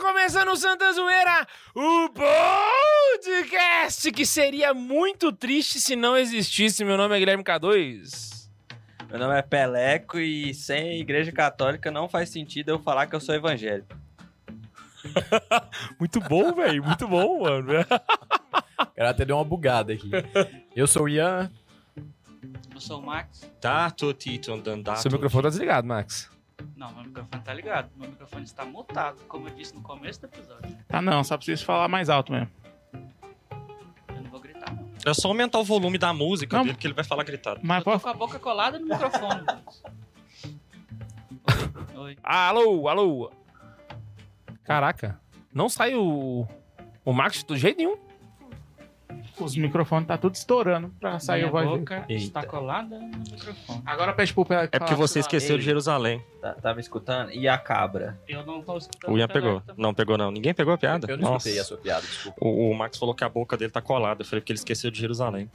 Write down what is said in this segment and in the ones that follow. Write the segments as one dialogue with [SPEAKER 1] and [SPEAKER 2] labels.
[SPEAKER 1] Começa no tá Santa Zoeira o podcast que seria muito triste se não existisse. Meu nome é Guilherme K2.
[SPEAKER 2] Meu nome é Peleco e sem igreja católica não faz sentido eu falar que eu sou evangélico.
[SPEAKER 1] Muito bom, velho. Muito bom, mano.
[SPEAKER 3] O cara até deu uma bugada aqui. Eu sou o Ian.
[SPEAKER 4] Eu sou o Max.
[SPEAKER 5] Tá, tô Tito andando. Tá,
[SPEAKER 1] Seu microfone tá desligado, Max.
[SPEAKER 4] Não, meu microfone tá ligado. Meu microfone está mutado, como eu disse no começo do episódio. né?
[SPEAKER 6] Tá não, só preciso falar mais alto mesmo.
[SPEAKER 4] Eu não vou gritar, não.
[SPEAKER 5] É só aumentar o volume da música
[SPEAKER 6] Não.
[SPEAKER 5] dele, porque ele vai falar gritado.
[SPEAKER 1] Ah,
[SPEAKER 6] Mas
[SPEAKER 4] eu tô
[SPEAKER 6] pode...
[SPEAKER 4] com a boca colada no microfone. Lucas. Oi, oi.
[SPEAKER 1] Ah, Alô, alô. Caraca, não sai o, o Max do jeito nenhum.
[SPEAKER 6] os microfones tá tudo estourando pra sair
[SPEAKER 4] Minha
[SPEAKER 6] a voz. dele.
[SPEAKER 4] boca está colada no microfone.
[SPEAKER 6] Agora pede pro Pelé
[SPEAKER 5] É porque você esqueceu
[SPEAKER 2] Ei.
[SPEAKER 5] de Jerusalém.
[SPEAKER 2] Tá, tá me escutando? E a cabra?
[SPEAKER 4] Eu não tô escutando.
[SPEAKER 5] O Ian
[SPEAKER 4] pela-
[SPEAKER 5] pegou. Não pegou, não. Ninguém pegou a piada?
[SPEAKER 3] Tá Eu não escutei a
[SPEAKER 5] Nossa.
[SPEAKER 3] sua piada, desculpa.
[SPEAKER 5] O, o Max falou que a boca dele tá colada. Eu falei que ele esqueceu de Jerusalém.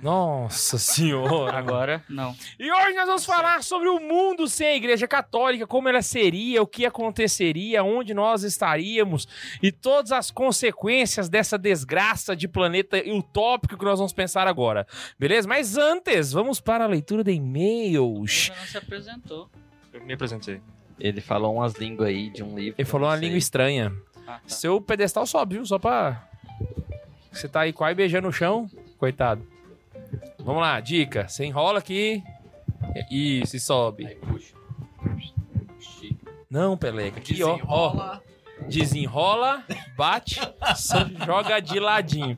[SPEAKER 1] Nossa senhora.
[SPEAKER 4] Agora, não.
[SPEAKER 1] E hoje nós vamos falar sobre o mundo sem a Igreja Católica, como ela seria, o que aconteceria, onde nós estaríamos e todas as consequências dessa desgraça de planeta utópico que nós vamos pensar agora. Beleza? Mas antes, vamos para a leitura de e-mails.
[SPEAKER 4] Ainda não se apresentou.
[SPEAKER 5] Eu me apresentei.
[SPEAKER 2] Ele falou umas línguas aí de um livro.
[SPEAKER 1] Ele falou
[SPEAKER 2] eu
[SPEAKER 1] uma
[SPEAKER 2] não sei.
[SPEAKER 1] língua estranha.
[SPEAKER 4] Ah, tá.
[SPEAKER 1] Seu pedestal sobe, viu? Só pra. Você tá aí quase beijando o chão. Coitado. Vamos lá, dica. Você enrola aqui. E se sobe.
[SPEAKER 3] Aí, puxa.
[SPEAKER 1] Não, Peleca. Aqui, ó. ó. Desenrola, bate, só joga de ladinho.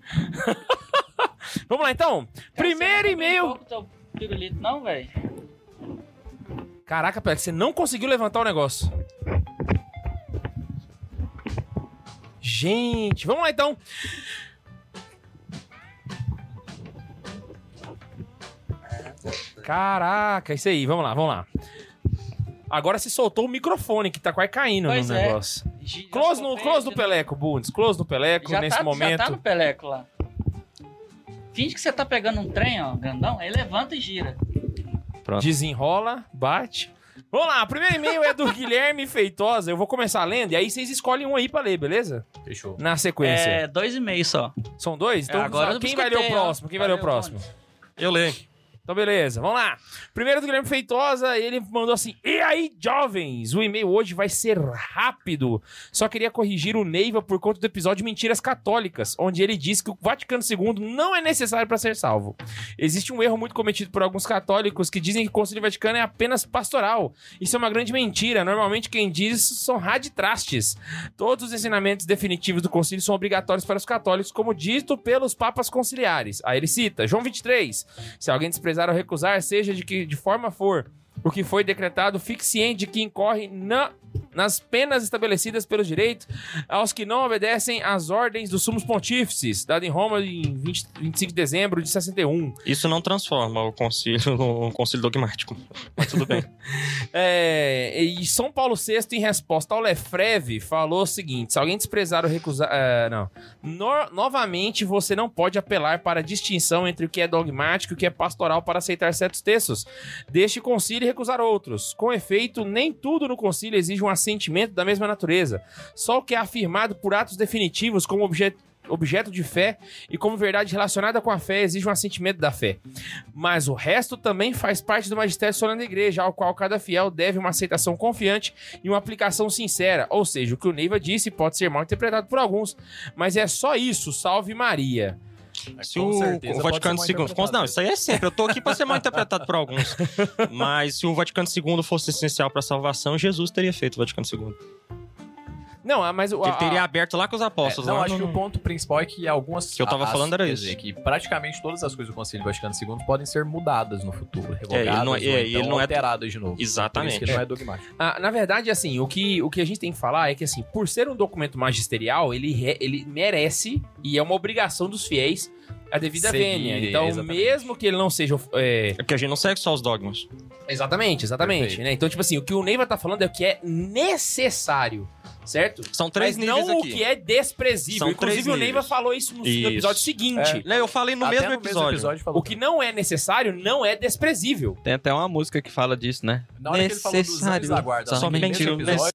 [SPEAKER 1] Vamos lá então.
[SPEAKER 4] Cara,
[SPEAKER 1] Primeiro
[SPEAKER 4] você não
[SPEAKER 1] e-mail.
[SPEAKER 4] brincou com é tá o teu pirulito, não, velho.
[SPEAKER 1] Caraca, Peleca, você não conseguiu levantar o negócio. Gente, vamos lá então. Caraca, isso aí. Vamos lá, vamos lá. Agora se soltou o microfone que tá quase caindo
[SPEAKER 4] Pois
[SPEAKER 1] no
[SPEAKER 4] é.
[SPEAKER 1] negócio.
[SPEAKER 4] Gi- já
[SPEAKER 1] Close no,
[SPEAKER 4] soltei,
[SPEAKER 1] close
[SPEAKER 4] já
[SPEAKER 1] no Peleco, Bundes. Close no Peleco
[SPEAKER 4] Já
[SPEAKER 1] nesse
[SPEAKER 4] tá,
[SPEAKER 1] momento.
[SPEAKER 4] Já tá no Peleco lá. Finge que você tá pegando um trem, ó, grandão, aí levanta e gira. Ah.
[SPEAKER 1] Desenrola, bate. Vamos lá, o primeiro e-mail é do Guilherme Feitosa. Eu vou começar lendo e aí vocês escolhem um aí pra ler, beleza?
[SPEAKER 3] Fechou.
[SPEAKER 1] Na sequência.
[SPEAKER 4] É, dois e meio só.
[SPEAKER 1] São dois? Então
[SPEAKER 4] É, agora eu
[SPEAKER 1] quem vai ler o
[SPEAKER 4] biscoitei, ó.
[SPEAKER 1] próximo? Quem vai ler o
[SPEAKER 4] Valeu,
[SPEAKER 1] próximo?
[SPEAKER 5] Eu leio.
[SPEAKER 1] Então, beleza, vamos lá. Primeiro do Guilherme Feitosa, ele mandou assim: E aí, jovens? O e-mail hoje vai ser rápido. Só queria corrigir o Neiva por conta do episódio Mentiras Católicas, onde ele disse que o Vaticano II não é necessário para ser salvo. Existe um erro muito cometido por alguns católicos que dizem que o Conselho Vaticano é apenas pastoral. Isso é uma grande mentira. Normalmente, quem diz isso são raditrastes. Todos os ensinamentos definitivos do concílio são obrigatórios para os católicos, como dito pelos papas conciliares. Aí ele cita João 23. Se alguém desprezar ou recusar, seja de que de forma for, o que foi decretado, fique ciente de que incorre na- nas penas estabelecidas pelo direito aos que não obedecem às ordens dos sumos pontífices, dado em Roma em 20 25 de dezembro de 61.
[SPEAKER 5] Isso não transforma o concílio num concílio dogmático. Mas tudo bem.
[SPEAKER 1] É, e São Paulo VI, em resposta ao Lefreve, falou o seguinte: se alguém desprezar ou recusar. é, não. No- novamente, você não pode apelar para a distinção entre o que é dogmático e o que é pastoral para aceitar certos textos. Deixe o concílio e recusar outros. Com efeito, nem tudo no concílio exige um assentimento da mesma natureza. Só o que é afirmado por atos definitivos como obje- Objeto de fé e como verdade relacionada com a fé exige um assentimento da fé mas o resto também faz parte do magistério solene da igreja, ao qual cada fiel deve uma aceitação confiante e uma aplicação sincera. Ou seja, o que o Neiva disse pode ser mal interpretado por alguns, mas é só isso, salve Maria.
[SPEAKER 3] É,
[SPEAKER 5] Se o, o Vaticano II. cons- Não, isso aí é sempre. Eu tô aqui pra ser mal interpretado por alguns. Mas se o Vaticano II fosse essencial pra salvação, Jesus teria feito o Vaticano II.
[SPEAKER 1] Não, ah, mas o.
[SPEAKER 5] Ele
[SPEAKER 1] a-
[SPEAKER 5] teria aberto lá com os apóstolos.
[SPEAKER 3] É, não,
[SPEAKER 5] lá
[SPEAKER 3] acho
[SPEAKER 5] no-
[SPEAKER 3] que o ponto principal é que algumas.
[SPEAKER 5] um Que eu tava
[SPEAKER 3] as-
[SPEAKER 5] falando era
[SPEAKER 3] quer
[SPEAKER 5] isso.
[SPEAKER 3] Dizer, que praticamente todas as coisas do Concílio Vaticano II podem ser mudadas no futuro, revogadas,
[SPEAKER 5] ele não é-
[SPEAKER 3] ou
[SPEAKER 5] é, ele
[SPEAKER 3] então
[SPEAKER 5] não é-
[SPEAKER 3] alteradas de novo. Por isso
[SPEAKER 5] Exatamente.
[SPEAKER 3] que ele não é dogmático.
[SPEAKER 1] Ah, na verdade, assim, o que, o que a gente tem que falar é que, assim, por ser um documento magisterial, ele, re- ele merece e é uma obrigação dos fiéis a devida
[SPEAKER 3] Seguir,
[SPEAKER 1] vênia. Então,
[SPEAKER 3] exatamente.
[SPEAKER 1] mesmo que ele não seja. é,
[SPEAKER 5] É porque a gente não segue só os dogmas.
[SPEAKER 1] exatamente, exatamente.
[SPEAKER 3] Perfeito.
[SPEAKER 1] né? Então, tipo assim, o que o Neiva tá falando é o que é necessário, certo?
[SPEAKER 5] São três
[SPEAKER 1] mas
[SPEAKER 5] níveis
[SPEAKER 1] não
[SPEAKER 5] aqui.
[SPEAKER 1] o que é desprezível.
[SPEAKER 5] São
[SPEAKER 1] Inclusive,
[SPEAKER 5] três
[SPEAKER 1] o Neiva
[SPEAKER 5] níveis.
[SPEAKER 1] falou isso no
[SPEAKER 5] Isso.
[SPEAKER 1] episódio seguinte.
[SPEAKER 5] Né, Eu falei no
[SPEAKER 3] Até
[SPEAKER 5] mesmo episódio.
[SPEAKER 3] falou
[SPEAKER 1] O que não é necessário não é desprezível.
[SPEAKER 2] Tem até uma música que fala disso, né?
[SPEAKER 3] Na hora que ele falou dos anjos da guarda,
[SPEAKER 2] Necessário.
[SPEAKER 3] no mesmo
[SPEAKER 5] Somente o
[SPEAKER 3] episódio,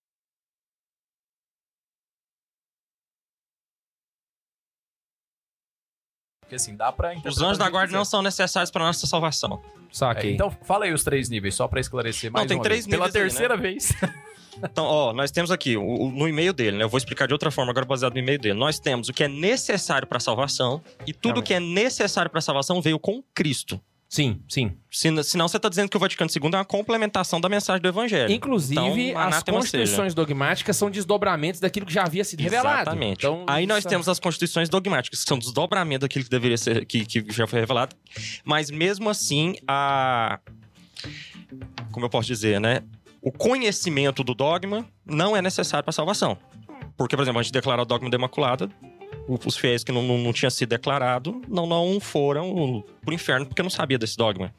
[SPEAKER 3] Porque assim, dá pra
[SPEAKER 5] Os
[SPEAKER 3] interpretar
[SPEAKER 5] anjos
[SPEAKER 3] do
[SPEAKER 5] da
[SPEAKER 3] jeito
[SPEAKER 5] guarda
[SPEAKER 3] que
[SPEAKER 5] não
[SPEAKER 3] quiser.
[SPEAKER 5] são necessários para nossa salvação.
[SPEAKER 1] Saquei.
[SPEAKER 3] É, então, fala aí os três níveis, só pra esclarecer
[SPEAKER 5] Não,
[SPEAKER 3] mais
[SPEAKER 5] tem
[SPEAKER 3] uma
[SPEAKER 5] três
[SPEAKER 3] vez. Pela
[SPEAKER 5] níveis aí, né?
[SPEAKER 3] terceira vez.
[SPEAKER 5] Então, ó, nós temos aqui o- o- no e-mail dele, né? Eu vou explicar de outra forma agora baseado no e-mail dele. Nós temos o que é necessário para salvação e tudo
[SPEAKER 1] Amém.
[SPEAKER 5] que é necessário para salvação veio com Cristo.
[SPEAKER 1] Sim, sim.
[SPEAKER 5] Sen- Senão você tá dizendo que o Vaticano II é uma complementação da mensagem do Evangelho.
[SPEAKER 1] Inclusive,
[SPEAKER 5] É, então,
[SPEAKER 1] as
[SPEAKER 5] anátema
[SPEAKER 1] constituições dogmáticas são desdobramentos daquilo que já havia sido revelado.
[SPEAKER 5] Exatamente.
[SPEAKER 1] Então,
[SPEAKER 5] Aí nós
[SPEAKER 1] isso-
[SPEAKER 5] temos as constituições dogmáticas, que são desdobramento daquilo que deveria ser, que, que já foi revelado. Mas mesmo assim, a. Como eu posso dizer, né? O conhecimento do dogma não é necessário para salvação. Porque, por exemplo, a gente declarou o dogma da Imaculada, o- os fiéis que não, não, não tinha sido declarado não, não foram pro inferno porque não sabia desse dogma.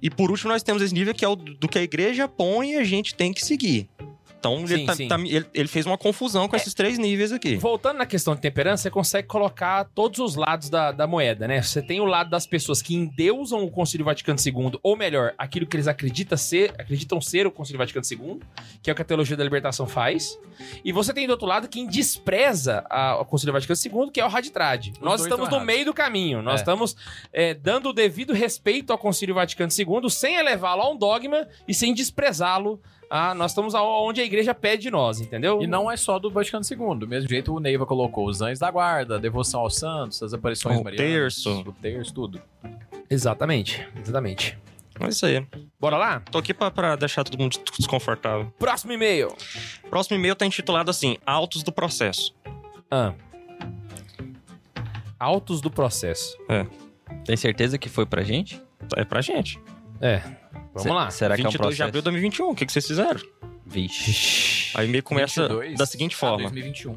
[SPEAKER 5] E por último, nós temos esse nível que é o do que a igreja põe e a gente tem que seguir. Então, ele,
[SPEAKER 1] Sim,
[SPEAKER 5] tá-
[SPEAKER 1] sim.
[SPEAKER 5] tá- ele- ele fez uma confusão com esses três níveis aqui.
[SPEAKER 1] Voltando na questão de temperança, você consegue colocar todos os lados da, da moeda, né? Você tem o lado das pessoas que endeusam o Concílio Vaticano II, ou melhor, aquilo que eles acreditam ser, acreditam ser o Concílio Vaticano II, que é o que a Teologia da Libertação faz. E você tem do outro lado quem despreza a- o Concílio Vaticano II, que é o Raditrade. Nós
[SPEAKER 3] dois
[SPEAKER 1] estamos
[SPEAKER 3] estão
[SPEAKER 1] no meio do caminho. Nós
[SPEAKER 3] É.
[SPEAKER 1] estamos é, dando o devido respeito ao Concílio Vaticano II, sem elevá-lo a um dogma e sem desprezá-lo. Ah, nós estamos onde a igreja pede de nós, entendeu?
[SPEAKER 3] E não é só do Vaticano II. Do mesmo jeito, o Neiva colocou os anjos da guarda, a devoção aos santos, as aparições
[SPEAKER 5] O
[SPEAKER 3] marianas.
[SPEAKER 5] terço.
[SPEAKER 3] O terço, tudo.
[SPEAKER 1] Exatamente, exatamente.
[SPEAKER 5] É isso aí.
[SPEAKER 1] Bora lá?
[SPEAKER 5] Tô aqui pra, pra deixar todo mundo desconfortável.
[SPEAKER 1] Próximo e-mail.
[SPEAKER 5] Próximo e-mail tá intitulado assim: Autos do Processo.
[SPEAKER 1] Ah. Autos do processo.
[SPEAKER 2] Tem certeza que foi pra gente?
[SPEAKER 5] É pra gente.
[SPEAKER 1] Vamos
[SPEAKER 2] Se-
[SPEAKER 1] lá.
[SPEAKER 2] Será que é um
[SPEAKER 5] 22
[SPEAKER 2] processo?
[SPEAKER 5] de abril de 2021. O que, que vocês fizeram?
[SPEAKER 2] Vixe.
[SPEAKER 5] Aí o e-mail começa
[SPEAKER 3] 22
[SPEAKER 5] da seguinte
[SPEAKER 3] a
[SPEAKER 5] forma:
[SPEAKER 3] 2021.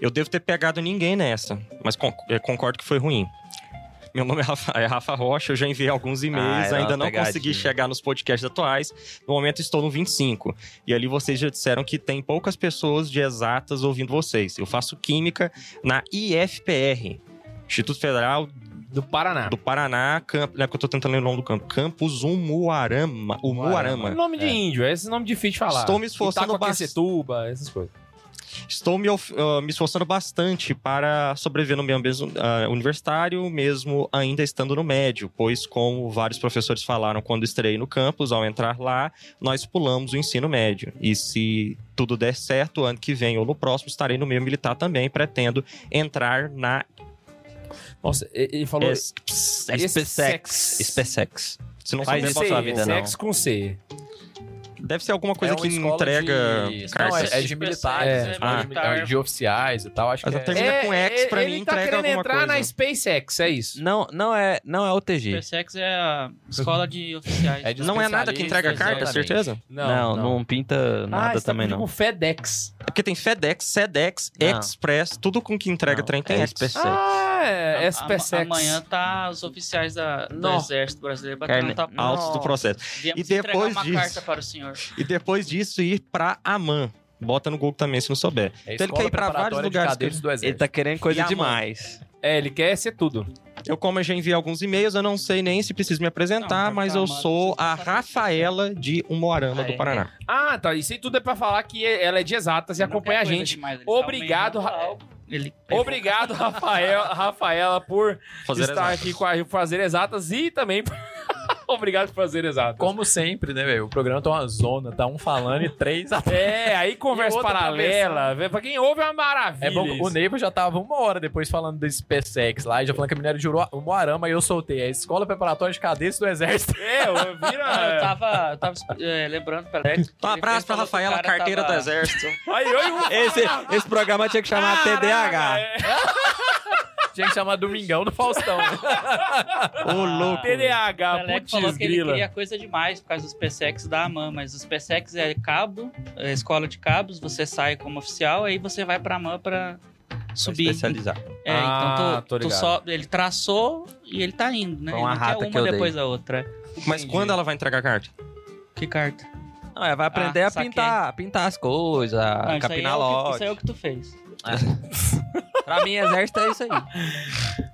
[SPEAKER 5] Eu devo ter pegado ninguém nessa, mas con- eh, concordo que foi ruim. Meu nome é Rafa, é Rafa Rocha, eu já enviei alguns
[SPEAKER 2] Ah,
[SPEAKER 5] e-mails,
[SPEAKER 2] era uma
[SPEAKER 5] ainda não
[SPEAKER 2] pegadinha.
[SPEAKER 5] consegui chegar nos podcasts atuais. No momento estou no 25. E ali vocês já disseram que tem poucas pessoas de exatas ouvindo vocês. Eu faço química na IFPR, Instituto Federal
[SPEAKER 1] Do Paraná.
[SPEAKER 5] do Paraná, camp... na época eu tô tentando ler o nome do campo, Campus Umuarama. Umuarama.
[SPEAKER 1] Nome de índio, é esse nome difícil de falar.
[SPEAKER 5] Estou me esforçando bastante.
[SPEAKER 1] Itacoaquecetuba, essas coisas.
[SPEAKER 5] Estou me, of- ah, me esforçando bastante para sobreviver no meio ambiente ah, universitário, mesmo ainda estando no médio, pois, como vários professores falaram quando estreiei no campus, ao entrar lá, nós pulamos o ensino médio. E se tudo der certo, ano que vem ou no próximo, estarei no meio militar também, pretendo entrar na
[SPEAKER 1] Nossa, ele ele falou.
[SPEAKER 5] S-
[SPEAKER 1] SpaceX.
[SPEAKER 2] SpaceX.
[SPEAKER 5] Se não
[SPEAKER 2] Faz
[SPEAKER 1] com
[SPEAKER 5] souber,
[SPEAKER 2] isso
[SPEAKER 5] posso
[SPEAKER 1] C,
[SPEAKER 2] sua vida, não.
[SPEAKER 1] sexo com C.
[SPEAKER 5] né? Deve ser alguma coisa
[SPEAKER 3] É uma
[SPEAKER 5] que
[SPEAKER 3] escola
[SPEAKER 5] entrega
[SPEAKER 3] de-
[SPEAKER 5] cartas.
[SPEAKER 3] Não, é, é de militares.
[SPEAKER 1] É.
[SPEAKER 3] né?
[SPEAKER 5] Ah,
[SPEAKER 3] de, militares,
[SPEAKER 4] tá.
[SPEAKER 3] de oficiais e tal. Acho
[SPEAKER 5] Mas
[SPEAKER 3] que
[SPEAKER 5] eu terminei-
[SPEAKER 3] é...
[SPEAKER 5] Termina com X pra
[SPEAKER 1] ele
[SPEAKER 5] mim,
[SPEAKER 1] tá
[SPEAKER 5] entrega
[SPEAKER 1] querendo
[SPEAKER 5] alguma
[SPEAKER 1] entrar na
[SPEAKER 5] coisa.
[SPEAKER 1] SpaceX, é isso.
[SPEAKER 2] Não, não é, não é OTG.
[SPEAKER 4] SpaceX é a escola de oficiais.
[SPEAKER 3] É de-
[SPEAKER 5] Não é nada que entrega carta,
[SPEAKER 3] Exatamente.
[SPEAKER 5] certeza?
[SPEAKER 2] Não, não, pinta
[SPEAKER 1] ah,
[SPEAKER 2] nada
[SPEAKER 1] você tá
[SPEAKER 2] também,
[SPEAKER 1] confundindo
[SPEAKER 2] não.
[SPEAKER 1] com FedEx.
[SPEAKER 5] É porque tem FedEx, SEDEX,
[SPEAKER 2] Não.
[SPEAKER 5] Express, tudo com que entrega
[SPEAKER 2] Não,
[SPEAKER 5] trem tem
[SPEAKER 2] é
[SPEAKER 5] Express.
[SPEAKER 2] SpaceX.
[SPEAKER 1] Ah, é,
[SPEAKER 4] Am-
[SPEAKER 1] SpaceX.
[SPEAKER 4] am- Amanhã tá os oficiais da, do
[SPEAKER 1] Não.
[SPEAKER 4] Exército Brasileiro
[SPEAKER 2] Carne-
[SPEAKER 4] batendo na tua
[SPEAKER 5] Altos do processo.
[SPEAKER 4] Viemos
[SPEAKER 5] E depois
[SPEAKER 4] entregar uma
[SPEAKER 5] disso-
[SPEAKER 4] carta para o senhor.
[SPEAKER 5] E depois disso, ir pra Amman. Bota no Google também, se não souber.
[SPEAKER 3] é
[SPEAKER 5] Então ele quer ir pra vários
[SPEAKER 3] preparatória de
[SPEAKER 5] lugares,
[SPEAKER 3] cadetes do
[SPEAKER 2] Ele
[SPEAKER 3] exército.
[SPEAKER 2] tá querendo coisa
[SPEAKER 5] E a mão?
[SPEAKER 2] demais.
[SPEAKER 1] É, ele quer ser tudo.
[SPEAKER 5] Eu, como eu já enviei alguns e-mails, eu não sei nem se preciso me apresentar,
[SPEAKER 4] Não,
[SPEAKER 5] mas
[SPEAKER 4] tá,
[SPEAKER 5] eu
[SPEAKER 4] mano,
[SPEAKER 5] sou
[SPEAKER 4] precisa
[SPEAKER 5] a
[SPEAKER 4] saber.
[SPEAKER 5] Rafaela de Umuarama
[SPEAKER 4] Ah,
[SPEAKER 5] do
[SPEAKER 4] é?
[SPEAKER 5] Paraná.
[SPEAKER 1] Ah, tá. Isso aí tudo é pra falar que ela é de exatas e
[SPEAKER 4] Não
[SPEAKER 1] acompanha
[SPEAKER 4] quer
[SPEAKER 1] a
[SPEAKER 4] coisa
[SPEAKER 1] gente.
[SPEAKER 4] demais, ele tá
[SPEAKER 1] Obrigado,
[SPEAKER 4] aumentando
[SPEAKER 1] Ra-
[SPEAKER 4] algo. Ele- ele-
[SPEAKER 1] Obrigado, Rafael, Rafaela, por
[SPEAKER 5] Fazer
[SPEAKER 1] estar
[SPEAKER 5] exatas.
[SPEAKER 1] aqui com a gente Fazer Exatas e também por- obrigado por Fazer Exatas.
[SPEAKER 3] Como sempre, né, velho? O programa tá uma zona, tá um falando e três atrás.
[SPEAKER 1] É, aí conversa
[SPEAKER 3] E outra
[SPEAKER 1] paralela. vê, Pra quem ouve é uma maravilha.
[SPEAKER 3] É bom,
[SPEAKER 1] isso.
[SPEAKER 3] o Neiva já tava uma hora depois falando do SpaceX lá, e já falando que a minério de Urua- Umuarama, e eu soltei. É a Escola Preparatória de Cadetes do Exército.
[SPEAKER 1] É, eu-
[SPEAKER 4] Não, eu
[SPEAKER 1] vira.
[SPEAKER 4] tava, eu tava é, lembrando pra Alex.
[SPEAKER 5] Então, um abraço pra Rafaela, carteira
[SPEAKER 4] Ah.
[SPEAKER 5] do Exército.
[SPEAKER 1] Aí, oi, um-
[SPEAKER 2] Esse, esse programa tinha que chamar
[SPEAKER 1] Caraca,
[SPEAKER 2] TDH.
[SPEAKER 1] é.
[SPEAKER 3] Tinha que chamar Domingão do Faustão. né?
[SPEAKER 5] Ô, louco.
[SPEAKER 1] TDH,
[SPEAKER 4] Alex falou
[SPEAKER 1] Ah, putz,
[SPEAKER 4] que ele
[SPEAKER 1] grila.
[SPEAKER 4] queria coisa demais por causa dos PSEX da AMAN, mas os PSEX é cabo, é escola de cabos, você sai como oficial, aí você vai pra AMAN pra subir.
[SPEAKER 2] Especializar.
[SPEAKER 4] É,
[SPEAKER 1] Ah,
[SPEAKER 4] então tu,
[SPEAKER 1] tô
[SPEAKER 4] tu
[SPEAKER 1] ligado.
[SPEAKER 4] só. Ele traçou e ele tá indo, né?
[SPEAKER 2] Foi uma
[SPEAKER 4] ele não
[SPEAKER 2] rata
[SPEAKER 4] quer
[SPEAKER 2] que
[SPEAKER 4] uma
[SPEAKER 2] eu dei.
[SPEAKER 4] depois da outra.
[SPEAKER 5] Mas
[SPEAKER 1] Entendi.
[SPEAKER 5] quando ela vai entregar a carta?
[SPEAKER 4] Que carta?
[SPEAKER 2] Não, ela vai aprender a
[SPEAKER 4] saquei.
[SPEAKER 2] pintar, pintar as coisas,
[SPEAKER 4] Não, isso, aí é
[SPEAKER 2] capinar
[SPEAKER 4] o que, isso
[SPEAKER 2] lote.
[SPEAKER 4] aí é o que tu fez.
[SPEAKER 2] Pra mim, exército é isso aí.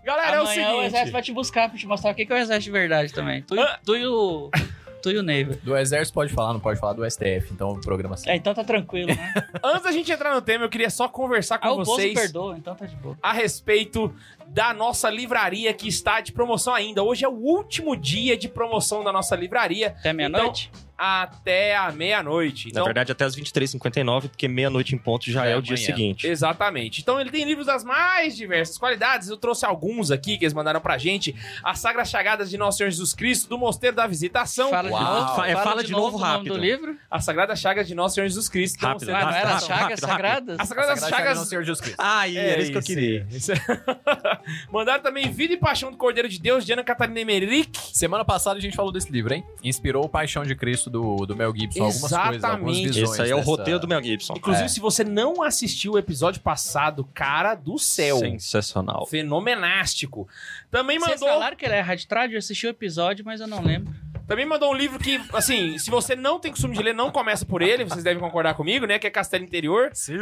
[SPEAKER 1] Galera,
[SPEAKER 4] Amanhã
[SPEAKER 1] é o
[SPEAKER 4] exército
[SPEAKER 1] seguinte.
[SPEAKER 4] vai te buscar pra te mostrar o que que é o exército de verdade também. Tu, e-
[SPEAKER 1] Ah.
[SPEAKER 4] tu e o. tu e o Neiva.
[SPEAKER 3] Do exército pode falar, não pode falar do STF, então o programa assim.
[SPEAKER 4] É, então tá tranquilo, né?
[SPEAKER 1] Antes da gente entrar no tema, eu queria só conversar com
[SPEAKER 4] Ah, o Bozo
[SPEAKER 1] vocês
[SPEAKER 4] perdoa, então tá de boa.
[SPEAKER 1] a respeito da nossa livraria que está de promoção ainda. Hoje é o último dia de promoção da nossa livraria
[SPEAKER 4] Até meia-noite?
[SPEAKER 1] até a meia-noite.
[SPEAKER 5] Na
[SPEAKER 1] Então,
[SPEAKER 5] verdade, até as 23h59, porque meia-noite em ponto já
[SPEAKER 3] Já
[SPEAKER 5] é,
[SPEAKER 3] é
[SPEAKER 5] o dia
[SPEAKER 3] amanhã.
[SPEAKER 5] seguinte.
[SPEAKER 1] Exatamente. Então ele tem livros das mais diversas qualidades. Eu trouxe alguns aqui que eles mandaram pra gente. As Sagras Chagadas de Nosso Senhor Jesus Cristo, do Mosteiro da Visitação.
[SPEAKER 4] Fala de
[SPEAKER 3] Uau.
[SPEAKER 4] novo,
[SPEAKER 5] Fa- é, fala de novo
[SPEAKER 4] o nome
[SPEAKER 5] rápido.
[SPEAKER 4] do livro.
[SPEAKER 1] As Sagradas Chagas de Nosso Senhor Jesus Cristo. do
[SPEAKER 5] Rápido,
[SPEAKER 1] Mosteiro
[SPEAKER 4] Ah,
[SPEAKER 1] da
[SPEAKER 4] não era
[SPEAKER 5] rápido,
[SPEAKER 4] Chagas
[SPEAKER 5] rápido, rápido.
[SPEAKER 4] Sagradas?
[SPEAKER 1] As Sagradas
[SPEAKER 3] Sagrada Chaga
[SPEAKER 1] Chagas...
[SPEAKER 3] não, Senhor Jesus Cristo.
[SPEAKER 5] Ah, e
[SPEAKER 1] É,
[SPEAKER 5] era isso que eu queria.
[SPEAKER 1] Isso. Mandaram também Vida e Paixão do Cordeiro de Deus, de Ana Catarina Emerick.
[SPEAKER 3] Semana passada a gente falou desse livro, hein? Inspirou o Paixão de Cristo do, do Mel Gibson. Algumas coisas, algumas
[SPEAKER 1] Exatamente.
[SPEAKER 3] visões.
[SPEAKER 5] Esse aí é o
[SPEAKER 3] dessa-
[SPEAKER 5] roteiro do Mel Gibson.
[SPEAKER 1] Inclusive, se você não assistiu o episódio passado, cara do céu.
[SPEAKER 5] Sensacional.
[SPEAKER 1] Fenomenástico. Também
[SPEAKER 4] Vocês
[SPEAKER 1] mandou,
[SPEAKER 4] falaram que ele é rádio trad, eu assisti o episódio, mas eu não lembro.
[SPEAKER 1] também mandou um livro que, assim, se você não tem costume de ler, não começa por ele, vocês devem concordar comigo, né? Que é Castelo Interior. Sim!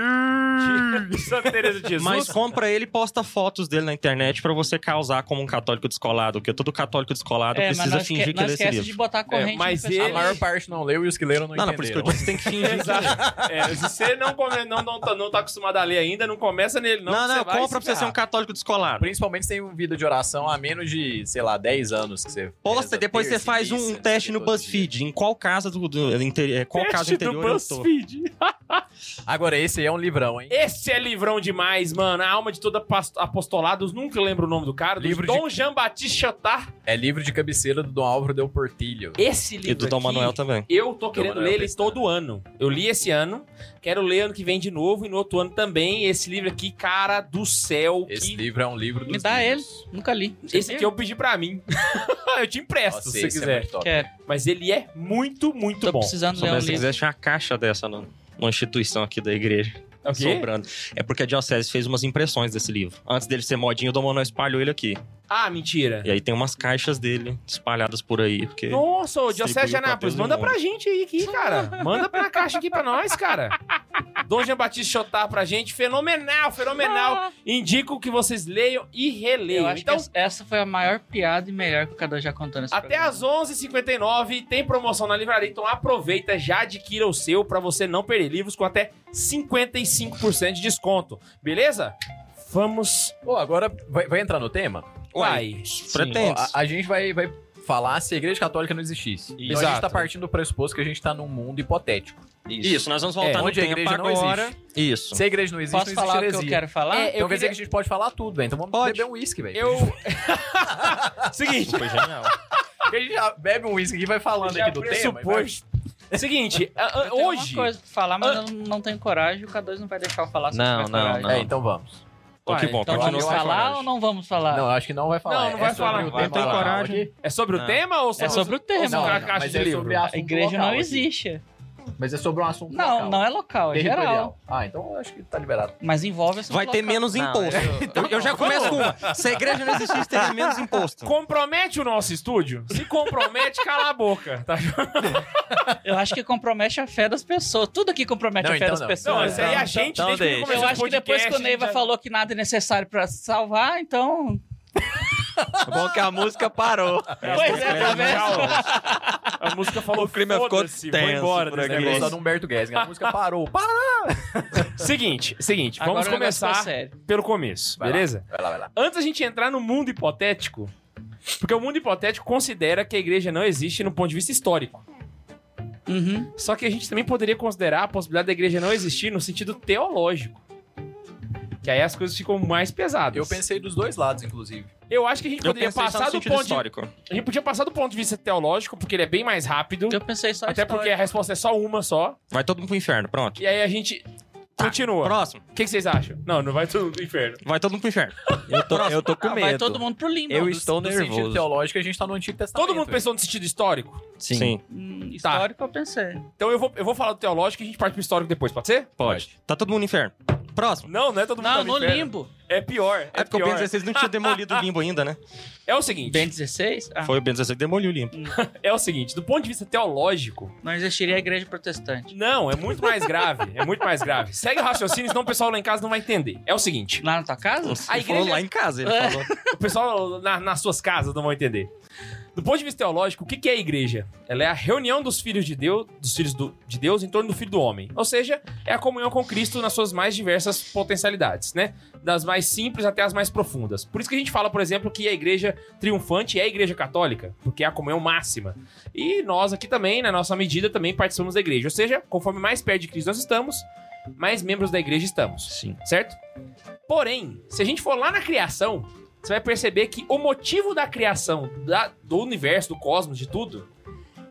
[SPEAKER 1] De Santa Teresa de Jesus.
[SPEAKER 5] Mas compra ele e posta fotos dele na internet pra você causar como um católico descolado, porque todo católico descolado
[SPEAKER 4] É, mas
[SPEAKER 5] precisa
[SPEAKER 4] não esque-
[SPEAKER 5] fingir que
[SPEAKER 4] não
[SPEAKER 5] lê esse
[SPEAKER 4] esquece de
[SPEAKER 5] livro.
[SPEAKER 4] botar a corrente
[SPEAKER 1] É, mas
[SPEAKER 4] no pessoal.
[SPEAKER 1] ele-
[SPEAKER 3] A maior parte não leu e os que leram não,
[SPEAKER 5] Não, não, por isso que
[SPEAKER 3] entenderam.
[SPEAKER 5] eu disse, tem que fingir.
[SPEAKER 1] Exato. É, se você não, come, não, não, tá, não tá acostumado a ler ainda, não começa nele, não.
[SPEAKER 5] Não,
[SPEAKER 1] que
[SPEAKER 5] não,
[SPEAKER 1] você vai
[SPEAKER 5] compra pra
[SPEAKER 1] se
[SPEAKER 5] você ser um
[SPEAKER 1] ferrar.
[SPEAKER 5] católico descolado.
[SPEAKER 3] Principalmente se tem um vida de oração há menos de, sei lá, 10 anos que é você.
[SPEAKER 5] Posta
[SPEAKER 3] reza
[SPEAKER 5] e depois você
[SPEAKER 3] terça e
[SPEAKER 5] faz
[SPEAKER 3] missa,
[SPEAKER 5] um
[SPEAKER 3] não sei
[SPEAKER 5] teste
[SPEAKER 3] o
[SPEAKER 5] no
[SPEAKER 3] que, todo dia.
[SPEAKER 5] BuzzFeed. Em qual casa do, do- interi- é, qual casa
[SPEAKER 1] Teste do
[SPEAKER 5] interior eu tô?
[SPEAKER 1] BuzzFeed.
[SPEAKER 3] Agora, esse aí é um livrão, hein?
[SPEAKER 1] Esse é livrão demais, mano. A alma de toda pasto- apostolado, eu nunca lembro o nome do cara. Do
[SPEAKER 3] Livro de-
[SPEAKER 1] Dom Jean Batiste Chatar.
[SPEAKER 3] É livro de cabeceira do Dom Álvaro Del Portillo.
[SPEAKER 1] Esse livro.
[SPEAKER 5] E do Dom
[SPEAKER 1] aqui,
[SPEAKER 5] Manuel também.
[SPEAKER 1] Eu tô querendo
[SPEAKER 3] Manuel
[SPEAKER 1] ler ele
[SPEAKER 3] Pestana.
[SPEAKER 1] todo ano. Eu li esse ano, quero ler ano que vem de novo e no outro ano também. Esse livro aqui, cara do céu.
[SPEAKER 3] Esse
[SPEAKER 1] que-
[SPEAKER 3] livro é um livro do.
[SPEAKER 4] Me dá ele, nunca li.
[SPEAKER 1] Esse aqui eu pedi pra mim. eu te empresto
[SPEAKER 3] Nossa,
[SPEAKER 1] se você
[SPEAKER 3] esse é
[SPEAKER 1] quiser.
[SPEAKER 3] muito top.
[SPEAKER 4] Quero.
[SPEAKER 1] Mas ele é muito, muito
[SPEAKER 4] Tô
[SPEAKER 1] bom.
[SPEAKER 4] precisando
[SPEAKER 5] Só
[SPEAKER 4] ler um
[SPEAKER 5] mesmo se
[SPEAKER 4] livro.
[SPEAKER 5] quiser tinha uma caixa dessa no- numa instituição aqui da igreja.
[SPEAKER 1] É o quê?
[SPEAKER 5] Sobrando. É porque a Diocese fez umas impressões desse livro. Antes dele ser modinho, o Dom Manuel espalhou ele aqui.
[SPEAKER 1] Ah, mentira.
[SPEAKER 5] E aí tem umas caixas dele espalhadas por aí, porque...
[SPEAKER 1] Nossa, ô Diocese de
[SPEAKER 5] Distribuiu pra
[SPEAKER 1] Anápolis,
[SPEAKER 5] todo
[SPEAKER 1] manda
[SPEAKER 5] mundo.
[SPEAKER 1] pra gente aí aqui, cara. Manda pra caixa aqui pra nós, cara. Dom Jean Batista Chotar pra gente. Fenomenal, fenomenal. Indico que vocês leiam e
[SPEAKER 4] Eu
[SPEAKER 1] releiam.
[SPEAKER 4] acho
[SPEAKER 1] Então,
[SPEAKER 4] que essa- essa foi a maior piada e melhor que o Cadu já contou nesse
[SPEAKER 1] até
[SPEAKER 4] programa.
[SPEAKER 1] às 11h59 tem promoção na livraria. Então aproveita, já adquira o seu pra você não perder livros com até 55% de desconto. Beleza? Vamos.
[SPEAKER 3] Pô, agora vai, vai entrar no tema?
[SPEAKER 1] Uai.
[SPEAKER 5] Pretende.
[SPEAKER 3] Ó, a, a gente vai, vai falar se a Igreja Católica não existisse. Então a
[SPEAKER 1] Exato.
[SPEAKER 3] gente tá partindo do pressuposto que a gente tá num mundo hipotético.
[SPEAKER 5] Isso. nós vamos voltar
[SPEAKER 3] É,
[SPEAKER 5] no
[SPEAKER 3] onde a
[SPEAKER 5] tempo
[SPEAKER 3] igreja não
[SPEAKER 5] agora. Isso.
[SPEAKER 3] Se a Igreja não existe,
[SPEAKER 4] Posso
[SPEAKER 3] não existe
[SPEAKER 4] falar o que eu
[SPEAKER 3] heresia.
[SPEAKER 4] quero falar?
[SPEAKER 1] É, eu
[SPEAKER 3] Então quer dizer
[SPEAKER 1] queria-
[SPEAKER 3] que a gente pode falar tudo, velho. Então vamos
[SPEAKER 5] Pode.
[SPEAKER 3] beber um uísque, velho.
[SPEAKER 1] Eu. Seguinte.
[SPEAKER 5] Foi genial.
[SPEAKER 3] Porque a gente já bebe um uísque aqui e vai falando aqui do tema. e vai-
[SPEAKER 1] pressuposto. Seguinte, a- a-
[SPEAKER 4] Eu tenho
[SPEAKER 1] hoje.
[SPEAKER 4] uma coisa pra falar, mas eu não tenho coragem. O K2 não vai deixar eu falar se eu
[SPEAKER 5] Não,
[SPEAKER 4] tiver
[SPEAKER 5] não,
[SPEAKER 4] coragem.
[SPEAKER 5] não.
[SPEAKER 3] É, então vamos.
[SPEAKER 5] Então, que
[SPEAKER 1] Uai,
[SPEAKER 5] bom,
[SPEAKER 4] Então
[SPEAKER 5] continua
[SPEAKER 4] vamos
[SPEAKER 5] sem
[SPEAKER 4] falar
[SPEAKER 5] coragem.
[SPEAKER 4] ou não vamos falar?
[SPEAKER 3] Não, eu acho que não vai falar. É
[SPEAKER 1] Não, não vai
[SPEAKER 3] sobre
[SPEAKER 1] falar.
[SPEAKER 3] o
[SPEAKER 1] Não
[SPEAKER 3] tema
[SPEAKER 5] tem
[SPEAKER 3] lá,
[SPEAKER 5] coragem.
[SPEAKER 3] ok?
[SPEAKER 1] É sobre o
[SPEAKER 5] Não.
[SPEAKER 1] tema ou sobre
[SPEAKER 4] É sobre o tema.
[SPEAKER 1] Não,
[SPEAKER 4] cara.
[SPEAKER 1] não, caixa
[SPEAKER 3] mas
[SPEAKER 1] de
[SPEAKER 3] é
[SPEAKER 1] livro.
[SPEAKER 3] sobre
[SPEAKER 4] A
[SPEAKER 3] assunto
[SPEAKER 4] igreja
[SPEAKER 3] local
[SPEAKER 4] não
[SPEAKER 3] aqui.
[SPEAKER 4] existe.
[SPEAKER 3] Mas é sobre um assunto
[SPEAKER 4] Não,
[SPEAKER 3] local.
[SPEAKER 4] não é local, é geral.
[SPEAKER 3] territorial. Ah, então eu acho que tá liberado.
[SPEAKER 4] Mas envolve essa
[SPEAKER 5] Vai ter menos imposto. eu, eu já começo com uma. Se a igreja não existisse, teria menos imposto.
[SPEAKER 1] Compromete o nosso estúdio? Se compromete, cala a boca. Tá?
[SPEAKER 4] Eu acho que compromete a fé das pessoas. Tudo aqui compromete
[SPEAKER 3] Não,
[SPEAKER 4] a fé
[SPEAKER 3] então
[SPEAKER 4] das
[SPEAKER 3] não.
[SPEAKER 4] pessoas.
[SPEAKER 1] Não, isso aí a
[SPEAKER 5] então-
[SPEAKER 1] gente
[SPEAKER 5] então
[SPEAKER 1] desde que
[SPEAKER 5] deixa.
[SPEAKER 1] começou
[SPEAKER 4] Eu
[SPEAKER 1] esse
[SPEAKER 4] acho que depois
[SPEAKER 1] podcast,
[SPEAKER 4] que o
[SPEAKER 1] a gente
[SPEAKER 4] Neiva
[SPEAKER 1] já-
[SPEAKER 4] falou que nada é necessário pra salvar, então.
[SPEAKER 5] É bom que a música parou.
[SPEAKER 4] Pois é, tá vendo?
[SPEAKER 1] Tchau. A música falou
[SPEAKER 5] O clima ficou
[SPEAKER 1] "Foda-se, vou
[SPEAKER 5] tenso
[SPEAKER 1] embora
[SPEAKER 5] por
[SPEAKER 1] desse
[SPEAKER 5] aqui.
[SPEAKER 1] negócio."
[SPEAKER 3] Negócio do Humberto Gessing. A música parou. Para!
[SPEAKER 1] Seguinte, seguinte,
[SPEAKER 4] Agora
[SPEAKER 1] vamos
[SPEAKER 4] o negócio ficou
[SPEAKER 1] começar
[SPEAKER 4] sério.
[SPEAKER 1] pelo começo,
[SPEAKER 3] Vai lá.
[SPEAKER 1] beleza?
[SPEAKER 3] Vai lá, vai lá.
[SPEAKER 1] Antes da gente entrar no mundo hipotético, porque o mundo hipotético considera que a igreja não existe no ponto de vista histórico.
[SPEAKER 4] Uhum.
[SPEAKER 1] Só que a gente também poderia considerar a possibilidade da igreja não existir no sentido teológico. Que aí as coisas ficam mais pesadas.
[SPEAKER 3] Eu pensei dos dois lados, inclusive.
[SPEAKER 1] Eu acho que a gente
[SPEAKER 5] Eu
[SPEAKER 1] poderia
[SPEAKER 5] pensei só
[SPEAKER 1] passar
[SPEAKER 5] no
[SPEAKER 1] do
[SPEAKER 5] sentido
[SPEAKER 1] ponto de...
[SPEAKER 5] histórico.
[SPEAKER 1] A gente podia passar do ponto de vista teológico, porque ele é bem mais rápido.
[SPEAKER 4] Eu pensei só
[SPEAKER 1] Até
[SPEAKER 4] história.
[SPEAKER 1] porque a resposta é só uma só.
[SPEAKER 5] Vai todo mundo pro inferno, pronto.
[SPEAKER 1] E aí a gente continua.
[SPEAKER 5] Próximo.
[SPEAKER 1] O que, que vocês acham? Não, não vai tudo pro inferno.
[SPEAKER 5] Vai todo mundo pro inferno.
[SPEAKER 7] Eu tô, eu
[SPEAKER 1] é
[SPEAKER 7] tô com
[SPEAKER 4] Ah,
[SPEAKER 7] medo.
[SPEAKER 4] vai todo mundo pro limbo.
[SPEAKER 7] Eu
[SPEAKER 4] Do-
[SPEAKER 7] estou
[SPEAKER 3] no sentido
[SPEAKER 7] nervoso.
[SPEAKER 3] teológico, a gente tá no Antigo Testamento.
[SPEAKER 1] Todo mundo
[SPEAKER 3] velho.
[SPEAKER 1] pensou no sentido histórico?
[SPEAKER 7] Sim.
[SPEAKER 4] Hum,
[SPEAKER 1] Tá.
[SPEAKER 4] Histórico eu pensei.
[SPEAKER 1] Então eu vou, eu vou falar do teológico e a gente parte pro histórico depois, pode ser?
[SPEAKER 5] pode. Tá todo mundo no inferno. Próximo.
[SPEAKER 1] Não, não é todo mundo
[SPEAKER 4] Não,
[SPEAKER 1] tá
[SPEAKER 4] no
[SPEAKER 1] inferno.
[SPEAKER 4] limbo.
[SPEAKER 1] É pior, é,
[SPEAKER 5] É, porque o
[SPEAKER 1] pior.
[SPEAKER 5] Ben 16 não tinha demolido o limbo ainda, né?
[SPEAKER 1] É o seguinte,
[SPEAKER 4] Ben 16? Ah,
[SPEAKER 5] Foi o Ben 16 que demoliu o limbo.
[SPEAKER 1] é o seguinte, do ponto de vista teológico,
[SPEAKER 4] não existiria a igreja protestante.
[SPEAKER 1] Não, é muito mais grave. É muito mais grave. Segue o raciocínio, senão o pessoal lá em casa não vai entender. É o seguinte:
[SPEAKER 4] Lá na tua casa?
[SPEAKER 5] Ele falou
[SPEAKER 1] igreja-
[SPEAKER 5] lá em casa, ele
[SPEAKER 4] É.
[SPEAKER 5] falou.
[SPEAKER 1] o pessoal na- nas suas casas não vão entender. Do ponto de vista teológico, o que que é a igreja? Ela é a reunião dos filhos de Deus, dos filhos do- de Deus em torno do filho do homem. Ou seja, é a comunhão com Cristo nas suas mais diversas potencialidades, né? Das mais simples até as mais profundas. Por isso que a gente fala, por exemplo, que a igreja triunfante é a igreja católica, porque é a comunhão máxima. E nós aqui também, na nossa medida, também participamos da igreja. Ou seja, conforme mais perto de Cristo nós estamos, mais membros da igreja estamos.
[SPEAKER 5] Sim.
[SPEAKER 1] Certo? Porém, se a gente for lá na criação, você vai perceber que o motivo da criação da- do universo, do cosmos, de tudo,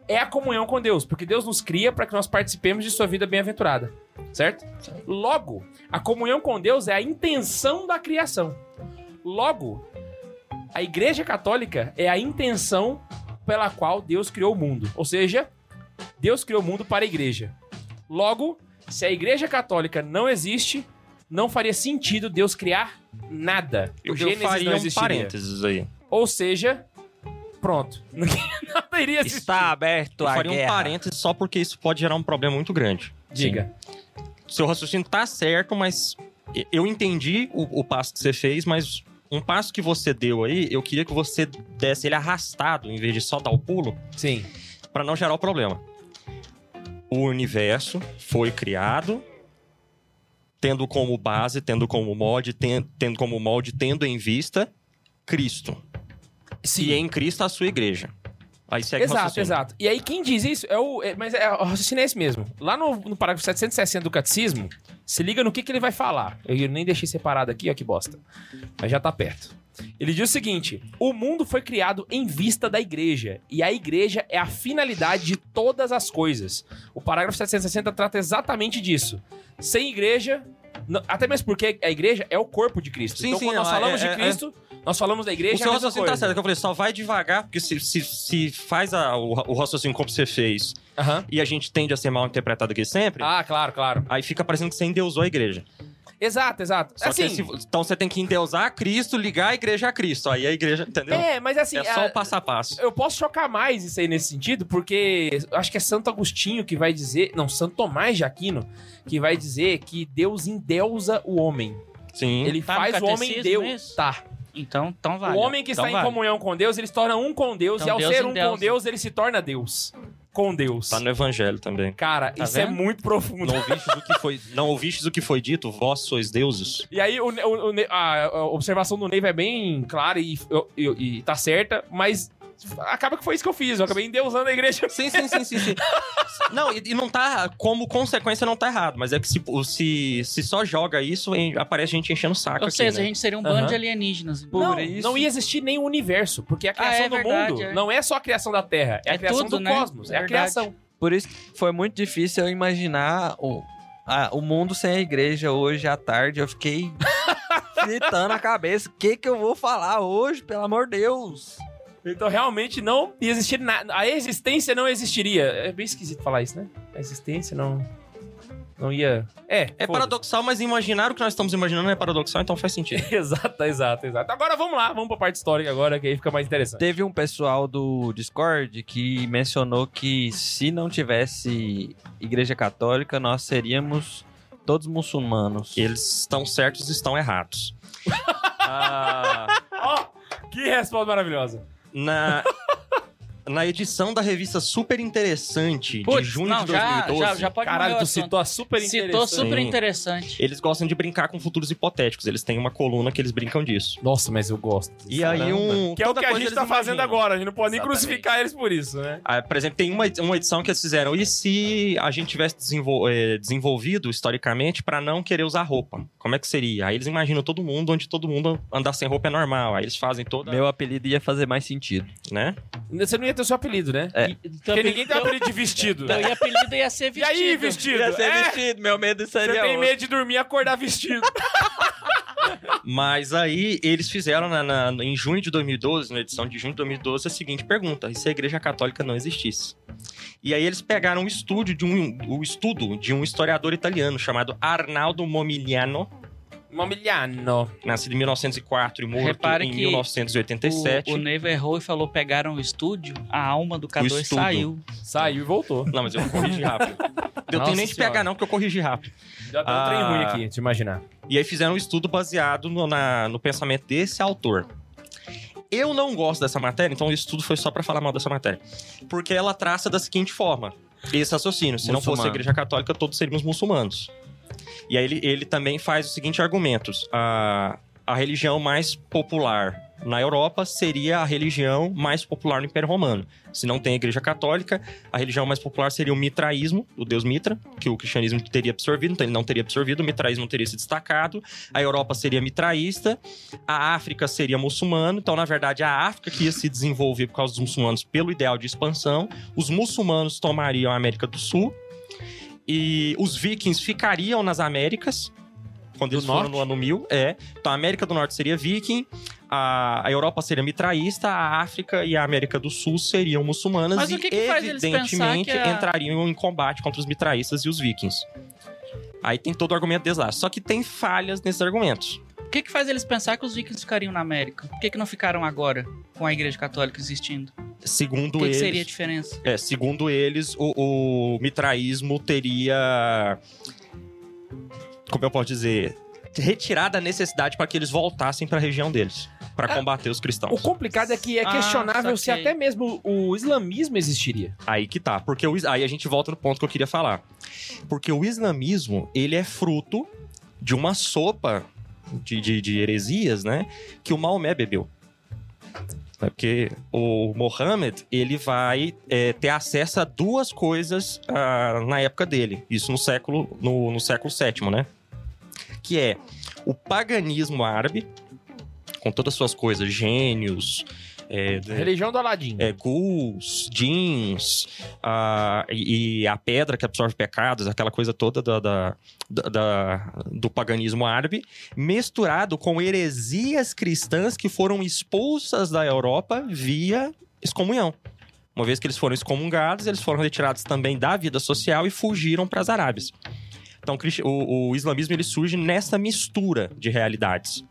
[SPEAKER 1] é a comunhão com Deus, porque Deus nos cria para que nós participemos de sua vida bem-aventurada, certo? Logo, a comunhão com Deus é a intenção da criação. Logo, a Igreja Católica é a intenção pela qual Deus criou o mundo, ou seja, Deus criou o mundo para a igreja. Logo, se a Igreja Católica não existe, não faria sentido Deus criar nada.
[SPEAKER 5] Eu,
[SPEAKER 1] O Gênesis
[SPEAKER 5] faria
[SPEAKER 1] não
[SPEAKER 5] um
[SPEAKER 1] existiria.
[SPEAKER 5] parênteses aí.
[SPEAKER 1] Ou seja, pronto. Nada iria existir.
[SPEAKER 2] Está aberto
[SPEAKER 5] Eu
[SPEAKER 2] a
[SPEAKER 5] faria um
[SPEAKER 2] guerra.
[SPEAKER 5] parênteses só porque isso pode gerar um problema muito grande.
[SPEAKER 1] Diga.
[SPEAKER 5] Seu raciocínio tá certo, mas e- eu entendi o, o passo que você fez, mas um passo que você deu aí, eu queria que você desse ele arrastado, em vez de só dar o pulo,
[SPEAKER 1] Sim.
[SPEAKER 5] para não gerar o problema. O universo foi criado tendo como base, tendo como molde, ten- tendo como molde, tendo em vista Cristo. E é em Cristo a sua igreja. Aí segue o
[SPEAKER 1] Exato,
[SPEAKER 5] raciocínio.
[SPEAKER 1] exato. E aí quem diz isso é o. é- mas é, o raciocínio é esse mesmo. Lá no, no parágrafo 760 do catecismo, se liga no que, que ele vai falar. Eu, eu nem deixei separado aqui, ó, que bosta. Mas já tá perto. Ele diz o seguinte: o mundo foi criado em vista da igreja, e a igreja é a finalidade de todas as coisas. O parágrafo 760 trata exatamente disso. Sem igreja. n- Até mesmo porque a igreja é o corpo de Cristo.
[SPEAKER 5] Sim,
[SPEAKER 1] então,
[SPEAKER 5] sim,
[SPEAKER 1] quando nós
[SPEAKER 5] não, é-
[SPEAKER 1] falamos
[SPEAKER 5] é-
[SPEAKER 1] de Cristo, nós falamos da
[SPEAKER 5] O
[SPEAKER 1] igreja. é
[SPEAKER 5] seu
[SPEAKER 1] a mesma
[SPEAKER 5] raciocínio tá
[SPEAKER 1] coisa.
[SPEAKER 5] certo, que eu falei, só vai devagar, porque se, se, se faz a- o, o raciocínio como você fez
[SPEAKER 1] Aham.
[SPEAKER 5] e a gente tende a ser mal interpretado aqui sempre,
[SPEAKER 1] Ah, claro, claro.
[SPEAKER 5] aí fica parecendo que você endeusou a igreja.
[SPEAKER 1] Exato, exato.
[SPEAKER 5] Só
[SPEAKER 1] assim,
[SPEAKER 5] que esse- então você tem que endeusar a Cristo, ligar a igreja a Cristo. Aí a igreja, entendeu? É,
[SPEAKER 1] É, mas assim,
[SPEAKER 5] só
[SPEAKER 1] a-
[SPEAKER 5] o passo a passo.
[SPEAKER 1] eu posso chocar mais isso aí nesse sentido, porque eu acho que é Santo Agostinho que vai dizer, não, Santo Tomás de Aquino, que vai dizer que Deus endeusa o homem.
[SPEAKER 5] Sim.
[SPEAKER 1] Ele
[SPEAKER 4] Tá no
[SPEAKER 1] faz o homem
[SPEAKER 4] catecismo
[SPEAKER 1] Deus.
[SPEAKER 4] isso?
[SPEAKER 1] Tá.
[SPEAKER 4] Então, então vale.
[SPEAKER 1] o homem que
[SPEAKER 4] Então
[SPEAKER 1] está em
[SPEAKER 4] vale.
[SPEAKER 1] comunhão com Deus, ele se torna um com Deus,
[SPEAKER 4] Então
[SPEAKER 1] e ao
[SPEAKER 4] Deus
[SPEAKER 1] ser um com
[SPEAKER 4] endeusa.
[SPEAKER 1] Deus, ele se torna Deus. Com Deus.
[SPEAKER 5] Tá no evangelho também.
[SPEAKER 1] Cara,
[SPEAKER 4] Tá
[SPEAKER 1] isso é
[SPEAKER 4] vendo?
[SPEAKER 1] muito profundo.
[SPEAKER 5] Não ouvistes, o que foi, não ouvistes o que foi dito? Vós sois deuses.
[SPEAKER 1] E aí, o, o- o Ne- a, a observação do Neiva é bem clara e, e, e tá certa, mas acaba que foi isso que eu fiz. Eu acabei endeusando a igreja.
[SPEAKER 5] Sim, sim, sim, sim, sim. Não, e, e não tá. Como consequência, não tá errado. Mas é que se, se, se só joga isso, em- aparece gente enchendo o saco.
[SPEAKER 4] Ou
[SPEAKER 5] aqui,
[SPEAKER 4] seja,
[SPEAKER 5] né?
[SPEAKER 4] a gente seria um bando
[SPEAKER 1] Aham.
[SPEAKER 4] de alienígenas.
[SPEAKER 1] Por não, não ia existir nem o universo, porque a criação
[SPEAKER 4] é
[SPEAKER 1] do
[SPEAKER 4] verdade,
[SPEAKER 1] mundo
[SPEAKER 4] é.
[SPEAKER 1] não é só a criação da Terra, é, a
[SPEAKER 4] É
[SPEAKER 1] criação
[SPEAKER 4] tudo,
[SPEAKER 1] do
[SPEAKER 4] né?
[SPEAKER 1] cosmos, é, a
[SPEAKER 4] Verdade.
[SPEAKER 1] criação.
[SPEAKER 2] Por isso que foi muito difícil eu imaginar o, a- o mundo sem a igreja hoje à tarde. Eu fiquei fritando a cabeça. O que, que eu vou falar hoje, pelo amor de Deus?
[SPEAKER 1] Então realmente não ia existir nada, a existência não existiria. É bem esquisito falar isso, né? A existência não não ia. É,
[SPEAKER 5] É
[SPEAKER 1] foda-se.
[SPEAKER 5] paradoxal, mas imaginar o que nós estamos imaginando é paradoxal, então faz sentido.
[SPEAKER 1] Exato, exato, exato. Agora vamos lá, vamos pra parte histórica agora, que aí fica mais interessante.
[SPEAKER 2] Teve um pessoal do Discord que mencionou que se não tivesse igreja católica, nós seríamos todos muçulmanos.
[SPEAKER 5] Eles estão certos e estão errados. Ah,
[SPEAKER 1] Ó, que resposta maravilhosa.
[SPEAKER 5] na, na edição da revista Super Interessante, de
[SPEAKER 4] Putz,
[SPEAKER 5] junho
[SPEAKER 4] não,
[SPEAKER 5] de
[SPEAKER 4] já,
[SPEAKER 5] 2012,
[SPEAKER 4] já, já pode
[SPEAKER 1] Caralho,
[SPEAKER 4] mudar o
[SPEAKER 1] tu
[SPEAKER 4] assunto.
[SPEAKER 1] citou a super
[SPEAKER 4] Citou
[SPEAKER 1] interessante.
[SPEAKER 4] super
[SPEAKER 5] Sim.
[SPEAKER 4] interessante.
[SPEAKER 5] eles gostam de brincar com futuros hipotéticos. Eles têm uma coluna que eles brincam disso.
[SPEAKER 1] Nossa, mas eu gosto.
[SPEAKER 5] E aí um...
[SPEAKER 1] Que é o
[SPEAKER 5] toda
[SPEAKER 1] que a
[SPEAKER 5] coisa
[SPEAKER 1] gente
[SPEAKER 5] eles
[SPEAKER 1] tá fazendo
[SPEAKER 5] imaginam.
[SPEAKER 1] agora, a gente não pode nem
[SPEAKER 3] Exatamente.
[SPEAKER 1] crucificar eles por isso, né?
[SPEAKER 5] Ah, por exemplo, tem uma, edi- uma edição que eles fizeram. E se a gente tivesse desenvol- eh, desenvolvido historicamente para não querer usar roupa? Como é que seria? Aí eles imaginam todo mundo, onde todo mundo andar sem roupa é normal. Aí eles fazem toda,
[SPEAKER 2] Meu apelido ia fazer mais sentido.
[SPEAKER 5] né?
[SPEAKER 1] Você não ia ter o seu apelido, né?
[SPEAKER 2] É.
[SPEAKER 4] E- então,
[SPEAKER 1] Porque ninguém tem
[SPEAKER 4] então-
[SPEAKER 1] apelido de vestido.
[SPEAKER 4] então, E apelido ia ser
[SPEAKER 1] E
[SPEAKER 4] vestido.
[SPEAKER 1] aí, vestido? É,
[SPEAKER 2] vestido, meu medo
[SPEAKER 1] você tem medo de dormir e acordar vestido.
[SPEAKER 5] Mas aí eles fizeram na- na- em junho de 2012, na edição de junho de 2012, a seguinte pergunta: e se a Igreja Católica não existisse? E aí eles pegaram o estúdio de um o estudo de um historiador italiano chamado Arnaldo Momigliano,
[SPEAKER 1] Mamiliano.
[SPEAKER 5] nascido em 1904 e morto
[SPEAKER 4] Repare
[SPEAKER 5] em
[SPEAKER 4] que
[SPEAKER 5] 1987.
[SPEAKER 4] O, o Neiva errou e falou: pegaram o estúdio, a alma do K2
[SPEAKER 5] estudo.
[SPEAKER 4] saiu.
[SPEAKER 1] Saiu e voltou.
[SPEAKER 5] Não, mas eu corrigi rápido. eu
[SPEAKER 1] Nossa
[SPEAKER 5] tenho nem que
[SPEAKER 1] Senhora.
[SPEAKER 5] pegar não, porque eu corrigi rápido.
[SPEAKER 1] Já deu um
[SPEAKER 5] Ah.
[SPEAKER 1] trem ruim aqui, te imaginar.
[SPEAKER 5] E aí fizeram um estudo baseado no, na- no pensamento desse autor. Eu não gosto dessa matéria, então isso tudo foi só pra falar mal dessa matéria. Porque ela traça da seguinte forma: esse raciocínio. Se não fosse a
[SPEAKER 2] Muçulmano.
[SPEAKER 5] Igreja Católica, todos seríamos muçulmanos. E aí ele, ele também faz os seguintes argumentos. A, a religião mais popular na Europa seria a religião mais popular no Império Romano. Se não tem a Igreja Católica, a religião mais popular seria o mitraísmo, o deus Mitra, que o cristianismo teria absorvido, então ele não teria absorvido, o mitraísmo teria se destacado, a Europa seria mitraísta, a África seria muçulmana, então na verdade a África que ia se desenvolver por causa dos muçulmanos pelo ideal de expansão, os muçulmanos tomariam a América do Sul e os vikings ficariam nas Américas quando
[SPEAKER 1] Do
[SPEAKER 5] eles foram
[SPEAKER 1] norte?
[SPEAKER 5] no ano 1000, é. Então a América do Norte seria viking, a, a Europa seria mitraísta, a África e a América do Sul seriam muçulmanas
[SPEAKER 4] Mas
[SPEAKER 5] e
[SPEAKER 4] o que que faz eles pensar
[SPEAKER 5] evidentemente
[SPEAKER 4] que a-
[SPEAKER 5] entrariam em combate contra os mitraístas e os vikings. Aí tem todo o argumento deles lá. Só que tem falhas nesses argumentos.
[SPEAKER 4] O que, que faz eles pensar que os vikings ficariam na América? Por que, que não ficaram agora, com a Igreja Católica existindo?
[SPEAKER 5] Segundo
[SPEAKER 4] O que, que
[SPEAKER 5] eles,
[SPEAKER 4] seria a diferença?
[SPEAKER 5] É, segundo eles, o, o mitraísmo teria. Como eu posso dizer? Retirado a necessidade para que eles voltassem para a região deles, para
[SPEAKER 1] É.
[SPEAKER 5] combater os
[SPEAKER 1] O
[SPEAKER 5] cristãos.
[SPEAKER 1] complicado é que é
[SPEAKER 4] Ah,
[SPEAKER 1] questionável se
[SPEAKER 4] saquei.
[SPEAKER 1] até mesmo o islamismo existiria.
[SPEAKER 5] Aí que tá, porque o is- aí a gente volta no ponto que eu queria falar. Porque o islamismo, ele é fruto de uma sopa de, de, de heresias, né? Que o Maomé bebeu. É porque o Mohammed, ele vai é, ter acesso a duas coisas ah, na época dele. Isso no século, no, no século VII, né? Que é o paganismo árabe, com todas as suas coisas, gênios, é,
[SPEAKER 1] Religião do Aladim.
[SPEAKER 5] é, ghouls, jeans, ah, e, e a pedra que absorve pecados, aquela coisa toda da, da- da- da- do paganismo árabe, misturado com heresias cristãs que foram expulsas da Europa via excomunhão. Uma vez que eles foram excomungados, eles foram retirados também da vida social e fugiram para as Arábias. Então, o cristi- o, o islamismo ele surge nessa mistura de realidades.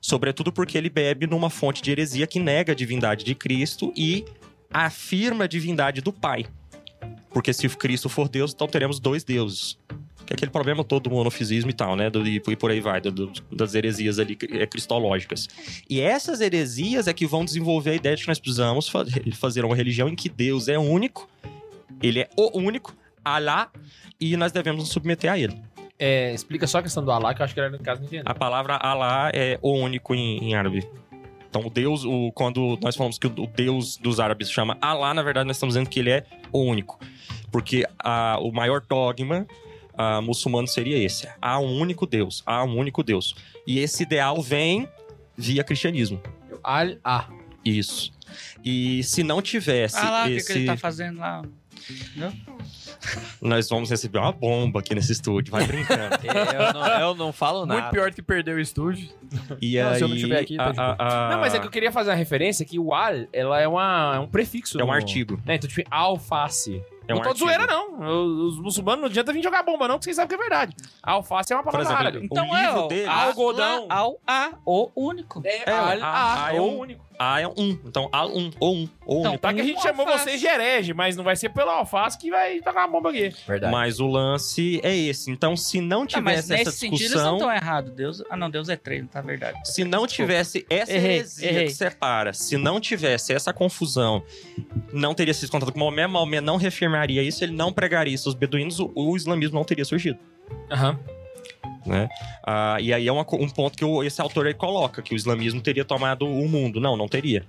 [SPEAKER 5] Sobretudo porque ele bebe numa fonte de heresia que nega a divindade de Cristo e afirma a divindade do Pai. Porque se Cristo for Deus, então teremos dois deuses. Que é aquele problema todo do monofisismo e tal, né? Do- e, por aí vai, do- do- das heresias ali é, cristológicas. E essas heresias é que vão desenvolver a ideia de que nós precisamos fa- fazer uma religião em que Deus é único, ele é o único, Alá, e nós devemos nos submeter a ele.
[SPEAKER 1] É, explica só a questão do Alá, que eu acho que era no caso não entendeu.
[SPEAKER 5] A palavra Alá é o único em, em árabe. Então, o Deus, o, quando nós falamos que o, o Deus dos árabes chama Alá, na verdade, nós estamos dizendo que ele é o único. Porque a- o maior dogma ah, muçulmano seria esse. Há um único Deus, há um único Deus. E esse ideal vem via cristianismo.
[SPEAKER 1] Al ah.
[SPEAKER 5] Isso. E se não tivesse
[SPEAKER 4] ah lá, o que que,
[SPEAKER 5] esse...
[SPEAKER 4] ele tá fazendo lá?
[SPEAKER 5] Nós vamos receber uma bomba aqui nesse estúdio, vai brincando.
[SPEAKER 2] Eu não, eu não falo nada.
[SPEAKER 3] Muito pior do que perder o estúdio.
[SPEAKER 5] e
[SPEAKER 3] Não,
[SPEAKER 5] aí...
[SPEAKER 3] se eu não tiver aqui, tá de boa.
[SPEAKER 5] a- a-
[SPEAKER 1] Não, mas é que eu queria fazer uma referência que o Al, ela é, uma, é um prefixo.
[SPEAKER 5] É um
[SPEAKER 1] no-
[SPEAKER 5] artigo.
[SPEAKER 1] Né? Então, tipo, alface.
[SPEAKER 5] É um
[SPEAKER 1] não tô de zoeira,
[SPEAKER 5] artigo.
[SPEAKER 1] não. Eu- Os muçulmanos não adianta vir jogar bomba, não, porque vocês sabem que é verdade. Alface é uma
[SPEAKER 5] Por
[SPEAKER 1] palavra
[SPEAKER 5] exemplo,
[SPEAKER 1] árabe.
[SPEAKER 4] Então,
[SPEAKER 5] o livro dele...
[SPEAKER 1] algodão.
[SPEAKER 4] Ao A, o único.
[SPEAKER 1] É,
[SPEAKER 5] al-
[SPEAKER 1] ah,
[SPEAKER 5] ah,
[SPEAKER 1] é
[SPEAKER 5] é
[SPEAKER 1] o
[SPEAKER 5] um-
[SPEAKER 1] único.
[SPEAKER 5] Ah, é um. Então, ah, um, ou um, ou
[SPEAKER 4] Então,
[SPEAKER 5] um.
[SPEAKER 1] Tá que a
[SPEAKER 4] um
[SPEAKER 1] gente chamou
[SPEAKER 4] alface.
[SPEAKER 1] vocês de herege, mas não vai ser pelo alface que vai tocar uma bomba
[SPEAKER 2] é
[SPEAKER 1] aqui.
[SPEAKER 3] Verdade.
[SPEAKER 5] Mas o lance é esse. Então, se não
[SPEAKER 4] Tá, mas
[SPEAKER 5] tivesse
[SPEAKER 4] nesse
[SPEAKER 5] essa
[SPEAKER 4] sentido eles não
[SPEAKER 5] discussão,
[SPEAKER 4] estão errados. Deus... Ah, não, Deus é treino, tá verdade.
[SPEAKER 5] se não tivesse essa
[SPEAKER 4] Errei,
[SPEAKER 5] heresia
[SPEAKER 4] errei.
[SPEAKER 5] que separa, se não tivesse essa confusão, não teria sido contato com Maomé, Maomé não reafirmaria isso, ele não pregaria isso aos beduínos, o, o islamismo não teria surgido.
[SPEAKER 1] Aham.
[SPEAKER 5] Ah, e aí é uma co- um ponto que o- esse autor aí coloca, que o islamismo teria tomado o mundo. Não, não teria.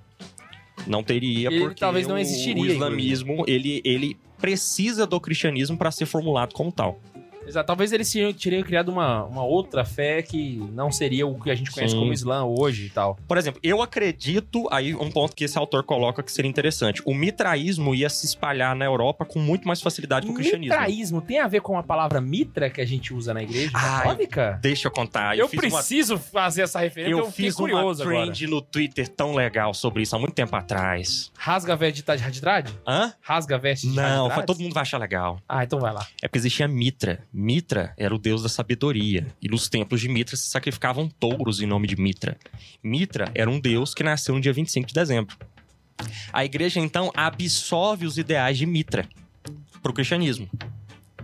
[SPEAKER 5] Não teria,
[SPEAKER 1] Ele
[SPEAKER 5] porque
[SPEAKER 1] talvez não
[SPEAKER 5] o-
[SPEAKER 1] existiria,
[SPEAKER 5] o islamismo, ele, ele precisa do cristianismo para ser formulado como tal.
[SPEAKER 1] Exato. Talvez eles teriam- teriam criado uma, uma outra fé que não seria o que a gente conhece
[SPEAKER 5] Sim.
[SPEAKER 1] como Islã hoje e tal.
[SPEAKER 5] Por exemplo, eu acredito, aí um ponto que esse autor coloca que seria interessante, o mitraísmo ia se espalhar na Europa com muito mais facilidade que Tipo o cristianismo.
[SPEAKER 1] Mitraísmo tem a ver com a palavra mitra que a gente usa na igreja
[SPEAKER 5] Ai,
[SPEAKER 1] católica?
[SPEAKER 5] Deixa eu contar, eu,
[SPEAKER 1] Eu
[SPEAKER 5] fiz uma,
[SPEAKER 1] preciso fazer essa referência, eu,
[SPEAKER 5] eu
[SPEAKER 1] eu fiquei
[SPEAKER 5] fiz
[SPEAKER 1] curioso
[SPEAKER 5] uma
[SPEAKER 1] agora.
[SPEAKER 5] trend no Twitter tão legal sobre isso há muito tempo atrás.
[SPEAKER 1] Rasga a veste de trás de raditrade?
[SPEAKER 5] Hã?
[SPEAKER 1] Rasga a veste de
[SPEAKER 5] Não,
[SPEAKER 1] raditrade?
[SPEAKER 5] todo mundo vai achar legal.
[SPEAKER 1] Ah, então vai lá.
[SPEAKER 5] É porque existia Mitra. Mitra era o deus da sabedoria. E nos templos de Mitra se sacrificavam touros em nome de Mitra. Mitra era um deus que nasceu no dia 25 de dezembro. A igreja, então, absorve os ideais de Mitra para o cristianismo.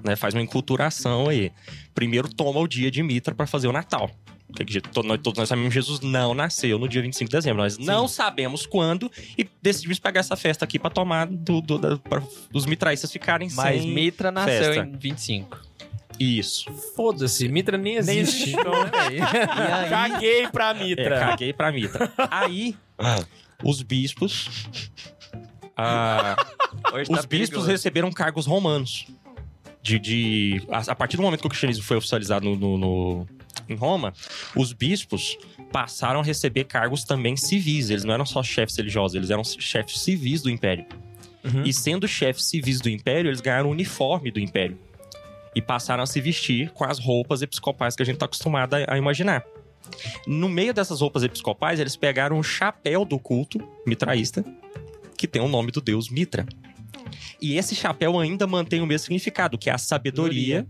[SPEAKER 5] Né? Faz uma enculturação aí. Primeiro toma o dia de Mitra para fazer o Natal. acredito que todo- nós- todos nós sabemos, Jesus não nasceu no dia 25 de dezembro. Nós não sabemos quando e decidimos pegar essa festa aqui pra tomar do, do- da- pra os mitraístas ficarem
[SPEAKER 2] Mas
[SPEAKER 5] sem...
[SPEAKER 2] Mitra nasceu
[SPEAKER 5] festa.
[SPEAKER 2] em 25.
[SPEAKER 5] Isso.
[SPEAKER 1] Foda-se, Mitra nem existe.
[SPEAKER 3] Então, é aí.
[SPEAKER 1] Caguei pra
[SPEAKER 5] É,
[SPEAKER 1] Mitra.
[SPEAKER 5] caguei pra Mitra. Aí, os bispos... ah, os bispos receberam cargos romanos. De, de- a, a partir do momento que o cristianismo foi oficializado no- no- no- em Roma, os bispos passaram a receber cargos também civis. Eles não eram só chefes religiosos, eles eram chefes civis do império.
[SPEAKER 1] Uhum.
[SPEAKER 5] E sendo chefes civis do império, eles ganharam o uniforme do império. E passaram a se vestir com as roupas episcopais que a gente está acostumado a, a imaginar. No meio dessas roupas episcopais, eles pegaram o chapéu do culto mitraísta, que tem o nome do deus Mitra. E esse chapéu ainda mantém o mesmo significado, que é a sabedoria,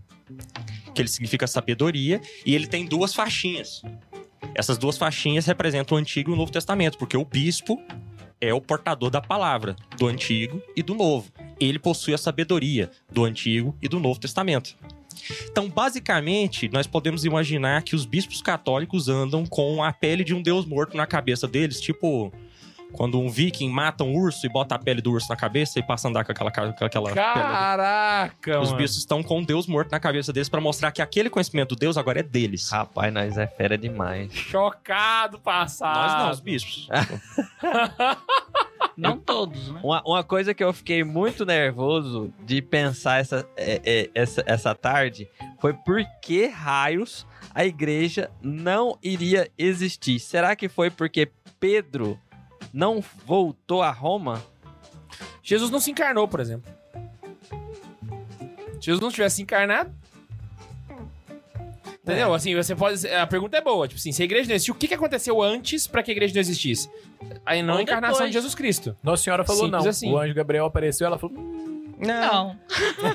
[SPEAKER 5] que ele significa sabedoria, e ele tem duas faixinhas. Essas duas faixinhas representam o Antigo e o Novo Testamento, porque o bispo é o portador da palavra do Antigo e do Novo. Ele possui a sabedoria do Antigo e do Novo Testamento. Então, basicamente, nós podemos imaginar que os bispos católicos andam com a pele de um deus morto na cabeça deles, tipo quando um viking mata um urso e bota a pele do urso na cabeça e passa a andar com aquela, ca- com aquela pele.
[SPEAKER 1] Caraca,
[SPEAKER 5] é Os
[SPEAKER 1] mano.
[SPEAKER 5] bispos estão com um Deus morto na cabeça deles pra mostrar que aquele conhecimento do Deus agora é deles.
[SPEAKER 2] Rapaz, nós é fera demais.
[SPEAKER 1] Chocado passado.
[SPEAKER 5] Nós não, os bispos.
[SPEAKER 4] Não todos, né?
[SPEAKER 2] Uma, uma coisa que eu fiquei muito nervoso de pensar essa, é, é, essa, essa tarde foi por que raios a igreja não iria existir. Será que foi porque Pedro não voltou a Roma?
[SPEAKER 1] Jesus não se encarnou, por exemplo. Se Jesus não tivesse encarnado. Entendeu? Assim, você pode. A pergunta é boa. Tipo assim, se a igreja não existiu, o que, que aconteceu antes pra que a igreja não existisse? A não
[SPEAKER 4] Ou
[SPEAKER 1] encarnação
[SPEAKER 4] depois.
[SPEAKER 1] de Jesus Cristo.
[SPEAKER 3] Nossa Senhora falou
[SPEAKER 1] Simples
[SPEAKER 3] não.
[SPEAKER 1] assim.
[SPEAKER 3] O anjo Gabriel apareceu, ela falou...
[SPEAKER 4] Não.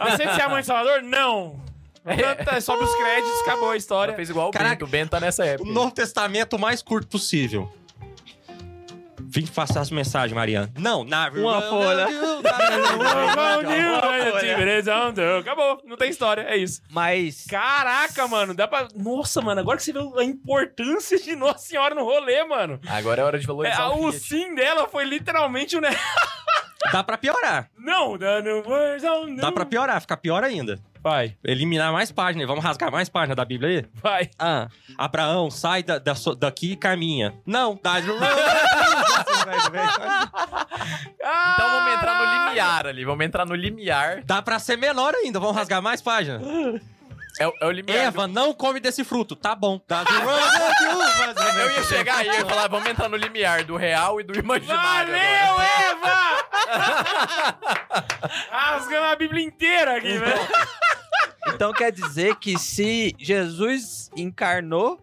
[SPEAKER 1] Aceita ser a mãe de Salvador? Não! Tanta- Sobe os créditos, acabou a
[SPEAKER 3] Ela
[SPEAKER 1] história.
[SPEAKER 3] fez igual o
[SPEAKER 5] Caraca.
[SPEAKER 3] Bento. O Bento tá nessa
[SPEAKER 5] É O
[SPEAKER 3] época.
[SPEAKER 5] Novo Testamento o mais curto possível. Vim passar as mensagens, Mariana. Não, na
[SPEAKER 2] Uma folha.
[SPEAKER 1] Acabou, não tem história, é isso.
[SPEAKER 2] Mas
[SPEAKER 1] Caraca, mano, dá pra. Nossa, mano, agora que você viu a importância de Nossa Senhora no rolê, mano.
[SPEAKER 3] Agora é hora de
[SPEAKER 1] É,
[SPEAKER 3] valorizar
[SPEAKER 1] a-
[SPEAKER 3] o
[SPEAKER 1] o
[SPEAKER 3] Fiat.
[SPEAKER 1] sim dela foi literalmente um. ne-
[SPEAKER 5] Dá pra piorar.
[SPEAKER 1] Não, dando words on
[SPEAKER 5] Dá pra piorar, ficar pior ainda.
[SPEAKER 1] é Vai,
[SPEAKER 5] Eliminar mais páginas, vamos rasgar mais páginas da Bíblia aí?
[SPEAKER 1] vai.
[SPEAKER 2] ah,
[SPEAKER 5] Abraão, sai da, da so- daqui e caminha. Não, dá.
[SPEAKER 3] Então vamos entrar no limiar ali. Vamos entrar no limiar.
[SPEAKER 5] Dá pra ser menor ainda, vamos rasgar mais páginas.
[SPEAKER 3] É, o- é o limiar.
[SPEAKER 5] Eva, não come desse fruto. Tá bom. Dá
[SPEAKER 3] do- Eu ia chegar aí e falar, vamos entrar no limiar do real e do imaginário
[SPEAKER 1] Valeu,
[SPEAKER 3] agora.
[SPEAKER 1] Eva! Rasgando a Bíblia inteira aqui, velho.
[SPEAKER 2] Então quer dizer que se Jesus encarnou,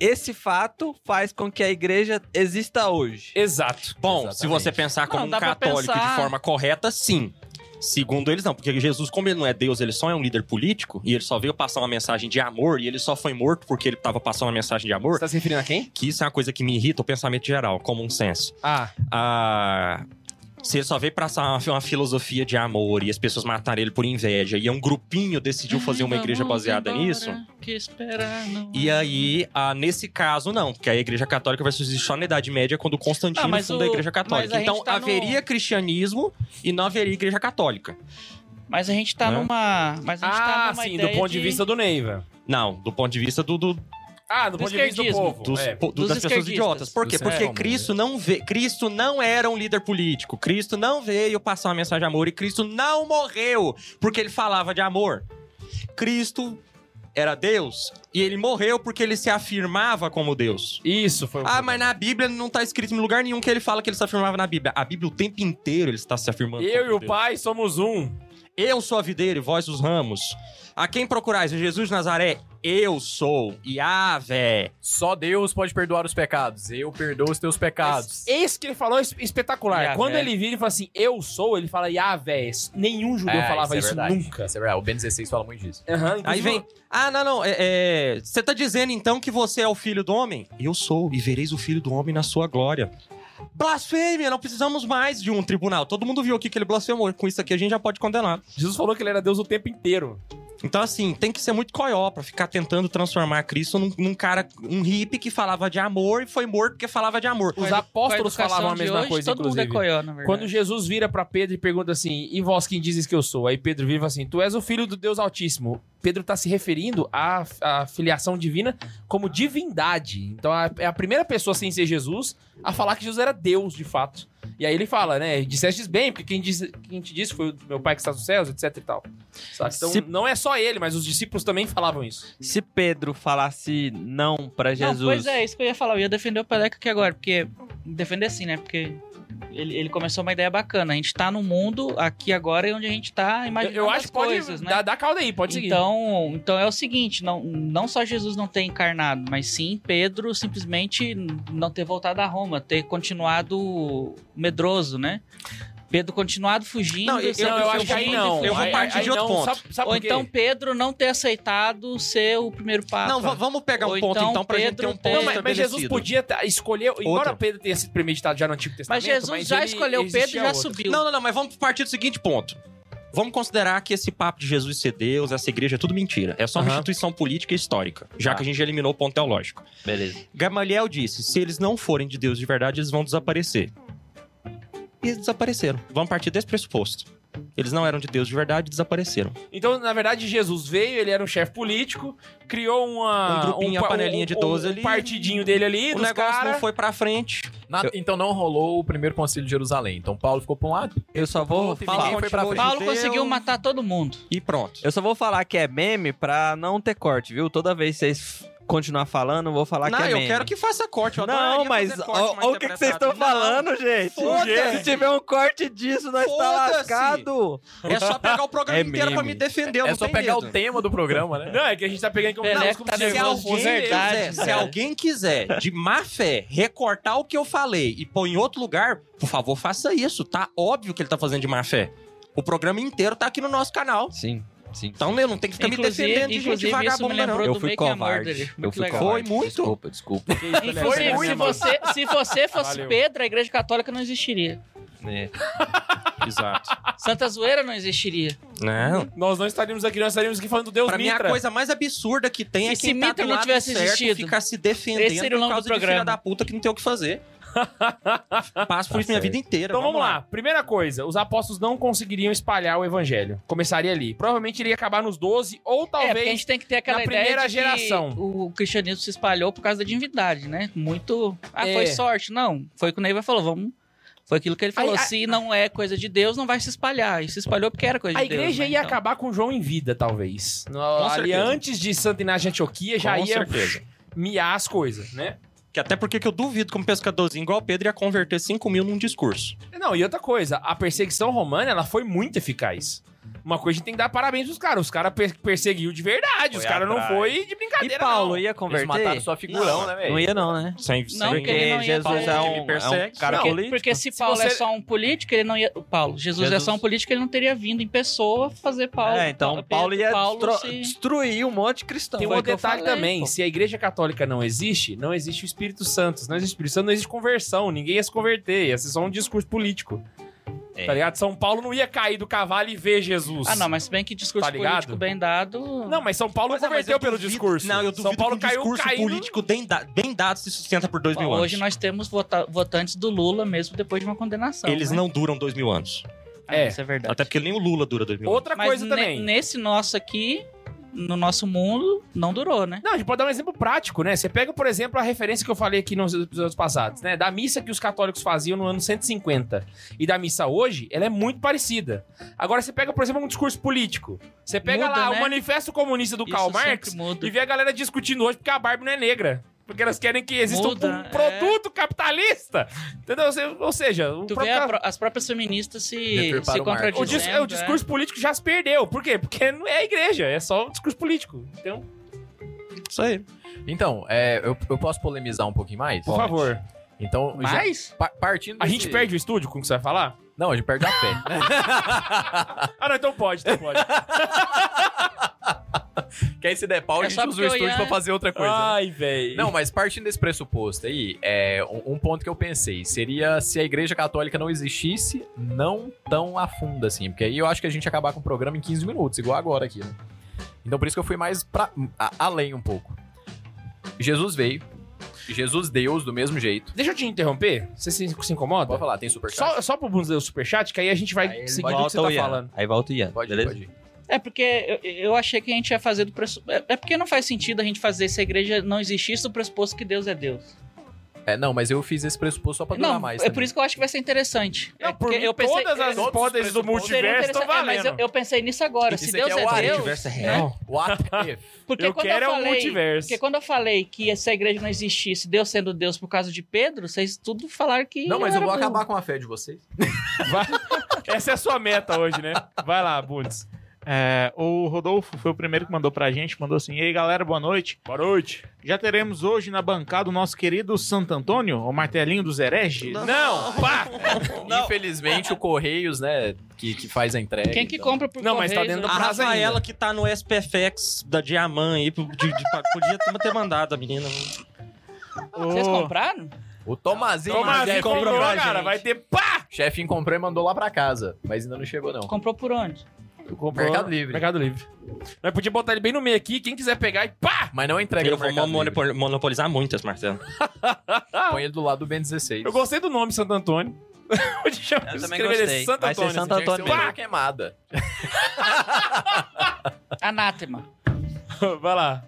[SPEAKER 2] esse fato faz com que a igreja exista hoje.
[SPEAKER 1] Exato.
[SPEAKER 5] Bom, se
[SPEAKER 3] Exatamente.
[SPEAKER 5] você pensar como
[SPEAKER 4] Não,
[SPEAKER 5] um
[SPEAKER 4] dá pra
[SPEAKER 5] católico de
[SPEAKER 4] pensar-
[SPEAKER 5] forma correta, sim. Segundo eles, não, porque Jesus, como ele não é Deus, ele só é um líder político e ele só veio passar uma mensagem de amor e ele só foi morto porque ele tava passando uma mensagem de amor.
[SPEAKER 1] tá se referindo a quem?
[SPEAKER 5] Que isso é uma coisa que me irrita o pensamento geral, common sense.
[SPEAKER 1] Ah,
[SPEAKER 5] Ah, se ele só veio passar uma, uma filosofia de amor e as pessoas mataram ele por inveja e um grupinho decidiu fazer uma igreja
[SPEAKER 4] Vamos
[SPEAKER 5] baseada
[SPEAKER 4] embora,
[SPEAKER 5] nisso.
[SPEAKER 4] Que esperar não
[SPEAKER 5] E aí, ah, nesse caso, não, porque a Igreja Católica vai surgir só na Idade Média quando Constantino
[SPEAKER 4] Ah, mas
[SPEAKER 5] funda a
[SPEAKER 4] o-
[SPEAKER 5] Igreja
[SPEAKER 4] mas
[SPEAKER 5] Católica.
[SPEAKER 4] a
[SPEAKER 5] Então
[SPEAKER 4] gente tá no-
[SPEAKER 5] haveria cristianismo e não haveria Igreja Católica.
[SPEAKER 4] Mas a gente tá
[SPEAKER 5] Né?
[SPEAKER 4] numa. Mas a gente tá
[SPEAKER 1] ah
[SPEAKER 4] numa
[SPEAKER 1] sim, do
[SPEAKER 4] ideia
[SPEAKER 1] ponto de vista do Neiva.
[SPEAKER 5] Não, do ponto de vista do, do-
[SPEAKER 1] Ah, do,
[SPEAKER 4] Do
[SPEAKER 1] ponto de vista do
[SPEAKER 4] esquerdismo.
[SPEAKER 1] povo.
[SPEAKER 5] dos-
[SPEAKER 1] é.
[SPEAKER 5] po- do-
[SPEAKER 4] Dos
[SPEAKER 5] das pessoas
[SPEAKER 4] esquerdistas.
[SPEAKER 5] idiotas. Por quê?
[SPEAKER 3] Dos
[SPEAKER 5] Porque
[SPEAKER 3] reformas,
[SPEAKER 5] Cristo não vê, Cristo não era um líder político. Cristo não veio passar uma mensagem de amor e Cristo não morreu porque ele falava de amor. Cristo era Deus e ele morreu porque ele se afirmava como Deus.
[SPEAKER 1] Isso foi o
[SPEAKER 5] Ah, mas na Bíblia não tá escrito em lugar nenhum que ele fala que ele se afirmava na Bíblia. A Bíblia o tempo inteiro ele está se afirmando.
[SPEAKER 1] Eu e
[SPEAKER 5] como
[SPEAKER 1] o
[SPEAKER 5] Deus.
[SPEAKER 1] pai somos um.
[SPEAKER 5] Eu sou a videira e vós os ramos. A quem procurais? É Jesus de Nazaré? Eu sou. Yahvé.
[SPEAKER 3] Só Deus pode perdoar os pecados. Eu perdoo os teus pecados.
[SPEAKER 1] Esse que ele falou é es- espetacular.
[SPEAKER 4] Yahvé.
[SPEAKER 1] Quando ele vira e fala assim, eu sou, ele fala Yahvé. Nenhum judeu
[SPEAKER 3] É,
[SPEAKER 1] falava
[SPEAKER 3] é
[SPEAKER 1] isso,
[SPEAKER 3] verdade.
[SPEAKER 1] nunca.
[SPEAKER 3] Isso é verdade. O Ben 16 fala muito disso.
[SPEAKER 1] Aham,
[SPEAKER 5] Aí
[SPEAKER 1] inclusive-
[SPEAKER 5] vem. Ah, não, não. é, é, Você tá dizendo então que você é o filho do homem? Eu sou. E vereis o filho do homem na sua glória. Blasfêmia! Não precisamos mais de um tribunal. Todo mundo viu aqui que ele blasfemou. Com isso aqui a gente já pode condenar.
[SPEAKER 1] Jesus falou que ele era Deus o tempo inteiro.
[SPEAKER 5] Então, assim, tem que ser muito coió pra ficar tentando transformar Cristo num, num cara, um hippie que falava de amor e foi morto porque falava de amor.
[SPEAKER 1] Os
[SPEAKER 4] Com a
[SPEAKER 1] apóstolos
[SPEAKER 4] Com a educação
[SPEAKER 1] falavam a
[SPEAKER 4] de
[SPEAKER 1] mesma
[SPEAKER 4] hoje,
[SPEAKER 1] coisa,
[SPEAKER 4] Todo
[SPEAKER 1] inclusive.
[SPEAKER 4] mundo é coió, na verdade.
[SPEAKER 1] Quando Jesus vira pra Pedro e pergunta assim: E vós quem dizes que eu sou? Aí Pedro vira e fala assim: Tu és o filho do Deus Altíssimo. Pedro tá se referindo à, à filiação divina como divindade. Então a- é a primeira pessoa sem ser Jesus a falar que Jesus era Deus de fato. E aí ele fala, né? Dissestes bem, porque quem, disse, quem te disse foi o meu pai que está nos céus, etc e tal. Sabe? Então
[SPEAKER 2] Se-
[SPEAKER 1] não é só ele, mas os discípulos também falavam isso.
[SPEAKER 2] Se Pedro falasse não pra Jesus.
[SPEAKER 4] Não, pois é, isso que eu ia falar. Eu ia defender o Peleco aqui agora, porque. Defender sim, né? Porque ele, ele começou uma ideia bacana. A gente tá no mundo aqui agora e onde a gente tá
[SPEAKER 1] Eu,
[SPEAKER 4] imaginando
[SPEAKER 1] eu acho
[SPEAKER 4] as
[SPEAKER 1] que pode
[SPEAKER 4] coisas, né?
[SPEAKER 1] dar, dar calda aí, pode seguir.
[SPEAKER 4] Então, então é o seguinte, não, não só Jesus não ter encarnado, mas sim Pedro simplesmente não ter voltado a Roma, ter continuado medroso, né? Pedro continuado fugindo.
[SPEAKER 5] Não, eu-
[SPEAKER 4] sempre
[SPEAKER 1] não, eu
[SPEAKER 4] foi
[SPEAKER 1] acho que aí
[SPEAKER 4] fugindo,
[SPEAKER 1] não.
[SPEAKER 5] eu vou
[SPEAKER 1] Aí-
[SPEAKER 5] partir
[SPEAKER 1] aí
[SPEAKER 5] de outro
[SPEAKER 1] não,
[SPEAKER 5] ponto.
[SPEAKER 1] sabe- sabe
[SPEAKER 4] Ou
[SPEAKER 1] por quê?
[SPEAKER 4] então Pedro não ter aceitado ser o primeiro papa.
[SPEAKER 5] Não, va- vamos pegar um
[SPEAKER 4] Ou
[SPEAKER 5] ponto
[SPEAKER 4] então
[SPEAKER 5] então, pra gente ter
[SPEAKER 4] Pedro
[SPEAKER 5] um
[SPEAKER 4] tem-
[SPEAKER 5] ponto
[SPEAKER 4] Não,
[SPEAKER 1] mas, mas Jesus
[SPEAKER 5] estabelecido.
[SPEAKER 1] podia tá- escolher, embora
[SPEAKER 5] Outra.
[SPEAKER 1] Pedro tenha sido premeditado já no Antigo Testamento.
[SPEAKER 4] mas Jesus já
[SPEAKER 1] ele-
[SPEAKER 4] escolheu Pedro e
[SPEAKER 1] existia
[SPEAKER 4] já
[SPEAKER 1] outro.
[SPEAKER 4] subiu.
[SPEAKER 5] Não, não, não, mas vamos partir do seguinte ponto. Vamos considerar que esse papo de Jesus ser Deus, essa igreja, é tudo mentira. É só uma
[SPEAKER 1] Aham.
[SPEAKER 5] instituição política e histórica, já
[SPEAKER 2] Tá.
[SPEAKER 5] que a gente já eliminou o ponto teológico.
[SPEAKER 2] Beleza.
[SPEAKER 5] Gamaliel disse: se eles não forem de Deus de verdade, eles vão desaparecer. E eles desapareceram. Vamos partir desse pressuposto. Eles não eram de Deus de verdade e desapareceram.
[SPEAKER 1] Então, na verdade, Jesus veio, ele era um chefe político, criou uma...
[SPEAKER 5] Um grupinho,
[SPEAKER 1] pa-
[SPEAKER 5] a panelinha de 12
[SPEAKER 1] um
[SPEAKER 5] ali.
[SPEAKER 1] partidinho dele ali,
[SPEAKER 5] o
[SPEAKER 1] dos
[SPEAKER 5] negócio
[SPEAKER 1] cara.
[SPEAKER 5] não foi pra frente.
[SPEAKER 3] Na- Então não rolou o primeiro concílio de Jerusalém. Então Paulo ficou pra um lado.
[SPEAKER 2] Eu só vou
[SPEAKER 3] Outro
[SPEAKER 2] falar.
[SPEAKER 3] ninguém foi pra
[SPEAKER 5] Continuou
[SPEAKER 3] frente.
[SPEAKER 4] Paulo
[SPEAKER 5] judeu
[SPEAKER 4] conseguiu matar todo mundo.
[SPEAKER 5] E pronto.
[SPEAKER 2] Eu só vou falar que é meme pra não ter corte, viu? Toda vez que vocês continuar falando, eu vou falar
[SPEAKER 5] não,
[SPEAKER 2] que é
[SPEAKER 5] eu
[SPEAKER 2] meme.
[SPEAKER 5] quero que faça corte. Eu
[SPEAKER 2] Não,
[SPEAKER 5] adoraria
[SPEAKER 2] mas
[SPEAKER 5] fazer corte
[SPEAKER 2] ó-
[SPEAKER 5] mais
[SPEAKER 2] ó o que que vocês
[SPEAKER 5] interpretado.
[SPEAKER 2] estão falando, gente.
[SPEAKER 5] Foda-se.
[SPEAKER 2] Se tiver um corte disso, nós tá
[SPEAKER 5] Foda-se.
[SPEAKER 2] lascado.
[SPEAKER 5] Não, É só pegar o programa
[SPEAKER 2] É
[SPEAKER 5] inteiro pra
[SPEAKER 2] meme.
[SPEAKER 5] me defender. eu
[SPEAKER 3] É
[SPEAKER 5] não
[SPEAKER 3] só
[SPEAKER 5] tenho
[SPEAKER 3] pegar
[SPEAKER 5] medo.
[SPEAKER 3] o tema do programa, né?
[SPEAKER 1] Não, é que a gente tá pegando como,
[SPEAKER 4] Pelé
[SPEAKER 1] como
[SPEAKER 4] tá
[SPEAKER 1] se
[SPEAKER 5] Se
[SPEAKER 4] nervoso
[SPEAKER 1] Jesus
[SPEAKER 4] de
[SPEAKER 5] alguém,
[SPEAKER 1] fosse-
[SPEAKER 4] verdade,
[SPEAKER 5] quiser, se
[SPEAKER 4] cara.
[SPEAKER 5] alguém quiser, de má fé, recortar o que eu falei e pôr em outro lugar, por favor, faça isso. Tá óbvio que ele tá fazendo de má fé. O programa inteiro tá aqui no nosso canal.
[SPEAKER 2] Sim, sim.
[SPEAKER 5] Então, eu não tem que
[SPEAKER 1] tá
[SPEAKER 5] ficar
[SPEAKER 4] Inclusive-
[SPEAKER 5] me defendendo de gente
[SPEAKER 4] inclusive isso me
[SPEAKER 1] né?
[SPEAKER 5] vagabunda, não.
[SPEAKER 4] lembrou-
[SPEAKER 2] Eu
[SPEAKER 4] do
[SPEAKER 2] fui
[SPEAKER 4] Make a
[SPEAKER 2] covarde.
[SPEAKER 4] Murderer.
[SPEAKER 2] Eu
[SPEAKER 4] Muito
[SPEAKER 2] fui
[SPEAKER 4] legal.
[SPEAKER 2] covarde.
[SPEAKER 5] Foi muito.
[SPEAKER 2] Desculpa, desculpa.
[SPEAKER 4] Inclusive, se você, se você fosse
[SPEAKER 1] Valeu.
[SPEAKER 4] Pedro, a igreja católica não existiria.
[SPEAKER 2] É.
[SPEAKER 5] Exato.
[SPEAKER 4] Santa Zoeira não existiria.
[SPEAKER 5] Não.
[SPEAKER 1] Nós não estaríamos aqui, nós estaríamos aqui falando do Deus
[SPEAKER 5] Pra mim, a
[SPEAKER 1] Mitra.
[SPEAKER 5] coisa mais absurda que tem
[SPEAKER 4] E
[SPEAKER 5] é
[SPEAKER 4] se
[SPEAKER 5] quem tá
[SPEAKER 4] Mitra
[SPEAKER 5] do
[SPEAKER 4] não
[SPEAKER 5] lado
[SPEAKER 4] tivesse
[SPEAKER 5] certo
[SPEAKER 4] existido?
[SPEAKER 5] ficar se
[SPEAKER 4] Esse seria o
[SPEAKER 5] defendendo
[SPEAKER 4] nome do
[SPEAKER 5] por causa de
[SPEAKER 4] programa.
[SPEAKER 5] filha da puta que não tem o que fazer. Passo por isso minha
[SPEAKER 2] certo.
[SPEAKER 5] vida inteira.
[SPEAKER 1] Então vamos lá. Primeira coisa, os apóstolos não conseguiriam espalhar o evangelho. Começaria ali. Provavelmente iria acabar nos 12 ou
[SPEAKER 4] É, porque a
[SPEAKER 1] talvez
[SPEAKER 4] gente tem que ter aquela
[SPEAKER 1] na
[SPEAKER 4] ideia
[SPEAKER 1] primeira
[SPEAKER 4] de
[SPEAKER 1] geração.
[SPEAKER 4] que o cristianismo se espalhou por causa da divindade, né? Muito... Ah,
[SPEAKER 1] É.
[SPEAKER 4] foi sorte. Não, foi o que o Neiva falou. Vamos... Foi aquilo que ele falou.
[SPEAKER 1] Aí, a-
[SPEAKER 4] Se não é coisa de Deus, não vai se espalhar. E se espalhou porque era coisa
[SPEAKER 1] A
[SPEAKER 4] de Deus.
[SPEAKER 1] igreja
[SPEAKER 4] né?
[SPEAKER 1] ia
[SPEAKER 4] Então,
[SPEAKER 1] acabar com João em vida, talvez. No- ali
[SPEAKER 5] certeza.
[SPEAKER 1] antes de Santa Inácio de Antioquia, já ia
[SPEAKER 5] certeza.
[SPEAKER 1] miar as coisas, né?
[SPEAKER 5] Que até porque que eu duvido que um pescadorzinho igual o Pedro ia converter 5 mil num discurso.
[SPEAKER 1] Não, e outra coisa, a perseguição romana, ela foi muito eficaz. Uma coisa a gente tem que dar parabéns pros caras. Os caras per perseguiu de verdade. os
[SPEAKER 3] Foi
[SPEAKER 1] caras não
[SPEAKER 3] atrás.
[SPEAKER 1] foi de brincadeira,
[SPEAKER 2] E Paulo
[SPEAKER 1] não.
[SPEAKER 2] ia
[SPEAKER 3] Eles mataram
[SPEAKER 2] converter?
[SPEAKER 3] só figurão, né, velho?
[SPEAKER 2] Não ia não, né?
[SPEAKER 5] Sem,
[SPEAKER 4] Não,
[SPEAKER 5] sem-
[SPEAKER 4] porque ele não ia
[SPEAKER 2] Jesus é
[SPEAKER 4] falar.
[SPEAKER 5] Ele
[SPEAKER 2] um,
[SPEAKER 5] me
[SPEAKER 2] é um
[SPEAKER 5] persegue.
[SPEAKER 2] cara
[SPEAKER 1] Não,
[SPEAKER 2] político.
[SPEAKER 4] Porque se Paulo
[SPEAKER 1] você-
[SPEAKER 4] é só um político, ele não ia... O Paulo. Jesus, é
[SPEAKER 2] Jesus-
[SPEAKER 4] só um político, ele não teria vindo em pessoa fazer Paulo.
[SPEAKER 2] é, então
[SPEAKER 4] Pedro,
[SPEAKER 2] Paulo ia destro-
[SPEAKER 4] se-
[SPEAKER 2] destruir um monte de cristão.
[SPEAKER 1] Tem um
[SPEAKER 2] Foi o
[SPEAKER 1] outro
[SPEAKER 2] que eu
[SPEAKER 1] detalhe
[SPEAKER 2] falei,
[SPEAKER 1] também.
[SPEAKER 2] pô.
[SPEAKER 1] Se a igreja católica não existe, não existe o Espírito Santo. Se não existe o Espírito Santo, não existe conversão. Ninguém ia se converter. Ia ser só um discurso político.
[SPEAKER 2] É.
[SPEAKER 1] Tá ligado? São Paulo não ia cair do cavalo e ver Jesus.
[SPEAKER 4] Ah, não, mas se bem que discurso
[SPEAKER 1] Tá ligado?
[SPEAKER 4] político bem dado...
[SPEAKER 1] Não, mas São Paulo
[SPEAKER 5] Mas é, mas
[SPEAKER 1] converteu
[SPEAKER 5] eu
[SPEAKER 1] pelo
[SPEAKER 5] duvido-
[SPEAKER 1] discurso.
[SPEAKER 5] Não, eu duvido
[SPEAKER 1] São Paulo
[SPEAKER 5] que um
[SPEAKER 1] caiu
[SPEAKER 5] discurso
[SPEAKER 1] caindo.
[SPEAKER 5] político bem, da- bem dado se sustenta por dois
[SPEAKER 4] Bom,
[SPEAKER 5] mil anos.
[SPEAKER 4] Hoje nós temos vota- votantes do Lula mesmo depois de uma condenação.
[SPEAKER 5] Eles
[SPEAKER 4] né?
[SPEAKER 5] não duram dois mil anos.
[SPEAKER 4] Ah,
[SPEAKER 1] É.
[SPEAKER 4] Isso é verdade.
[SPEAKER 5] Até porque nem o Lula dura dois mil
[SPEAKER 1] Outra
[SPEAKER 4] Mas
[SPEAKER 1] coisa
[SPEAKER 4] ne-
[SPEAKER 1] também.
[SPEAKER 4] Nesse nosso aqui, no nosso mundo, não durou, né?
[SPEAKER 1] Não, a gente pode dar um exemplo prático, né? Você pega, por exemplo, a referência que eu falei aqui nos episódios passados, né? Da missa que os católicos faziam no ano 150 e da missa hoje, ela é muito parecida. Agora, você pega, por exemplo, um discurso político. Você pega
[SPEAKER 4] Muda,
[SPEAKER 1] lá
[SPEAKER 4] né?
[SPEAKER 1] o Manifesto Comunista do
[SPEAKER 4] Isso
[SPEAKER 1] Karl
[SPEAKER 4] sempre
[SPEAKER 1] Marx
[SPEAKER 4] muda.
[SPEAKER 1] e vê a galera discutindo hoje porque a Barbie não é negra. Porque elas querem que exista um-
[SPEAKER 4] Muda,
[SPEAKER 1] um
[SPEAKER 4] é.
[SPEAKER 1] produto capitalista. Entendeu? Ou se- Ou seja, o
[SPEAKER 4] Tu vê
[SPEAKER 1] próprio
[SPEAKER 4] a
[SPEAKER 1] ca-
[SPEAKER 4] pro- as próprias feministas se,
[SPEAKER 3] Deturparam
[SPEAKER 4] se
[SPEAKER 3] o Marx.
[SPEAKER 4] contradizendo.
[SPEAKER 1] o, dis- é, o discurso político já se perdeu. Por quê? Porque não é a igreja, é só o discurso político. Então,
[SPEAKER 5] anos. Isso aí.
[SPEAKER 3] Então, é, eu, eu posso polemizar um pouquinho mais?
[SPEAKER 1] por favor.
[SPEAKER 3] Então,
[SPEAKER 4] é.
[SPEAKER 3] já-
[SPEAKER 4] Mas,
[SPEAKER 3] pa- partindo
[SPEAKER 1] A
[SPEAKER 3] desse-
[SPEAKER 1] gente perde o estúdio com o que você vai falar?
[SPEAKER 3] Não, a gente perde a fé.
[SPEAKER 1] Ah, não, então pode, então pode.
[SPEAKER 3] que aí se der pau,
[SPEAKER 4] É
[SPEAKER 3] a gente
[SPEAKER 4] só
[SPEAKER 3] usa
[SPEAKER 4] porque
[SPEAKER 3] o
[SPEAKER 4] eu
[SPEAKER 3] estúdio
[SPEAKER 4] ia- Ah,
[SPEAKER 3] pra fazer outra coisa. né?
[SPEAKER 1] Ai, velho.
[SPEAKER 3] Não, mas partindo desse pressuposto aí, é, um, um ponto que eu pensei seria se a Igreja Católica não existisse, não tão a fundo assim. Porque aí eu acho que a gente ia acabar com o programa em 15 minutos, igual agora aqui, né? Então por isso que eu fui mais pra, a- além um pouco. Jesus veio. Jesus Deus do mesmo jeito.
[SPEAKER 1] Deixa eu te interromper. Você se, se incomoda?
[SPEAKER 3] Pode falar, tem superchat?
[SPEAKER 1] Só, só pro Bruno ler o superchat, que aí a gente vai
[SPEAKER 3] Aí ele
[SPEAKER 1] seguir
[SPEAKER 3] pode-
[SPEAKER 1] o que você
[SPEAKER 2] o
[SPEAKER 1] tá
[SPEAKER 2] Ian.
[SPEAKER 1] falando.
[SPEAKER 2] Aí volta o Ian,
[SPEAKER 3] Pode, ir,
[SPEAKER 2] beleza?
[SPEAKER 3] pode. ir.
[SPEAKER 4] É porque eu, eu achei que a gente ia fazer do pressuposto. É porque não faz sentido a gente fazer se a igreja não existisse do pressuposto que Deus é Deus.
[SPEAKER 3] É, não, mas eu fiz esse pressuposto só pra durar
[SPEAKER 4] não,
[SPEAKER 3] mais.
[SPEAKER 4] é
[SPEAKER 3] também.
[SPEAKER 4] por isso que eu acho que vai ser interessante. é
[SPEAKER 1] Não, por
[SPEAKER 4] porque
[SPEAKER 1] mim,
[SPEAKER 4] eu pensei,
[SPEAKER 1] todas as
[SPEAKER 3] todos os
[SPEAKER 1] hipóteses do
[SPEAKER 3] pressupostos
[SPEAKER 4] seria
[SPEAKER 1] multiverso estão
[SPEAKER 4] interessante- é, mas
[SPEAKER 1] valendo.
[SPEAKER 4] eu, eu pensei nisso agora.
[SPEAKER 3] Isso
[SPEAKER 4] Se
[SPEAKER 3] aqui
[SPEAKER 4] Deus
[SPEAKER 3] é o
[SPEAKER 4] é,
[SPEAKER 3] Ari,
[SPEAKER 4] Deus.
[SPEAKER 5] Universo é
[SPEAKER 4] né?
[SPEAKER 5] real.
[SPEAKER 3] What if?
[SPEAKER 4] Porque
[SPEAKER 1] Eu
[SPEAKER 4] quando
[SPEAKER 1] quero é
[SPEAKER 4] eu
[SPEAKER 1] o
[SPEAKER 4] falei,
[SPEAKER 1] multiverso.
[SPEAKER 4] Porque quando eu falei que se a igreja não existisse, Deus sendo Deus por causa de Pedro, vocês tudo falaram que.
[SPEAKER 3] Não, mas eu
[SPEAKER 4] era
[SPEAKER 3] vou
[SPEAKER 4] burro.
[SPEAKER 3] acabar com a fé de vocês.
[SPEAKER 1] Vai- Essa é a sua meta hoje, né? Vai lá, Bundes.
[SPEAKER 6] É, o Rodolfo foi o primeiro que mandou pra gente, mandou assim: Ei galera, boa noite.
[SPEAKER 1] Boa noite.
[SPEAKER 6] Já teremos hoje na bancada o nosso querido Santo Antônio, o martelinho dos hereges.
[SPEAKER 1] Não, pá!
[SPEAKER 3] Infelizmente, o Correios, né, que, que faz a entrega.
[SPEAKER 4] Quem que
[SPEAKER 3] então.
[SPEAKER 4] compra por
[SPEAKER 1] Não, mas tá
[SPEAKER 4] Correios,
[SPEAKER 1] dentro da
[SPEAKER 5] A
[SPEAKER 4] né?
[SPEAKER 1] prazo
[SPEAKER 5] Rafaela
[SPEAKER 1] ainda.
[SPEAKER 5] que tá no SPFX da Diamant aí, pro- de- de- podia ter- ter mandado a menina.
[SPEAKER 4] Vocês
[SPEAKER 6] Ô,
[SPEAKER 4] compraram?
[SPEAKER 3] O Tomazinho,
[SPEAKER 1] Tomazinho
[SPEAKER 4] é
[SPEAKER 3] chefinho,
[SPEAKER 1] comprou,
[SPEAKER 3] pra
[SPEAKER 1] cara.
[SPEAKER 3] gente.
[SPEAKER 1] Vai ter pá!
[SPEAKER 3] Chefinho comprou e mandou lá pra casa, mas ainda não chegou, não.
[SPEAKER 4] Comprou por onde?
[SPEAKER 3] Mercado Livre.
[SPEAKER 1] Mercado Livre. Nós podia botar ele bem no meio aqui, quem quiser pegar e pá!
[SPEAKER 3] Mas não entrega
[SPEAKER 5] Eu
[SPEAKER 3] no
[SPEAKER 5] vou
[SPEAKER 3] Mercado Livre.
[SPEAKER 5] monopo- monopolizar muito esse martelo.
[SPEAKER 3] Põe ele do lado do Ben 16.
[SPEAKER 1] Eu gostei do nome Santo Antônio. Pode chamar,
[SPEAKER 2] Eu também
[SPEAKER 1] escrever ele
[SPEAKER 2] gostei.
[SPEAKER 1] Santo
[SPEAKER 2] Vai ser
[SPEAKER 1] Antônio.
[SPEAKER 2] Santo
[SPEAKER 1] assim.
[SPEAKER 3] Antônio
[SPEAKER 2] Antônio
[SPEAKER 1] mesmo.
[SPEAKER 3] queimada.
[SPEAKER 4] Anátema.
[SPEAKER 1] assim. Vai lá.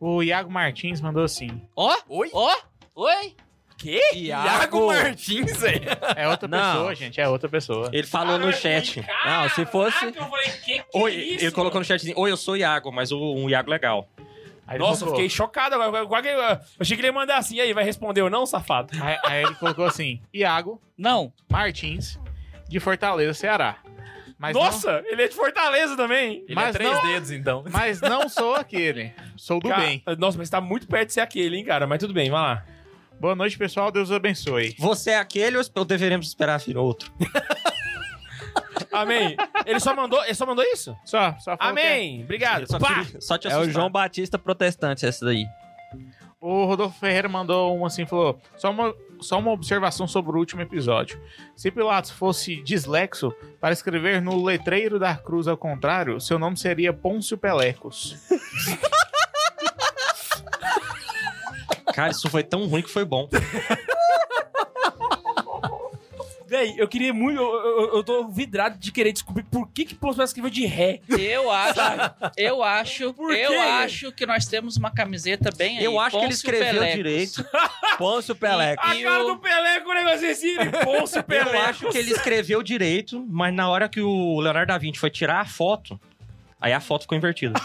[SPEAKER 6] O Iago Martins mandou assim:
[SPEAKER 4] Ó,
[SPEAKER 3] Oi?
[SPEAKER 4] ó, oi.
[SPEAKER 1] Que?
[SPEAKER 3] Iago Martins, velho.
[SPEAKER 6] É outra
[SPEAKER 2] Não.
[SPEAKER 6] pessoa, gente, é outra pessoa.
[SPEAKER 5] Ele falou no chat.
[SPEAKER 2] Não, se fosse-
[SPEAKER 1] Eu falei, que que
[SPEAKER 5] Oi,
[SPEAKER 1] é isso?
[SPEAKER 5] ele colocou no chat assim, oi, eu sou o Iago, mas o- um Iago legal.
[SPEAKER 6] Aí ele
[SPEAKER 1] Nossa, eu
[SPEAKER 6] colocou-
[SPEAKER 1] fiquei chocado agora. Eu, eu, eu achei que ele ia mandar assim, e aí, vai responder ou não, safado?
[SPEAKER 6] aí, aí ele colocou assim: Iago
[SPEAKER 4] Não.
[SPEAKER 6] Martins, de Fortaleza, Ceará. Mas não-
[SPEAKER 1] Nossa, ele é de Fortaleza também.
[SPEAKER 3] Ele
[SPEAKER 6] Mas
[SPEAKER 3] é três
[SPEAKER 6] não-
[SPEAKER 3] dedos, então.
[SPEAKER 6] mas não sou aquele, sou do
[SPEAKER 1] Ca-
[SPEAKER 6] bem.
[SPEAKER 1] Nossa, mas tá muito perto de ser aquele, hein, cara? Mas tudo bem, vai lá.
[SPEAKER 6] Boa noite, pessoal, Deus abençoe.
[SPEAKER 5] Você é aquele ou eu deveremos esperar vir outro?
[SPEAKER 1] Amém. Ele só mandou, ele só mandou isso?
[SPEAKER 6] Só, só falou que é-
[SPEAKER 1] Amém. Obrigado.
[SPEAKER 5] Só
[SPEAKER 1] Pá.
[SPEAKER 5] te, só te
[SPEAKER 2] É o
[SPEAKER 5] assustar.
[SPEAKER 2] João Batista protestante esse daí.
[SPEAKER 6] O Rodolfo Ferreira mandou um assim, falou: só uma, só uma observação sobre o último episódio. Se Pilatos fosse dislexo, para escrever no letreiro da cruz ao contrário, seu nome seria Pôncio Pelecos.
[SPEAKER 5] Cara, isso foi tão ruim que foi bom.
[SPEAKER 1] Véi, eu queria muito. Eu, eu- eu tô vidrado de querer descobrir por que que o Poço escreveu de ré.
[SPEAKER 4] Eu acho, eu acho,
[SPEAKER 1] Por quê?
[SPEAKER 4] eu acho que nós temos uma camiseta bem aí.
[SPEAKER 2] Eu acho que ele
[SPEAKER 4] Pôncio
[SPEAKER 2] escreveu
[SPEAKER 4] Pelecos.
[SPEAKER 2] direito. Pôncio Peleco.
[SPEAKER 1] A
[SPEAKER 4] E
[SPEAKER 1] cara
[SPEAKER 4] o-
[SPEAKER 1] do Pelé com o negocinho assim, ele Pôncio Pelé.
[SPEAKER 5] Eu acho que ele escreveu direito, mas na hora que o Leonardo da Vinci foi tirar a foto, aí a foto ficou invertida.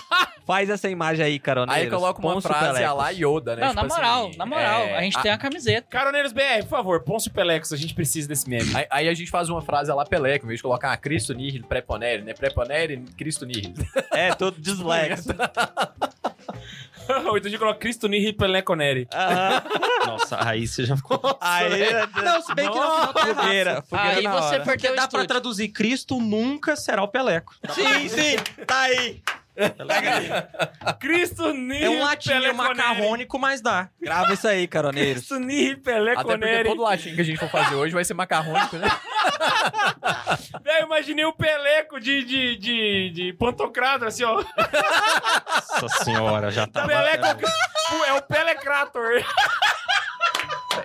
[SPEAKER 2] Faz essa imagem aí, caroneiros.
[SPEAKER 3] Aí coloca uma
[SPEAKER 2] Pôncio
[SPEAKER 3] frase
[SPEAKER 2] Pelecos.
[SPEAKER 3] a lá Yoda, né?
[SPEAKER 4] Não,
[SPEAKER 3] Tipo
[SPEAKER 4] na moral,
[SPEAKER 3] assim,
[SPEAKER 4] na moral,
[SPEAKER 3] é,
[SPEAKER 4] a gente tem uma camiseta.
[SPEAKER 1] Caroneiros BR, por favor, Pôncio Pelecos, a gente precisa desse meme.
[SPEAKER 3] Aí, aí a gente faz uma frase a lá Peleco, em vez de colocar ah, Cristo Nihil, Preponere, né? Preponere, Cristo Nihil.
[SPEAKER 2] É, todo dislexo.
[SPEAKER 1] Ou então a gente coloca Cristo Nihi Peleco Neri.
[SPEAKER 2] Aham.
[SPEAKER 5] Nossa, aí você já ficou...
[SPEAKER 2] Aí...
[SPEAKER 5] Não, se bem que não final tá errado.
[SPEAKER 2] Fogueira, fogueira
[SPEAKER 4] Aí
[SPEAKER 2] na
[SPEAKER 4] você
[SPEAKER 2] hora.
[SPEAKER 4] perdeu o
[SPEAKER 5] Dá pra
[SPEAKER 4] estúdio.
[SPEAKER 5] traduzir, Cristo nunca será o Peleco.
[SPEAKER 2] Sim, sim, tá aí.
[SPEAKER 1] Cristo Nihi
[SPEAKER 5] É um latinho
[SPEAKER 1] Peleco Neri.
[SPEAKER 5] macarrônico, mas dá.
[SPEAKER 2] Grava isso aí, caroneiros.
[SPEAKER 1] Cristo Nihi Peleco
[SPEAKER 3] Até porque
[SPEAKER 1] Neri.
[SPEAKER 3] todo latim que a gente for fazer hoje vai ser macarrônico, né?
[SPEAKER 1] Véi, eu imaginei o Peleco de, de, de, de Pantocrator, assim, ó.
[SPEAKER 5] Nossa senhora, já tá...
[SPEAKER 1] Peleco... Pô, É o Pelecrator.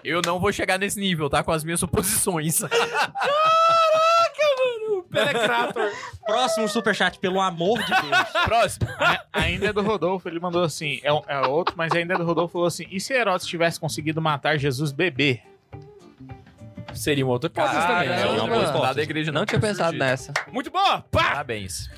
[SPEAKER 3] Eu não vou chegar nesse nível, tá? Com as minhas suposições.
[SPEAKER 1] O Pelecrator.
[SPEAKER 5] Próximo superchat, pelo amor de Deus.
[SPEAKER 3] Próximo.
[SPEAKER 6] Ainda é do Rodolfo, ele mandou assim: é, um- é outro, mas ainda é do Rodolfo, falou assim: e se Herodes tivesse conseguido matar Jesus bebê?
[SPEAKER 1] Seria um outro caso
[SPEAKER 3] Caralho,
[SPEAKER 1] também.
[SPEAKER 5] é uma boa
[SPEAKER 3] mano,
[SPEAKER 5] resposta.
[SPEAKER 3] lá da igreja
[SPEAKER 2] Não tinha pensado
[SPEAKER 3] surgiu.
[SPEAKER 2] nessa.
[SPEAKER 1] Muito boa! Pá!
[SPEAKER 3] Parabéns.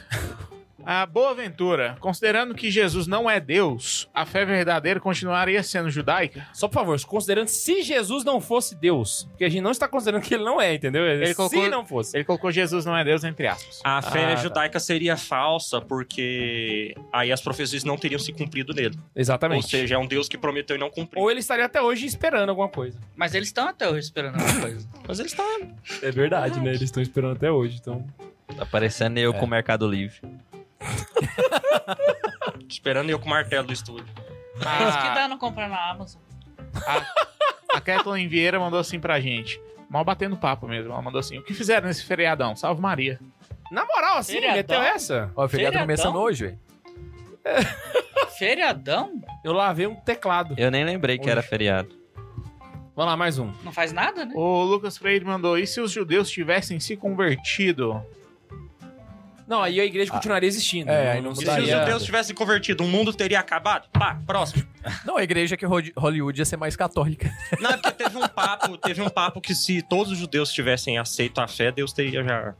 [SPEAKER 6] A Boa Ventura, considerando que Jesus não é Deus, a fé verdadeira continuaria sendo judaica?
[SPEAKER 1] Só por favor, considerando se Jesus não fosse Deus. Porque a gente não está considerando que ele não é, entendeu? se
[SPEAKER 6] colocou-
[SPEAKER 1] não fosse.
[SPEAKER 6] Ele colocou Jesus não é Deus entre aspas.
[SPEAKER 5] A fé
[SPEAKER 1] Ah, tá.
[SPEAKER 5] judaica seria falsa porque aí as profecias não teriam se cumprido nele. Ou
[SPEAKER 1] Exatamente.
[SPEAKER 5] seja, é um Deus que prometeu e não cumpriu.
[SPEAKER 1] Ou ele estaria até hoje esperando alguma coisa.
[SPEAKER 4] Mas eles estão até hoje esperando alguma coisa.
[SPEAKER 5] Mas ele está.
[SPEAKER 1] É verdade, né? Eles estão esperando até hoje, então.
[SPEAKER 2] Tá parecendo
[SPEAKER 1] É.
[SPEAKER 2] eu com o Mercado Livre.
[SPEAKER 5] Esperando eu com o martelo do estúdio.
[SPEAKER 4] É isso que
[SPEAKER 6] A,
[SPEAKER 4] dá não comprar na Amazon.
[SPEAKER 6] a Kathleen Vieira mandou assim pra gente. Mal batendo papo mesmo. Ela mandou assim: o que fizeram nesse feriadão? Salve Maria.
[SPEAKER 1] Na moral, assim,
[SPEAKER 4] Feriadão?
[SPEAKER 1] meteu essa?
[SPEAKER 3] Ó, o feriado
[SPEAKER 4] Feriadão?
[SPEAKER 3] começando hoje, velho.
[SPEAKER 4] Feriadão?
[SPEAKER 1] Eu lavei um teclado.
[SPEAKER 2] Eu nem lembrei que era feriado.
[SPEAKER 1] Vamos lá, mais um.
[SPEAKER 4] Não faz nada, né?
[SPEAKER 6] O Lucas Freire mandou: e se os judeus tivessem se convertido?
[SPEAKER 1] Não, aí a igreja continuaria existindo.
[SPEAKER 3] É, aí não
[SPEAKER 5] E se os
[SPEAKER 3] mudaria.
[SPEAKER 1] seria-
[SPEAKER 5] judeus tivessem convertido, o mundo teria acabado? Pá, próximo.
[SPEAKER 3] Não, a igreja que Hol- Hollywood ia ser mais católica.
[SPEAKER 5] Não, é porque teve um papo, teve um papo que se todos os judeus tivessem aceito a fé, Deus teria já.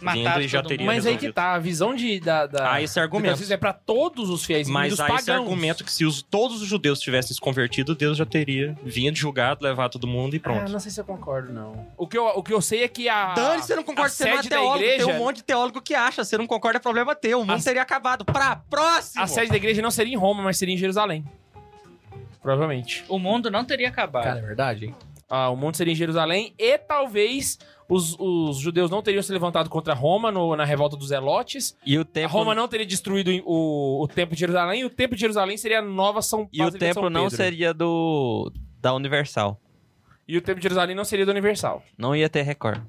[SPEAKER 4] Matava
[SPEAKER 5] e já
[SPEAKER 4] todo
[SPEAKER 5] teria
[SPEAKER 4] mundo.
[SPEAKER 1] Mas aí que tá, a visão de, da, da-
[SPEAKER 5] Ah, esse
[SPEAKER 1] do
[SPEAKER 5] argumento.
[SPEAKER 1] Francisco é pra todos os fiéis,
[SPEAKER 5] Mas
[SPEAKER 1] dos
[SPEAKER 5] há
[SPEAKER 1] pagãos.
[SPEAKER 5] esse argumento que se os, todos os judeus tivessem se convertido, Deus já teria vindo julgado, levado todo mundo e
[SPEAKER 1] Ah,
[SPEAKER 5] pronto.
[SPEAKER 1] não sei se eu concordo, não. O que eu, o que eu sei é que a...
[SPEAKER 5] Dani, você não
[SPEAKER 1] a
[SPEAKER 5] concorda, você não é
[SPEAKER 1] sede da
[SPEAKER 5] teólogo,
[SPEAKER 1] igreja-
[SPEAKER 5] tem um monte de teólogo que acha, você não concorda, é problema teu, o mundo
[SPEAKER 1] A-
[SPEAKER 5] teria acabado. Pra próximo!
[SPEAKER 1] A sede da igreja não seria em Roma, mas seria em Jerusalém. Provavelmente.
[SPEAKER 4] O mundo não teria acabado.
[SPEAKER 3] Cara, é verdade, hein?
[SPEAKER 1] Ah, o mundo seria em Jerusalém e talvez os, os judeus não teriam se levantado contra Roma no- na revolta dos Elotes.
[SPEAKER 2] E o
[SPEAKER 1] A
[SPEAKER 2] templo,
[SPEAKER 1] Roma não teria destruído o, o templo de Jerusalém e o templo de Jerusalém seria a nova São
[SPEAKER 2] e o
[SPEAKER 1] Basílica de São
[SPEAKER 2] templo não
[SPEAKER 1] Pedro.
[SPEAKER 2] seria do da Universal.
[SPEAKER 1] E o templo de Jerusalém não seria do Universal.
[SPEAKER 2] Não ia ter Record.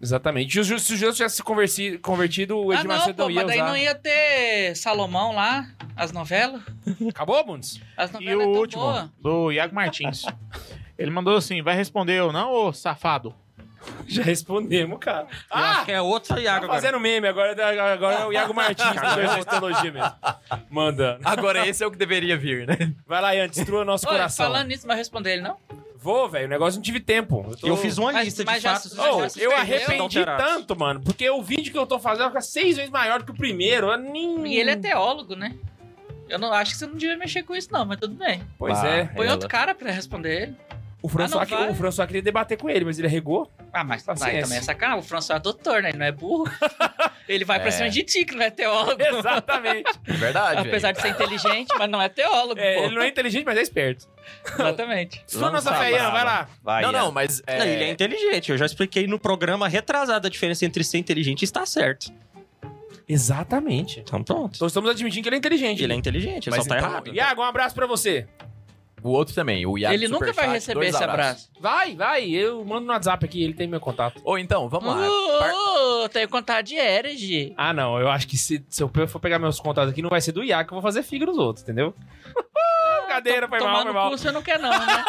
[SPEAKER 1] Exatamente. E os ju- Se os judeus tivessem se conversi- convertido, o
[SPEAKER 4] Ah,
[SPEAKER 1] Edir
[SPEAKER 4] não,
[SPEAKER 1] Macedo
[SPEAKER 4] pô,
[SPEAKER 1] não,
[SPEAKER 4] mas
[SPEAKER 1] ia
[SPEAKER 4] daí
[SPEAKER 1] usar.
[SPEAKER 4] não ia ter Salomão lá, as novelas.
[SPEAKER 1] Acabou, Bundes?
[SPEAKER 4] As
[SPEAKER 6] E
[SPEAKER 4] novelas
[SPEAKER 6] o
[SPEAKER 4] é tão
[SPEAKER 6] último,
[SPEAKER 4] boa.
[SPEAKER 6] do Iago Martins. Ele mandou assim: vai responder eu não, ô safado?
[SPEAKER 1] Já respondemos, cara.
[SPEAKER 5] Eu acho
[SPEAKER 1] Ah!
[SPEAKER 5] que é outro Iago
[SPEAKER 1] Tá
[SPEAKER 5] agora.
[SPEAKER 1] fazendo meme, agora, agora é o Iago Martins, que fez a teologia mesmo. Manda.
[SPEAKER 3] Agora esse é o que deveria vir, né?
[SPEAKER 1] Vai lá, Ian, destrua nosso
[SPEAKER 4] Ô,
[SPEAKER 1] coração.
[SPEAKER 4] falando nisso, vai responder ele, não?
[SPEAKER 1] Vou, velho, o negócio não tive tempo. tô-
[SPEAKER 5] Eu fiz uma
[SPEAKER 4] Mas-
[SPEAKER 5] lista
[SPEAKER 4] mas
[SPEAKER 5] de
[SPEAKER 4] já-
[SPEAKER 5] fatos.
[SPEAKER 4] mas
[SPEAKER 1] Oh,
[SPEAKER 4] já se
[SPEAKER 1] eu
[SPEAKER 4] perdeu,
[SPEAKER 1] arrependi
[SPEAKER 5] adulterados.
[SPEAKER 1] tanto, mano, porque o vídeo que eu tô fazendo fica seis vezes maior do que o primeiro. Eu nem...
[SPEAKER 4] E ele é teólogo, né? Eu não acho que você não devia mexer com isso, não, mas tudo bem.
[SPEAKER 1] Pois é.
[SPEAKER 4] Põe
[SPEAKER 2] Ela.
[SPEAKER 4] outro cara pra responder ele.
[SPEAKER 1] O François,
[SPEAKER 4] Ah, não, vai.
[SPEAKER 1] o François queria debater com ele, mas ele arregou.
[SPEAKER 4] Ah, mas
[SPEAKER 1] Paciência.
[SPEAKER 4] vai, também é sacanagem. O François é doutor, né? Ele não é burro. ele vai pra cima de ti, que não é teólogo.
[SPEAKER 1] Exatamente.
[SPEAKER 3] É verdade,
[SPEAKER 4] Apesar de ser inteligente, mas não é teólogo,
[SPEAKER 1] É,
[SPEAKER 4] pô.
[SPEAKER 1] ele não é inteligente, mas é esperto.
[SPEAKER 4] Exatamente.
[SPEAKER 1] Só
[SPEAKER 2] Lança
[SPEAKER 1] nossa fé,
[SPEAKER 2] a
[SPEAKER 1] Ian, vai
[SPEAKER 2] braba.
[SPEAKER 1] lá.
[SPEAKER 2] Vai,
[SPEAKER 3] Não,
[SPEAKER 2] Ian.
[SPEAKER 3] não, mas... é-
[SPEAKER 5] Não, Ele é inteligente, eu já expliquei no programa retrasado a diferença entre ser inteligente e estar certo.
[SPEAKER 1] Exatamente.
[SPEAKER 5] Então pronto.
[SPEAKER 1] Então estamos admitindo que ele é inteligente.
[SPEAKER 5] Ele é inteligente, ele
[SPEAKER 3] Mas
[SPEAKER 5] só tá
[SPEAKER 3] então-
[SPEAKER 5] errado.
[SPEAKER 1] Iago, um abraço pra você.
[SPEAKER 3] O outro também, o Iago
[SPEAKER 4] ele nunca vai
[SPEAKER 3] Superchat,
[SPEAKER 4] receber
[SPEAKER 3] dois
[SPEAKER 4] esse abraço.
[SPEAKER 3] abraços.
[SPEAKER 1] Vai, vai, eu mando no WhatsApp aqui, ele tem meu contato.
[SPEAKER 3] Ou então, vamos lá. Par-
[SPEAKER 4] Uh, tenho contato de Erege.
[SPEAKER 1] Ah, não, eu acho que se, se eu for pegar meus contatos aqui, não vai ser do Iago que eu vou fazer figo dos outros, entendeu? Brincadeira, foi mal,
[SPEAKER 4] Tomar
[SPEAKER 1] foi
[SPEAKER 4] no
[SPEAKER 1] mal.
[SPEAKER 4] cu, você não quer não, né?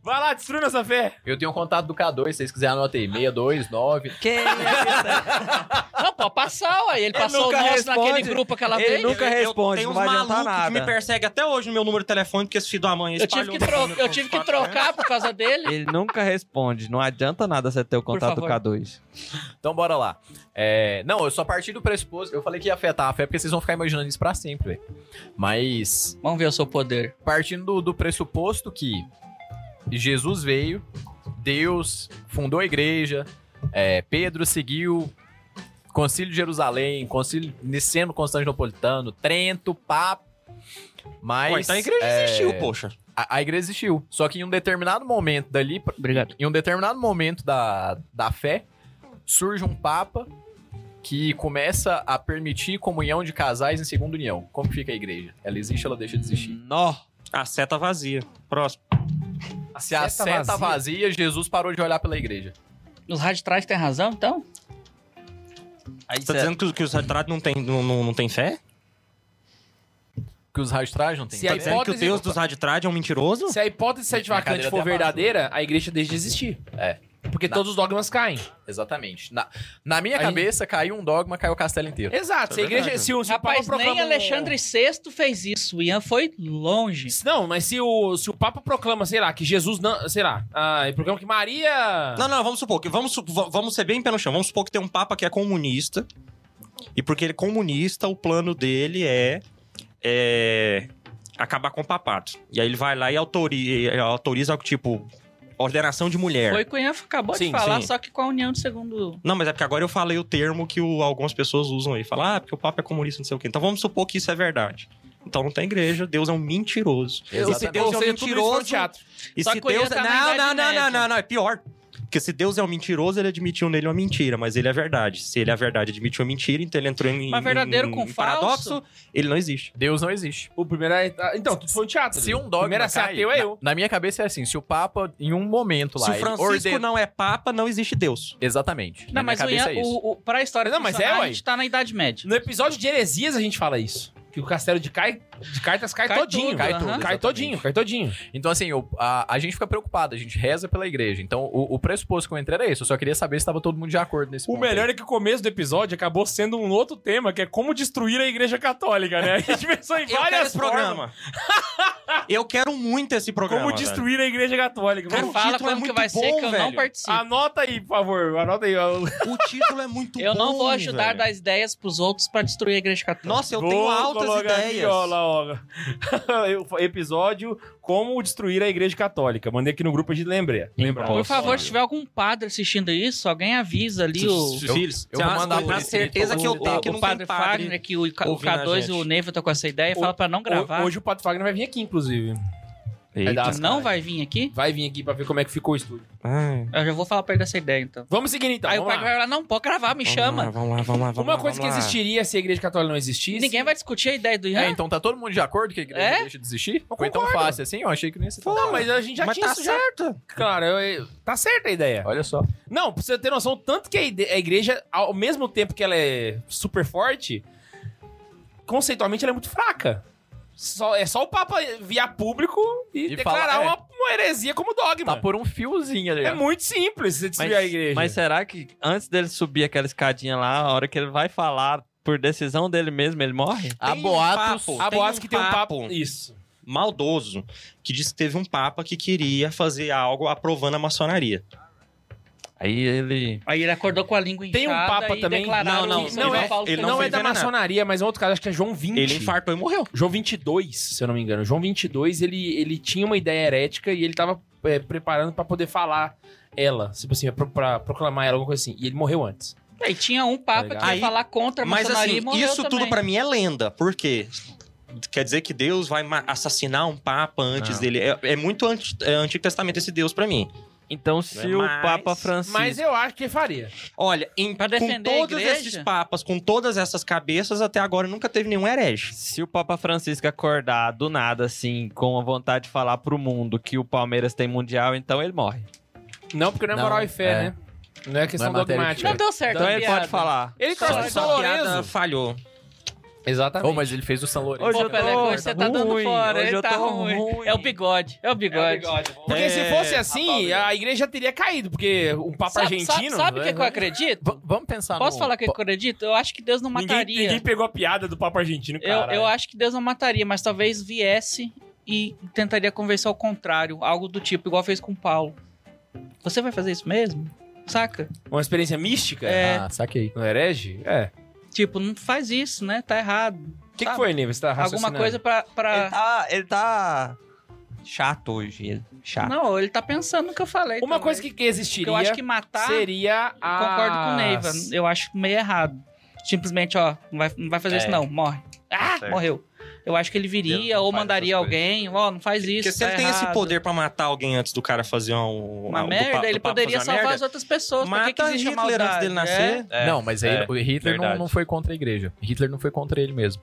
[SPEAKER 1] Vai lá, destrua nossa fé.
[SPEAKER 3] Eu tenho um contato do K2, se vocês quiserem anota aí, 629.
[SPEAKER 2] Quem é
[SPEAKER 4] não, pô, passar, ué. Ele passou o
[SPEAKER 2] nunca
[SPEAKER 4] nosso
[SPEAKER 2] responde.
[SPEAKER 4] naquele grupo aquela
[SPEAKER 2] Ele
[SPEAKER 4] vez.
[SPEAKER 2] nunca- responde,
[SPEAKER 5] tem
[SPEAKER 2] não
[SPEAKER 5] uns
[SPEAKER 2] vai adiantar
[SPEAKER 5] malucos que
[SPEAKER 2] nada.
[SPEAKER 5] me persegue até hoje no meu número de telefone, porque esse filho da mãe
[SPEAKER 4] Eu tive, que tro- eu tive que trocar por causa dele.
[SPEAKER 2] Ele nunca responde. Não adianta nada você ter o contato do
[SPEAKER 4] favor.
[SPEAKER 2] K2.
[SPEAKER 3] Então bora lá. É, não, eu só parti do pressuposto. Eu falei que ia afetar a fé, porque vocês vão ficar imaginando isso pra sempre, velho. Mas,
[SPEAKER 4] Vamos ver o seu poder.
[SPEAKER 3] partindo do, do pressuposto que Jesus veio, Deus fundou a igreja, é, Pedro seguiu. Concílio de Jerusalém, Concílio Niceno Constantinopolitano, Trento, Papa. Mas.
[SPEAKER 5] Mas então a igreja
[SPEAKER 3] é,
[SPEAKER 5] existiu, poxa.
[SPEAKER 3] A, a igreja existiu. Só que em um determinado momento dali, pra-
[SPEAKER 4] Obrigado.
[SPEAKER 3] em um determinado momento da, da fé, surge um papa que começa a permitir comunhão de casais em segunda união. Como fica a igreja? Ela existe, ela deixa de existir.
[SPEAKER 2] Nó.
[SPEAKER 5] A seta vazia. Próximo.
[SPEAKER 3] Se a seta vazia, Jesus parou de olhar pela igreja.
[SPEAKER 4] Os rádios trás têm razão, então?
[SPEAKER 2] Aí
[SPEAKER 5] Tá
[SPEAKER 2] cê-
[SPEAKER 5] dizendo que, os- que os retratos não tem, não, não, não tem fé?
[SPEAKER 3] Que os raios trás não tem.
[SPEAKER 1] Se
[SPEAKER 5] Tá
[SPEAKER 1] a
[SPEAKER 5] dizendo que o
[SPEAKER 1] hipótese-
[SPEAKER 5] Deus dos raditrades é um mentiroso?
[SPEAKER 1] Se a hipótese sete
[SPEAKER 3] Minha
[SPEAKER 1] vacante
[SPEAKER 3] cadeira
[SPEAKER 1] for
[SPEAKER 3] até abaixa.
[SPEAKER 1] verdadeira, a igreja deixa de existir.
[SPEAKER 3] né? É.
[SPEAKER 1] Porque
[SPEAKER 3] Não.
[SPEAKER 1] todos os dogmas caem.
[SPEAKER 3] Exatamente. Na, na minha
[SPEAKER 1] Aí-
[SPEAKER 3] cabeça, caiu um dogma, caiu o castelo inteiro.
[SPEAKER 1] Exato. se a igreja. Se, o- se o
[SPEAKER 4] Rapaz,
[SPEAKER 1] Papa
[SPEAKER 4] nem
[SPEAKER 1] proclama um-
[SPEAKER 4] Alexandre VI fez isso. O Ian foi longe.
[SPEAKER 1] Não, mas se o, se o Papa proclama, sei lá, que Jesus não. Sei lá. Ah, ele proclama que Maria.
[SPEAKER 5] Não, não, vamos supor que. Vamos, su- va- vamos ser bem pé no chão. Vamos supor que tem um papa que é comunista. E porque ele é comunista, o plano dele é. é, acabar com o papado. E aí ele vai lá e autoriza, autoriza tipo, ordenação de mulher.
[SPEAKER 4] Foi o que o Ian acabou
[SPEAKER 5] Sim,
[SPEAKER 4] de falar,
[SPEAKER 5] sim.
[SPEAKER 4] só que com a união de segundo.
[SPEAKER 5] Não, mas é porque agora eu falei o termo que o- algumas pessoas usam aí. Falar, ah, porque o Papa é comunista, não sei o quê. Então vamos supor que isso é verdade. Então não tem igreja, Deus é um mentiroso.
[SPEAKER 3] Exatamente.
[SPEAKER 5] Deus é um
[SPEAKER 1] Ou seja, tudo isso foi um
[SPEAKER 5] mentiroso.
[SPEAKER 1] teatro.
[SPEAKER 5] E
[SPEAKER 4] Só
[SPEAKER 5] se
[SPEAKER 4] que eu ia
[SPEAKER 5] Deus é...
[SPEAKER 4] estar na
[SPEAKER 5] Não,
[SPEAKER 4] Idade
[SPEAKER 5] não, não,
[SPEAKER 4] Média.
[SPEAKER 5] não, não, não, é pior. Porque se Deus é um mentiroso, ele admitiu nele uma mentira, mas ele é verdade. Se ele é verdade, admitiu uma mentira, então ele entrou em,
[SPEAKER 4] Mas verdadeiro
[SPEAKER 5] em-
[SPEAKER 4] com
[SPEAKER 5] em paradoxo, ele não existe.
[SPEAKER 3] Deus não existe.
[SPEAKER 1] O primeiro é. ah, Então, tudo foi um teatro.
[SPEAKER 3] Se um
[SPEAKER 1] O
[SPEAKER 3] dogma
[SPEAKER 1] primeiro a ser
[SPEAKER 3] cai,
[SPEAKER 1] ateu é eu.
[SPEAKER 3] Na, na minha cabeça é assim, se o Papa, em um momento lá,
[SPEAKER 5] Se o
[SPEAKER 3] ele
[SPEAKER 5] Francisco
[SPEAKER 3] ordena-
[SPEAKER 5] não é papa, não existe Deus.
[SPEAKER 3] Exatamente.
[SPEAKER 4] Não,
[SPEAKER 3] na minha
[SPEAKER 4] mas o,
[SPEAKER 3] cabeça
[SPEAKER 4] Ian,
[SPEAKER 3] é isso.
[SPEAKER 4] o, o, pra história
[SPEAKER 1] Não, mas é,
[SPEAKER 4] funcionar,
[SPEAKER 1] ué.
[SPEAKER 4] a gente tá na Idade Média.
[SPEAKER 1] No episódio de heresias a gente fala isso. Que o castelo de, cai, de cartas cai,
[SPEAKER 4] Cai
[SPEAKER 1] todinho.
[SPEAKER 4] tudo,
[SPEAKER 1] cai
[SPEAKER 4] aham.
[SPEAKER 1] tudo, cai
[SPEAKER 3] Exatamente.
[SPEAKER 1] todinho, cai todinho.
[SPEAKER 3] Então, assim, o- a, a gente fica preocupado, a gente reza pela igreja. Então, o, o pressuposto que eu entrei era esse. Eu só queria saber se estava todo mundo de acordo
[SPEAKER 1] O
[SPEAKER 3] nesse
[SPEAKER 5] Tá
[SPEAKER 3] ponto
[SPEAKER 1] melhor
[SPEAKER 3] aí.
[SPEAKER 1] é que o começo do episódio acabou sendo um outro tema, que é como destruir a igreja católica, né? A gente pensou em várias formas.
[SPEAKER 5] eu quero muito esse programa.
[SPEAKER 1] Como
[SPEAKER 5] velho.
[SPEAKER 1] destruir a igreja católica.
[SPEAKER 5] Cara,
[SPEAKER 4] Não
[SPEAKER 5] o
[SPEAKER 4] fala
[SPEAKER 5] título é
[SPEAKER 4] quando que
[SPEAKER 5] muito
[SPEAKER 4] vai ser
[SPEAKER 5] bom,
[SPEAKER 4] que eu não
[SPEAKER 5] velho.
[SPEAKER 4] participo.
[SPEAKER 1] Anota aí, por favor. Anota aí. ó.
[SPEAKER 5] O título é muito bom.
[SPEAKER 4] eu não vou ajudar a
[SPEAKER 5] velho.
[SPEAKER 4] dar ideias pros outros pra destruir a igreja católica.
[SPEAKER 5] Nossa, eu
[SPEAKER 1] Vou
[SPEAKER 5] tenho altas
[SPEAKER 1] colocar aqui,
[SPEAKER 5] ideias.
[SPEAKER 1] ó, lá, ó. Eu- Episódio Como Destruir a Igreja Católica. Mandei aqui no grupo de lembra. Lembra.
[SPEAKER 4] Por favor, se tiver algum padre assistindo isso, alguém avisa ali o...
[SPEAKER 5] Seus filhos.
[SPEAKER 3] eu vou
[SPEAKER 5] Ah,
[SPEAKER 3] mandar
[SPEAKER 5] com
[SPEAKER 3] por
[SPEAKER 5] a
[SPEAKER 3] escrito,
[SPEAKER 5] certeza que eu tenho que
[SPEAKER 4] o
[SPEAKER 5] não
[SPEAKER 4] padre
[SPEAKER 5] tem padre. né?
[SPEAKER 4] Fagner, que o, K- o
[SPEAKER 5] ouvindo a
[SPEAKER 4] K2 e
[SPEAKER 5] gente.
[SPEAKER 4] o Neva tá com essa ideia e
[SPEAKER 1] Ho-
[SPEAKER 4] fala pra não gravar.
[SPEAKER 1] Ho- Hoje tá, o Pato Wagner vai vir aqui, inclusive.
[SPEAKER 5] Eita.
[SPEAKER 1] Vai dar as
[SPEAKER 4] não
[SPEAKER 1] caras.
[SPEAKER 4] vai vir aqui?
[SPEAKER 1] Vai vir aqui pra ver como é que ficou o estúdio.
[SPEAKER 5] Ai,
[SPEAKER 4] Eu já vou falar pra ele dessa ideia, então.
[SPEAKER 1] Vamos seguir então.
[SPEAKER 4] Aí o
[SPEAKER 1] vamos
[SPEAKER 4] padre
[SPEAKER 1] lá.
[SPEAKER 4] vai falar, não, pode gravar, me
[SPEAKER 5] vamos
[SPEAKER 4] chama.
[SPEAKER 5] lá, Vamos lá, vamos lá, vamos
[SPEAKER 1] Uma
[SPEAKER 5] lá,
[SPEAKER 1] coisa que
[SPEAKER 5] vamos lá.
[SPEAKER 1] existiria se a Igreja Católica não existisse.
[SPEAKER 4] Ninguém vai discutir a ideia do Ian.
[SPEAKER 3] É, então tá todo mundo de acordo que a igreja
[SPEAKER 4] É?
[SPEAKER 3] deixa de existir? Foi tão fácil assim? Eu achei que não ia ser tão
[SPEAKER 1] Não,
[SPEAKER 3] fácil.
[SPEAKER 1] mas a gente já
[SPEAKER 5] Mas
[SPEAKER 1] tinha
[SPEAKER 5] tá
[SPEAKER 1] isso já.
[SPEAKER 5] certo.
[SPEAKER 1] Cara, eu- eu- tá certa a ideia.
[SPEAKER 3] Olha só.
[SPEAKER 1] Não, pra você ter noção, tanto que a ide- a igreja, ao mesmo tempo que ela é super forte, conceitualmente ela é muito fraca. Só, é só o Papa via público e,
[SPEAKER 3] E
[SPEAKER 1] declarar
[SPEAKER 3] falar, é.
[SPEAKER 1] uma, uma heresia como dogma.
[SPEAKER 3] Tá por um fiozinho ali.
[SPEAKER 1] É
[SPEAKER 3] ó.
[SPEAKER 1] muito simples você
[SPEAKER 2] Mas,
[SPEAKER 1] destruir a igreja.
[SPEAKER 2] mas é, será que antes dele subir aquela escadinha lá, a hora que ele vai falar por decisão dele mesmo, ele morre?
[SPEAKER 3] Há
[SPEAKER 5] Tem um
[SPEAKER 3] boatos.
[SPEAKER 5] papo.
[SPEAKER 1] a
[SPEAKER 5] tem
[SPEAKER 1] boate
[SPEAKER 5] um
[SPEAKER 1] que tem um papo.
[SPEAKER 5] papo.
[SPEAKER 1] Isso.
[SPEAKER 5] Maldoso. Que disse que teve um papa que queria fazer algo aprovando a maçonaria.
[SPEAKER 2] Aí ele.
[SPEAKER 4] Aí ele acordou com a língua inchada
[SPEAKER 1] Tem um papa
[SPEAKER 4] e
[SPEAKER 1] também?
[SPEAKER 4] declararam
[SPEAKER 5] Não, não,
[SPEAKER 4] que
[SPEAKER 5] não
[SPEAKER 4] São
[SPEAKER 1] é-
[SPEAKER 4] Paulo
[SPEAKER 5] ele
[SPEAKER 1] Não,
[SPEAKER 5] não
[SPEAKER 4] foi
[SPEAKER 1] é da
[SPEAKER 5] envenenado.
[SPEAKER 1] maçonaria, mas é outro cara, acho que é João 20.
[SPEAKER 5] Ele infartou e morreu.
[SPEAKER 1] João 22, se eu não me engano. João 22, ele, ele tinha uma ideia herética e ele tava é, preparando pra poder falar ela. Tipo assim, pra, pra proclamar ela, alguma coisa assim. E ele morreu antes.
[SPEAKER 4] E tinha um
[SPEAKER 1] Tá
[SPEAKER 4] papa
[SPEAKER 1] ligado?
[SPEAKER 4] que ia
[SPEAKER 5] Aí-
[SPEAKER 4] falar contra a
[SPEAKER 5] Mas
[SPEAKER 4] maçonaria
[SPEAKER 5] assim,
[SPEAKER 4] e morreu
[SPEAKER 5] isso
[SPEAKER 4] também.
[SPEAKER 5] tudo pra mim é lenda. Por quê? Quer dizer que Deus vai ma- assassinar um papa antes
[SPEAKER 3] Não.
[SPEAKER 5] dele. É, é muito anti- é Antigo Testamento esse Deus pra mim.
[SPEAKER 2] Então, se
[SPEAKER 5] Mas-
[SPEAKER 2] o Papa Francisco.
[SPEAKER 1] Mas eu acho que faria.
[SPEAKER 5] Olha, em,
[SPEAKER 4] Pra
[SPEAKER 5] com
[SPEAKER 4] defender a
[SPEAKER 5] todos
[SPEAKER 4] igreja?
[SPEAKER 5] esses papas, com todas essas cabeças, até agora nunca teve nenhum herege.
[SPEAKER 2] Se o Papa Francisco acordar do nada, assim, com a vontade de falar pro mundo que o Palmeiras tem mundial, então ele morre.
[SPEAKER 1] Não, porque não é
[SPEAKER 3] Não,
[SPEAKER 1] moral e fé,
[SPEAKER 3] é.
[SPEAKER 1] né? Não é questão
[SPEAKER 3] Não é matéria de
[SPEAKER 1] dogmática.
[SPEAKER 4] Não deu certo,
[SPEAKER 2] Então
[SPEAKER 4] a
[SPEAKER 2] ele
[SPEAKER 4] piada.
[SPEAKER 2] pode falar.
[SPEAKER 1] Ele
[SPEAKER 4] Só
[SPEAKER 1] torce pro
[SPEAKER 4] essa
[SPEAKER 1] São
[SPEAKER 5] Essa piada
[SPEAKER 1] Lourenço.
[SPEAKER 5] falhou.
[SPEAKER 1] Exatamente.
[SPEAKER 3] Oh, mas ele fez o São Lourenço.
[SPEAKER 2] Hoje eu
[SPEAKER 4] Pelé,
[SPEAKER 2] tô
[SPEAKER 4] hoje você tá dando
[SPEAKER 2] ruim,
[SPEAKER 4] fora,
[SPEAKER 2] hoje
[SPEAKER 4] ele
[SPEAKER 2] eu
[SPEAKER 4] tá
[SPEAKER 2] tô
[SPEAKER 4] ruim.
[SPEAKER 2] ruim.
[SPEAKER 4] É o bigode, é o bigode.
[SPEAKER 1] Porque se fosse assim, a igreja teria caído, porque um papa
[SPEAKER 4] Sabe-
[SPEAKER 1] argentino.
[SPEAKER 4] Sabe sabe o que é
[SPEAKER 1] né?
[SPEAKER 4] que eu acredito?
[SPEAKER 3] V- vamos pensar
[SPEAKER 4] Posso
[SPEAKER 3] Tá no-
[SPEAKER 4] falar o que que eu acredito? Eu acho que Deus não
[SPEAKER 1] ninguém,
[SPEAKER 4] mataria.
[SPEAKER 1] ninguém pegou a piada do papa argentino,
[SPEAKER 4] Eu,
[SPEAKER 1] cara.
[SPEAKER 4] eu acho que Deus não mataria, mas talvez viesse e tentaria convencer ao contrário, algo do tipo, igual fez com Paulo. Você vai fazer isso mesmo? Saca?
[SPEAKER 1] Uma experiência mística?
[SPEAKER 4] É.
[SPEAKER 3] Ah, saquei.
[SPEAKER 1] No herege? É.
[SPEAKER 4] Tipo, não faz isso, né? Tá errado.
[SPEAKER 1] O que, que
[SPEAKER 4] Sabe?
[SPEAKER 1] foi, Nive? Você tá
[SPEAKER 4] Alguma
[SPEAKER 1] raciocinando?
[SPEAKER 4] coisa pra. pra-
[SPEAKER 2] Ele tá, ele tá chato hoje. ele- Chato.
[SPEAKER 4] Não, ele tá pensando no que eu falei.
[SPEAKER 1] Uma
[SPEAKER 4] também.
[SPEAKER 1] coisa que, que
[SPEAKER 4] Porque
[SPEAKER 1] existiria
[SPEAKER 4] eu acho que matar.
[SPEAKER 1] seria a.
[SPEAKER 4] Concordo com o Neiva. Eu acho meio errado. Simplesmente, ó, não vai, não vai fazer isso
[SPEAKER 2] É.
[SPEAKER 4] não, morre. Ah,
[SPEAKER 2] certo.
[SPEAKER 4] morreu. Eu acho que ele
[SPEAKER 2] Deus
[SPEAKER 4] viria
[SPEAKER 2] não
[SPEAKER 4] ou
[SPEAKER 2] faz
[SPEAKER 4] mandaria
[SPEAKER 2] essas coisas.
[SPEAKER 4] alguém, ó, não faz isso.
[SPEAKER 5] Porque se
[SPEAKER 4] tá
[SPEAKER 5] ele tem esse
[SPEAKER 4] errado.
[SPEAKER 5] poder pra matar alguém antes do cara fazer um,
[SPEAKER 4] Uma
[SPEAKER 5] um- do pa-
[SPEAKER 4] merda,
[SPEAKER 5] do
[SPEAKER 4] ele
[SPEAKER 5] papa
[SPEAKER 4] poderia
[SPEAKER 5] fazer uma
[SPEAKER 4] salvar as
[SPEAKER 5] merda,
[SPEAKER 4] outras pessoas. Por que que
[SPEAKER 5] Mata
[SPEAKER 4] existe a
[SPEAKER 5] Hitler antes
[SPEAKER 4] maldade?
[SPEAKER 5] dele nascer.
[SPEAKER 2] É,
[SPEAKER 3] não, mas aí
[SPEAKER 2] é,
[SPEAKER 3] o Hitler não,
[SPEAKER 2] verdade.
[SPEAKER 3] não foi contra a igreja. Hitler não foi contra ele mesmo.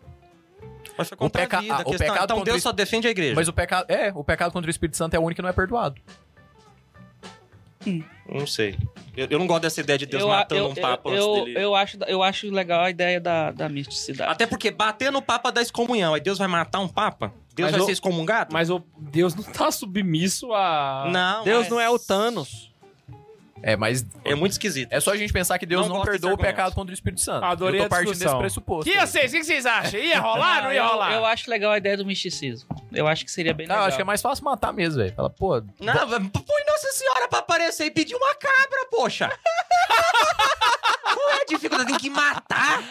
[SPEAKER 5] Mas foi contra a
[SPEAKER 3] peca-
[SPEAKER 5] vida,
[SPEAKER 3] ah,
[SPEAKER 5] a
[SPEAKER 3] o
[SPEAKER 5] questão-
[SPEAKER 3] pecado
[SPEAKER 5] Então
[SPEAKER 3] contra
[SPEAKER 5] Deus
[SPEAKER 3] isso-
[SPEAKER 5] só defende a igreja.
[SPEAKER 3] Mas o pecado. É, o pecado contra o Espírito Santo é o único que não é perdoado.
[SPEAKER 5] Não sei. Eu, eu não gosto dessa ideia de Deus
[SPEAKER 4] eu,
[SPEAKER 5] matando
[SPEAKER 4] eu,
[SPEAKER 5] um papa
[SPEAKER 4] eu,
[SPEAKER 5] antes
[SPEAKER 4] eu,
[SPEAKER 5] dele.
[SPEAKER 4] eu acho, eu acho legal a ideia da, da misticidade.
[SPEAKER 5] Até porque bater no papa dá excomunhão. Aí Deus vai matar um papa? Deus
[SPEAKER 1] Mas
[SPEAKER 5] vai
[SPEAKER 1] eu-
[SPEAKER 5] ser excomungado?
[SPEAKER 1] Mas o Deus não tá submisso a.
[SPEAKER 5] Não.
[SPEAKER 2] Deus
[SPEAKER 5] mas-
[SPEAKER 2] não é o Thanos.
[SPEAKER 3] É, mas
[SPEAKER 5] É muito esquisito.
[SPEAKER 3] é só a gente pensar que Deus
[SPEAKER 5] Não
[SPEAKER 3] não,
[SPEAKER 5] gosto
[SPEAKER 3] perdoa o
[SPEAKER 5] desse argumento.
[SPEAKER 3] pecado contra o Espírito Santo.
[SPEAKER 1] Adorei
[SPEAKER 3] eu
[SPEAKER 1] a
[SPEAKER 3] tô partindo
[SPEAKER 1] discussão.
[SPEAKER 3] desse pressuposto.
[SPEAKER 1] E vocês? O que que vocês acham? Ia rolar? Não ia
[SPEAKER 4] Ah, eu-
[SPEAKER 1] rolar?
[SPEAKER 4] Eu, acho legal a ideia do misticismo. Eu acho que seria bem
[SPEAKER 3] Cara,
[SPEAKER 4] legal.
[SPEAKER 3] eu acho que é mais fácil matar mesmo, velho. Fala, pô,
[SPEAKER 5] Não, vai- põe Nossa Senhora pra aparecer e pedir uma cabra, poxa. Qual é a dificuldade? Tem que matar.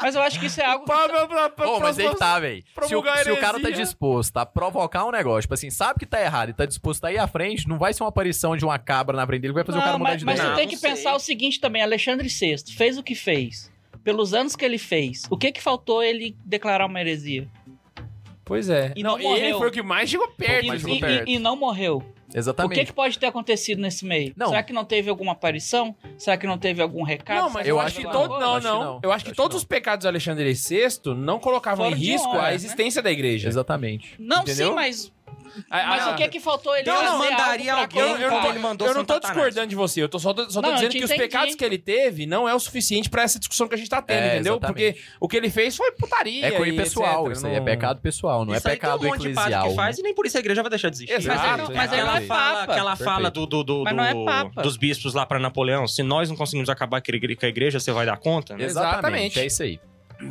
[SPEAKER 4] Mas eu acho que isso é algo.
[SPEAKER 1] Pá, pá, pá, pá,
[SPEAKER 3] Ô, mas
[SPEAKER 1] pá,
[SPEAKER 3] aí que tá, velho. Se, o-
[SPEAKER 1] promulgar
[SPEAKER 3] se o cara tá
[SPEAKER 1] heresia.
[SPEAKER 3] disposto a provocar um negócio, tipo assim, sabe que tá errado e tá disposto a ir à frente, não vai ser uma aparição de uma cabra na frente dele que vai fazer o cara
[SPEAKER 4] Não,
[SPEAKER 3] mudar
[SPEAKER 4] mas,
[SPEAKER 3] de
[SPEAKER 4] mas
[SPEAKER 3] ideia.
[SPEAKER 4] tu
[SPEAKER 5] Não,
[SPEAKER 4] tem que
[SPEAKER 5] Ah, não sei.
[SPEAKER 4] pensar o seguinte também: Alexandre VI fez o que fez. Pelos anos que ele fez, o que que faltou ele declarar uma heresia?
[SPEAKER 1] Pois é.
[SPEAKER 4] E
[SPEAKER 1] não,
[SPEAKER 4] não
[SPEAKER 1] ele
[SPEAKER 4] morreu. um
[SPEAKER 1] foi o que mais chegou perto.
[SPEAKER 4] e,
[SPEAKER 3] mas
[SPEAKER 4] e-
[SPEAKER 3] ficou perto.
[SPEAKER 4] e- e não morreu. O que,
[SPEAKER 3] Exatamente.
[SPEAKER 4] que pode ter acontecido nesse meio?
[SPEAKER 3] Não.
[SPEAKER 4] Será que não teve alguma aparição? Será que não teve algum recado?
[SPEAKER 1] Não, mas
[SPEAKER 4] Será
[SPEAKER 1] eu,
[SPEAKER 3] eu
[SPEAKER 1] acho
[SPEAKER 3] acho
[SPEAKER 1] que
[SPEAKER 3] que
[SPEAKER 4] alguma
[SPEAKER 1] todo,
[SPEAKER 3] não.
[SPEAKER 4] coisa?
[SPEAKER 1] não,
[SPEAKER 3] Acho
[SPEAKER 1] não.
[SPEAKER 3] que não.
[SPEAKER 1] Eu acho que
[SPEAKER 3] Acho que
[SPEAKER 1] todos
[SPEAKER 3] não.
[SPEAKER 1] os pecados de Alexandre VI não colocavam
[SPEAKER 4] Fora
[SPEAKER 1] em
[SPEAKER 4] de
[SPEAKER 1] risco
[SPEAKER 4] hora,
[SPEAKER 1] a
[SPEAKER 4] né?
[SPEAKER 1] existência da igreja.
[SPEAKER 3] Exatamente.
[SPEAKER 4] Não,
[SPEAKER 3] Entendeu? Ah,
[SPEAKER 4] sim, mas,
[SPEAKER 1] A-
[SPEAKER 4] mas
[SPEAKER 1] a-
[SPEAKER 4] o que é que faltou ele
[SPEAKER 1] Deus
[SPEAKER 4] fazer algo
[SPEAKER 5] mandaria
[SPEAKER 4] pra
[SPEAKER 5] alguém
[SPEAKER 1] Eu, eu não tô,
[SPEAKER 4] colocar?
[SPEAKER 5] Ele mandou
[SPEAKER 1] eu não tô
[SPEAKER 5] Santo Satanás.
[SPEAKER 1] discordando de você, eu tô só, só tô
[SPEAKER 4] Não, eu
[SPEAKER 1] dizendo
[SPEAKER 4] te
[SPEAKER 1] que os
[SPEAKER 4] entendi.
[SPEAKER 1] pecados que ele teve não é o suficiente pra essa discussão que a gente tá tendo,
[SPEAKER 3] É,
[SPEAKER 1] entendeu? Porque
[SPEAKER 3] exatamente.
[SPEAKER 1] o que ele fez foi putaria.
[SPEAKER 3] É coisa
[SPEAKER 1] e
[SPEAKER 3] pessoal,
[SPEAKER 1] etc.
[SPEAKER 3] isso aí é
[SPEAKER 1] Não-
[SPEAKER 3] pecado pessoal, não
[SPEAKER 5] Isso
[SPEAKER 3] é
[SPEAKER 5] aí
[SPEAKER 3] pecado
[SPEAKER 5] tem um monte de padre
[SPEAKER 3] eclesial. né?
[SPEAKER 5] que faz e nem por isso a igreja vai deixar de existir.
[SPEAKER 1] Exato,
[SPEAKER 4] Mas aí não- mas aí
[SPEAKER 5] aquela
[SPEAKER 4] não é
[SPEAKER 5] fala,
[SPEAKER 4] papa.
[SPEAKER 5] aquela
[SPEAKER 3] Perfeito.
[SPEAKER 5] fala do, do, do-
[SPEAKER 4] Mas não é
[SPEAKER 5] do-
[SPEAKER 4] papa.
[SPEAKER 5] dos bispos lá pra Napoleão. Se nós não conseguimos acabar com a igre- com a igreja, você vai dar conta, né?
[SPEAKER 1] Exatamente.
[SPEAKER 3] Exatamente, é isso aí.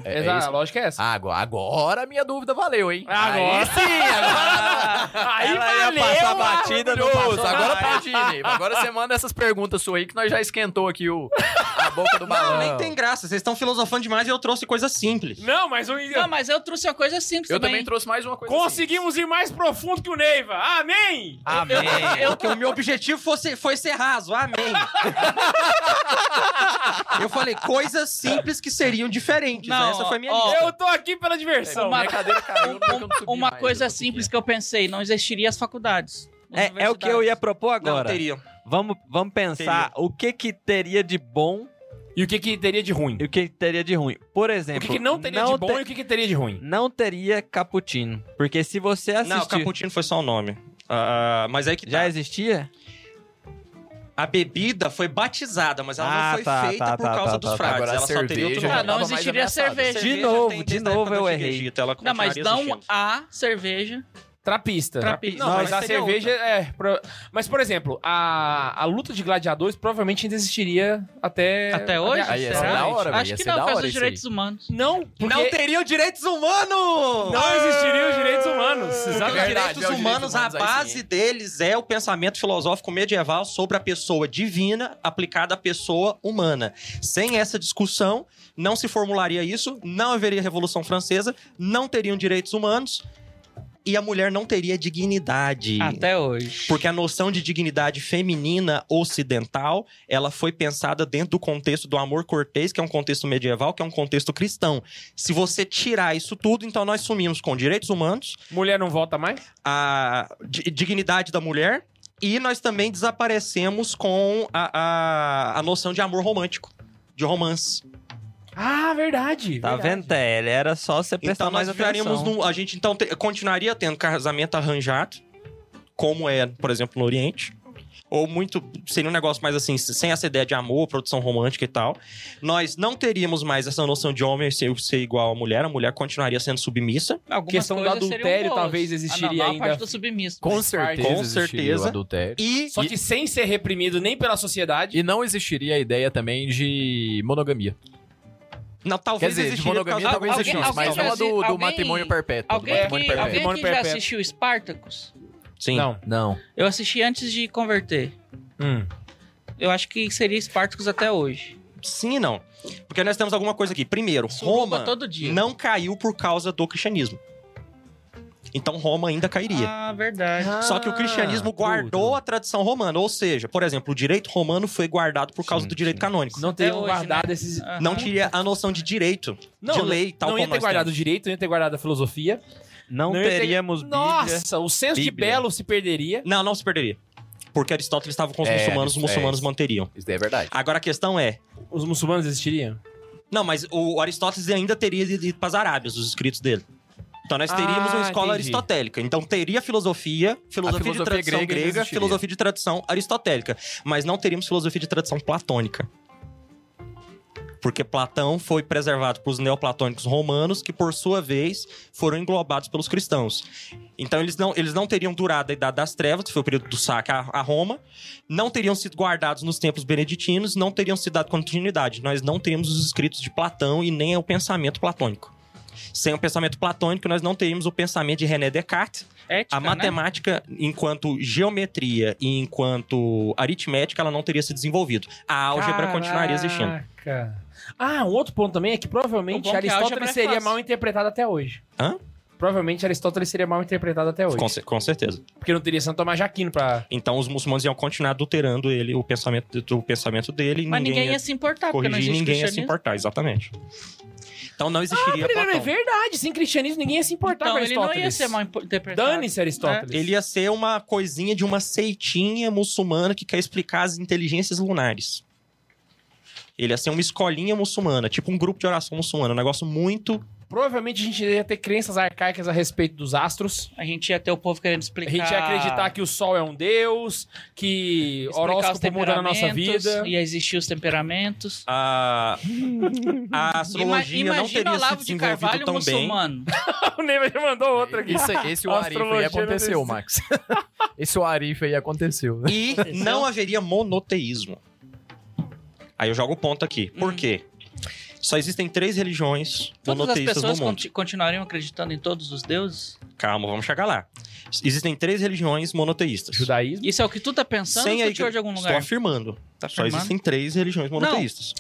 [SPEAKER 3] É, é
[SPEAKER 1] Exato,
[SPEAKER 3] isso.
[SPEAKER 1] a lógica é essa.
[SPEAKER 3] Agora, agora a minha dúvida valeu, hein?
[SPEAKER 1] Agora
[SPEAKER 3] Aí sim, agora...
[SPEAKER 1] Aí
[SPEAKER 2] Ela ia
[SPEAKER 1] valeu,
[SPEAKER 2] passar batida, não
[SPEAKER 3] Maravilhoso,
[SPEAKER 2] passou
[SPEAKER 3] Agora
[SPEAKER 2] nada.
[SPEAKER 3] perdi, Ney. Agora você manda essas perguntas suas aí que nós já esquentou aqui o... a boca do balão.
[SPEAKER 5] Não, nem tem graça. Vocês estão filosofando demais e eu trouxe coisa simples.
[SPEAKER 1] Não, mas um- o...
[SPEAKER 4] Não, mas assim, eu trouxe uma coisa simples
[SPEAKER 3] Eu
[SPEAKER 4] também.
[SPEAKER 3] também trouxe mais uma coisa assim.
[SPEAKER 1] conseguimos ir mais profundo que o Neiva. Amém!
[SPEAKER 2] Amém.
[SPEAKER 5] Porque É, o meu objetivo fosse, foi ser raso. Amém. eu falei coisas simples que seriam diferentes.
[SPEAKER 4] Não,
[SPEAKER 5] Essa foi a minha
[SPEAKER 4] ó,
[SPEAKER 5] lista.
[SPEAKER 1] Eu tô aqui pela diversão. né?
[SPEAKER 4] Uma-
[SPEAKER 3] Minha cadeira caiu, porque eu não subi
[SPEAKER 4] um- Uma
[SPEAKER 3] mais,
[SPEAKER 4] coisa
[SPEAKER 3] eu tô
[SPEAKER 4] simples
[SPEAKER 3] aqui.
[SPEAKER 4] que eu pensei, não existiria as faculdades. as
[SPEAKER 2] É, é o que eu ia propor
[SPEAKER 5] Não,
[SPEAKER 2] agora.
[SPEAKER 5] teria.
[SPEAKER 2] Vamos, vamos pensar o que que teria de bom
[SPEAKER 1] E o que que teria de ruim?
[SPEAKER 2] e o que que teria de ruim. Por
[SPEAKER 1] O
[SPEAKER 2] exemplo,
[SPEAKER 1] que, que não teria de bom
[SPEAKER 2] te-
[SPEAKER 1] e o que, que teria de ruim?
[SPEAKER 2] não teria cappuccino, porque se você assistir,
[SPEAKER 5] Não, Caputino foi só o nome. Ah, mas aí que
[SPEAKER 2] já
[SPEAKER 5] tá.
[SPEAKER 2] existia?
[SPEAKER 5] A bebida foi batizada, mas ela
[SPEAKER 2] Ah,
[SPEAKER 5] não foi
[SPEAKER 2] tá,
[SPEAKER 5] feita
[SPEAKER 2] tá,
[SPEAKER 5] por
[SPEAKER 2] tá,
[SPEAKER 5] causa
[SPEAKER 2] tá,
[SPEAKER 5] dos
[SPEAKER 2] tá, tá.
[SPEAKER 5] frades.
[SPEAKER 3] Agora a
[SPEAKER 5] ela só teria outro
[SPEAKER 3] cerveja
[SPEAKER 5] nome.
[SPEAKER 4] Ah, não
[SPEAKER 3] já tava mais
[SPEAKER 4] existiria
[SPEAKER 3] ameaçada.
[SPEAKER 4] cerveja.
[SPEAKER 5] Cerveja
[SPEAKER 2] De novo,
[SPEAKER 5] tem
[SPEAKER 2] de
[SPEAKER 5] desde a
[SPEAKER 2] novo é
[SPEAKER 5] época do
[SPEAKER 2] eu
[SPEAKER 5] Antigo
[SPEAKER 2] errei.
[SPEAKER 5] Egito, ela
[SPEAKER 4] Não, mas
[SPEAKER 5] continuaria
[SPEAKER 4] não
[SPEAKER 5] existindo.
[SPEAKER 4] a cerveja.
[SPEAKER 1] Trapista.
[SPEAKER 4] Trapista.
[SPEAKER 1] Não,
[SPEAKER 5] Não,
[SPEAKER 1] mas,
[SPEAKER 5] mas
[SPEAKER 1] a
[SPEAKER 5] seria
[SPEAKER 1] cerveja é. pro- Mas, por exemplo, a, a luta de gladiadores provavelmente ainda existiria até.
[SPEAKER 4] Até hoje?
[SPEAKER 3] Aí ia ser
[SPEAKER 4] Será?
[SPEAKER 3] da hora, velho.
[SPEAKER 4] Acho
[SPEAKER 3] Ia
[SPEAKER 4] que
[SPEAKER 3] ser
[SPEAKER 4] não,
[SPEAKER 3] da
[SPEAKER 4] por causa
[SPEAKER 3] hora
[SPEAKER 4] dos
[SPEAKER 3] isso
[SPEAKER 4] direitos humanos.
[SPEAKER 1] Não, porque
[SPEAKER 5] Não
[SPEAKER 1] não,
[SPEAKER 5] teriam direitos humanos!
[SPEAKER 1] existiriam os direitos humanos.
[SPEAKER 5] Os
[SPEAKER 1] Exatamente.
[SPEAKER 3] Verdade, é, os
[SPEAKER 5] direitos
[SPEAKER 3] direitos
[SPEAKER 5] humanos, a
[SPEAKER 3] humanos, aí
[SPEAKER 5] base
[SPEAKER 3] sim.
[SPEAKER 5] deles é o pensamento filosófico medieval sobre a pessoa divina aplicada à pessoa humana. Sem essa discussão, não se formularia isso, não haveria Revolução Francesa, não teriam direitos humanos e a mulher não teria dignidade.
[SPEAKER 2] Ah,
[SPEAKER 4] Até hoje.
[SPEAKER 5] Porque a noção de dignidade feminina ocidental, ela foi pensada dentro do contexto do amor cortês, que é um contexto medieval, que é um contexto cristão. Se você tirar isso tudo, então nós sumimos com direitos humanos,
[SPEAKER 1] Mulher não volta mais?
[SPEAKER 5] a di- dignidade da mulher e nós também desaparecemos com a, a, a noção de amor romântico, de romance.
[SPEAKER 1] Ah, verdade.
[SPEAKER 2] Tá vendo, Tele? Era só você prestar
[SPEAKER 5] Então nós
[SPEAKER 2] mais
[SPEAKER 5] entraríamos
[SPEAKER 2] atenção.
[SPEAKER 5] num. A gente então te- continuaria tendo casamento arranjado, como é, por exemplo, no Oriente. Ou muito. Seria um negócio mais assim, sem essa ideia de amor, produção romântica e tal. Nós não teríamos mais essa noção de homem ser, ser igual à mulher, a mulher continuaria sendo submissa.
[SPEAKER 4] Algumas
[SPEAKER 1] questão do
[SPEAKER 4] coisas seriam
[SPEAKER 1] adultério
[SPEAKER 4] boas.
[SPEAKER 1] talvez existiria
[SPEAKER 4] ah, não, não,
[SPEAKER 1] ainda.
[SPEAKER 4] A parte do submisso.
[SPEAKER 3] Com
[SPEAKER 4] Mas-
[SPEAKER 3] certeza
[SPEAKER 5] Com
[SPEAKER 3] existiria
[SPEAKER 5] certeza.
[SPEAKER 3] o adultério.
[SPEAKER 5] E
[SPEAKER 1] Só que sem ser reprimido nem pela sociedade.
[SPEAKER 3] E não existiria a ideia também de monogamia.
[SPEAKER 5] não,
[SPEAKER 3] Quer
[SPEAKER 5] talvez
[SPEAKER 3] dizer, de
[SPEAKER 5] existiria por
[SPEAKER 3] monogamia
[SPEAKER 5] causa-
[SPEAKER 3] talvez
[SPEAKER 4] alguém-
[SPEAKER 3] existisse, mas
[SPEAKER 4] alguém
[SPEAKER 3] não a do, do
[SPEAKER 4] alguém-
[SPEAKER 3] matrimônio perpétuo. do
[SPEAKER 4] Alguém
[SPEAKER 3] matrimônio
[SPEAKER 4] que,
[SPEAKER 3] perpétuo.
[SPEAKER 4] alguém que já
[SPEAKER 1] Perpétuo.
[SPEAKER 4] assistiu Spartacus?
[SPEAKER 5] Sim.
[SPEAKER 1] Não.
[SPEAKER 3] Não.
[SPEAKER 4] Eu assisti antes de converter.
[SPEAKER 1] Hum.
[SPEAKER 4] Eu acho que seria Spartacus até hoje.
[SPEAKER 5] Sim e não. Porque nós temos alguma coisa aqui. Primeiro,
[SPEAKER 4] Suruba
[SPEAKER 5] Roma
[SPEAKER 4] todo dia.
[SPEAKER 5] não caiu por causa do cristianismo. Então Roma ainda cairia.
[SPEAKER 4] Ah, verdade.
[SPEAKER 5] Só que o cristianismo guardou a tradição romana. Ou seja, por exemplo, o direito romano foi guardado por causa
[SPEAKER 2] Sim,
[SPEAKER 5] do direito
[SPEAKER 2] sim.
[SPEAKER 5] canônico. Não,
[SPEAKER 1] Não teriam
[SPEAKER 4] hoje,
[SPEAKER 5] né?
[SPEAKER 1] guardado esses.
[SPEAKER 4] Aham.
[SPEAKER 5] tinha a noção de direito, de
[SPEAKER 1] Não,
[SPEAKER 5] lei, tal
[SPEAKER 1] não
[SPEAKER 5] como
[SPEAKER 1] ia ter
[SPEAKER 5] nós
[SPEAKER 1] guardado o
[SPEAKER 5] temos.
[SPEAKER 1] direito, não ia ter guardado a filosofia.
[SPEAKER 2] Não,
[SPEAKER 1] Não ia ter-
[SPEAKER 2] teríamos Bíblia.
[SPEAKER 1] Nossa, o senso de
[SPEAKER 2] Bíblia.
[SPEAKER 1] belo se perderia.
[SPEAKER 5] Não, não se perderia. Porque Aristóteles estava com os
[SPEAKER 3] É,
[SPEAKER 5] muçulmanos, os
[SPEAKER 3] é
[SPEAKER 5] muçulmanos
[SPEAKER 3] isso.
[SPEAKER 5] manteriam.
[SPEAKER 3] Isso daí é verdade.
[SPEAKER 5] Agora a questão é...
[SPEAKER 1] Os muçulmanos existiriam?
[SPEAKER 5] Não, mas o Aristóteles ainda teria ido para as Arábias, os escritos dele. Então nós teríamos
[SPEAKER 1] Ah,
[SPEAKER 5] uma escola
[SPEAKER 1] entendi.
[SPEAKER 5] aristotélica. Então teria filosofia, filosofia,
[SPEAKER 3] filosofia
[SPEAKER 5] de tradição
[SPEAKER 3] grega
[SPEAKER 5] grega,
[SPEAKER 3] ainda existiria.
[SPEAKER 5] filosofia de tradição aristotélica. Mas não teríamos filosofia de tradição platônica. Porque Platão foi preservado pelos neoplatônicos romanos, que por sua vez foram englobados pelos cristãos. Então eles não, eles não teriam durado a Idade das Trevas, que foi o período do saque a, a Roma, não teriam sido guardados nos templos beneditinos, não teriam sido dado continuidade. Nós não temos os escritos de Platão e nem o pensamento platônico. Sem o pensamento platônico, nós não teríamos o pensamento de René Descartes.
[SPEAKER 4] Ética, né?
[SPEAKER 5] A é matemática, enquanto geometria e enquanto aritmética, ela não teria se desenvolvido. A álgebra continuaria existindo.
[SPEAKER 1] Caraca. Ah, um outro ponto também é que
[SPEAKER 4] O
[SPEAKER 1] provavelmente
[SPEAKER 4] bom é que a álgebra
[SPEAKER 1] Aristóteles
[SPEAKER 4] é
[SPEAKER 1] seria
[SPEAKER 4] fácil.
[SPEAKER 1] mal interpretado até hoje.
[SPEAKER 5] Hã?
[SPEAKER 1] Provavelmente Aristóteles seria mal interpretado até hoje.
[SPEAKER 5] Com, cer- com certeza.
[SPEAKER 1] Porque não teria Santo Tomás de Aquino pra...
[SPEAKER 5] Então os muçulmanos iam continuar adulterando ele, o pensamento, o pensamento dele. e
[SPEAKER 4] Mas ninguém
[SPEAKER 5] ia
[SPEAKER 4] ia se importar, porque não
[SPEAKER 5] corrigir
[SPEAKER 4] existe Ah,
[SPEAKER 5] ninguém ia se
[SPEAKER 4] cristianismo.
[SPEAKER 5] importar, exatamente. Então não existiria
[SPEAKER 1] É
[SPEAKER 5] Platão.
[SPEAKER 1] verdade, sem cristianismo ninguém ia se importar
[SPEAKER 4] Então,
[SPEAKER 1] com
[SPEAKER 4] ele não
[SPEAKER 1] Aristóteles.
[SPEAKER 4] ia ser mal impo- interpretado.
[SPEAKER 1] Dane-se Aristóteles.
[SPEAKER 5] Ele ia ser uma coisinha de uma seitinha muçulmana que quer explicar as inteligências lunares. Ele ia ser uma escolinha muçulmana, tipo um grupo de oração muçulmana, um negócio muito.
[SPEAKER 1] Provavelmente a gente ia ter crenças arcaicas a respeito dos astros.
[SPEAKER 4] A gente ia ter o povo querendo
[SPEAKER 1] A
[SPEAKER 4] explicar.
[SPEAKER 1] gente ia acreditar que o sol é um deus, que
[SPEAKER 4] explicar os
[SPEAKER 1] horóscopo muda na nossa
[SPEAKER 4] temperamentos,
[SPEAKER 1] vida.
[SPEAKER 4] Ia existir os temperamentos.
[SPEAKER 5] A, ah, a astrologia
[SPEAKER 4] Ima-
[SPEAKER 5] não teria se
[SPEAKER 4] Olavo de
[SPEAKER 5] desenvolvido
[SPEAKER 4] Carvalho
[SPEAKER 5] tão bem.
[SPEAKER 4] muçulmano.
[SPEAKER 1] o Ney já mandou outra aqui.
[SPEAKER 3] Isso, é- esse o Arif aí
[SPEAKER 1] Astrologia não
[SPEAKER 3] aconteceu,
[SPEAKER 1] existe.
[SPEAKER 3] Max. Esse o Arif aí aconteceu.
[SPEAKER 5] E não haveria monoteísmo. Aí eu jogo o ponto aqui. Por
[SPEAKER 4] Hum.
[SPEAKER 5] quê? Só existem três religiões
[SPEAKER 4] Todas as
[SPEAKER 5] monoteístas no
[SPEAKER 4] pessoas
[SPEAKER 5] mundo.
[SPEAKER 4] conti- continuariam acreditando em todos os deuses?
[SPEAKER 5] Calma, vamos chegar lá. Existem três religiões monoteístas.
[SPEAKER 1] Judaísmo.
[SPEAKER 4] Isso é o que tu tá pensando
[SPEAKER 5] Sem
[SPEAKER 4] ou
[SPEAKER 5] a
[SPEAKER 4] tu tirou de algum
[SPEAKER 5] Estou
[SPEAKER 4] lugar?
[SPEAKER 5] afirmando.
[SPEAKER 4] Tá
[SPEAKER 5] Só
[SPEAKER 4] afirmando?
[SPEAKER 5] existem três religiões monoteístas.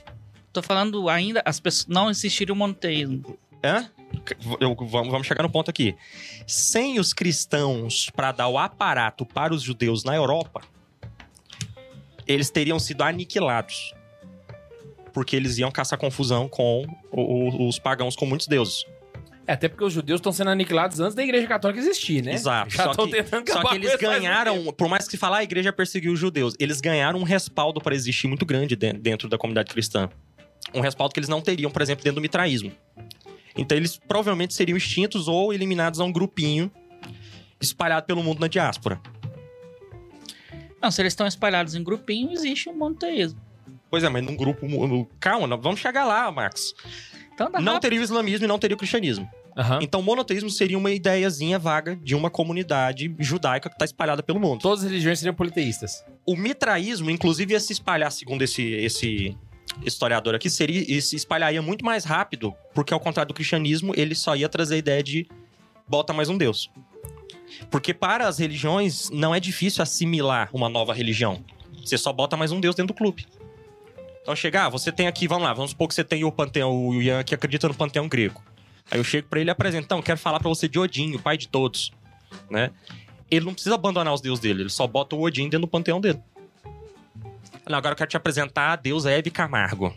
[SPEAKER 4] Tô falando ainda, as pessoas não existiria o monoteísmo.
[SPEAKER 5] Hã? Eu- vamos, vamos chegar no ponto aqui. Sem os cristãos para dar o aparato para os judeus na Europa, eles teriam sido aniquilados. Porque eles iam caçar confusão com o- o- os pagãos com muitos deuses.
[SPEAKER 1] É, até porque os judeus estão sendo aniquilados antes da igreja católica existir, né?
[SPEAKER 5] Exato.
[SPEAKER 1] Já
[SPEAKER 5] Só
[SPEAKER 1] estão
[SPEAKER 5] que,
[SPEAKER 1] tentando
[SPEAKER 5] só
[SPEAKER 1] acabar
[SPEAKER 5] que
[SPEAKER 1] com
[SPEAKER 5] eles
[SPEAKER 1] isso faz um
[SPEAKER 5] ganharam,
[SPEAKER 1] tempo.
[SPEAKER 5] por mais que se falar, a igreja perseguiu os judeus, eles ganharam um respaldo para existir muito grande den- dentro da comunidade cristã. Um respaldo que eles não teriam, por exemplo, dentro do mitraísmo. Então eles provavelmente seriam extintos ou eliminados a um grupinho espalhado pelo mundo na diáspora.
[SPEAKER 4] Não, se eles estão espalhados em grupinho, existe o monoteísmo.
[SPEAKER 5] Pois é, mas num grupo. mu- mu- Calma, nós vamos chegar lá, Max.
[SPEAKER 4] Então dá
[SPEAKER 5] Não
[SPEAKER 4] rápido.
[SPEAKER 5] teria o islamismo e não teria o cristianismo.
[SPEAKER 1] Aham.
[SPEAKER 5] Então, monoteísmo seria uma ideiazinha vaga de uma comunidade judaica que está espalhada pelo mundo.
[SPEAKER 1] Todas as religiões seriam politeístas.
[SPEAKER 5] o mitraísmo, inclusive, ia se espalhar, segundo esse, esse historiador aqui, seria, e se espalharia muito mais rápido, porque ao contrário do cristianismo, ele só ia trazer a ideia de bota mais um Deus. Porque para as religiões não é difícil assimilar uma nova religião. Você só bota mais um Deus dentro do clube. Então chegar, você tem aqui, vamos lá, vamos supor que você tem o panteão, o Ian que acredita no panteão grego. Aí eu chego pra ele e apresento, então, quero falar pra você de Odin, o pai de todos, né? Ele não precisa abandonar os deuses dele, ele só bota o Odin dentro do panteão dele. Não, agora eu quero te apresentar a deusa Hebe Camargo.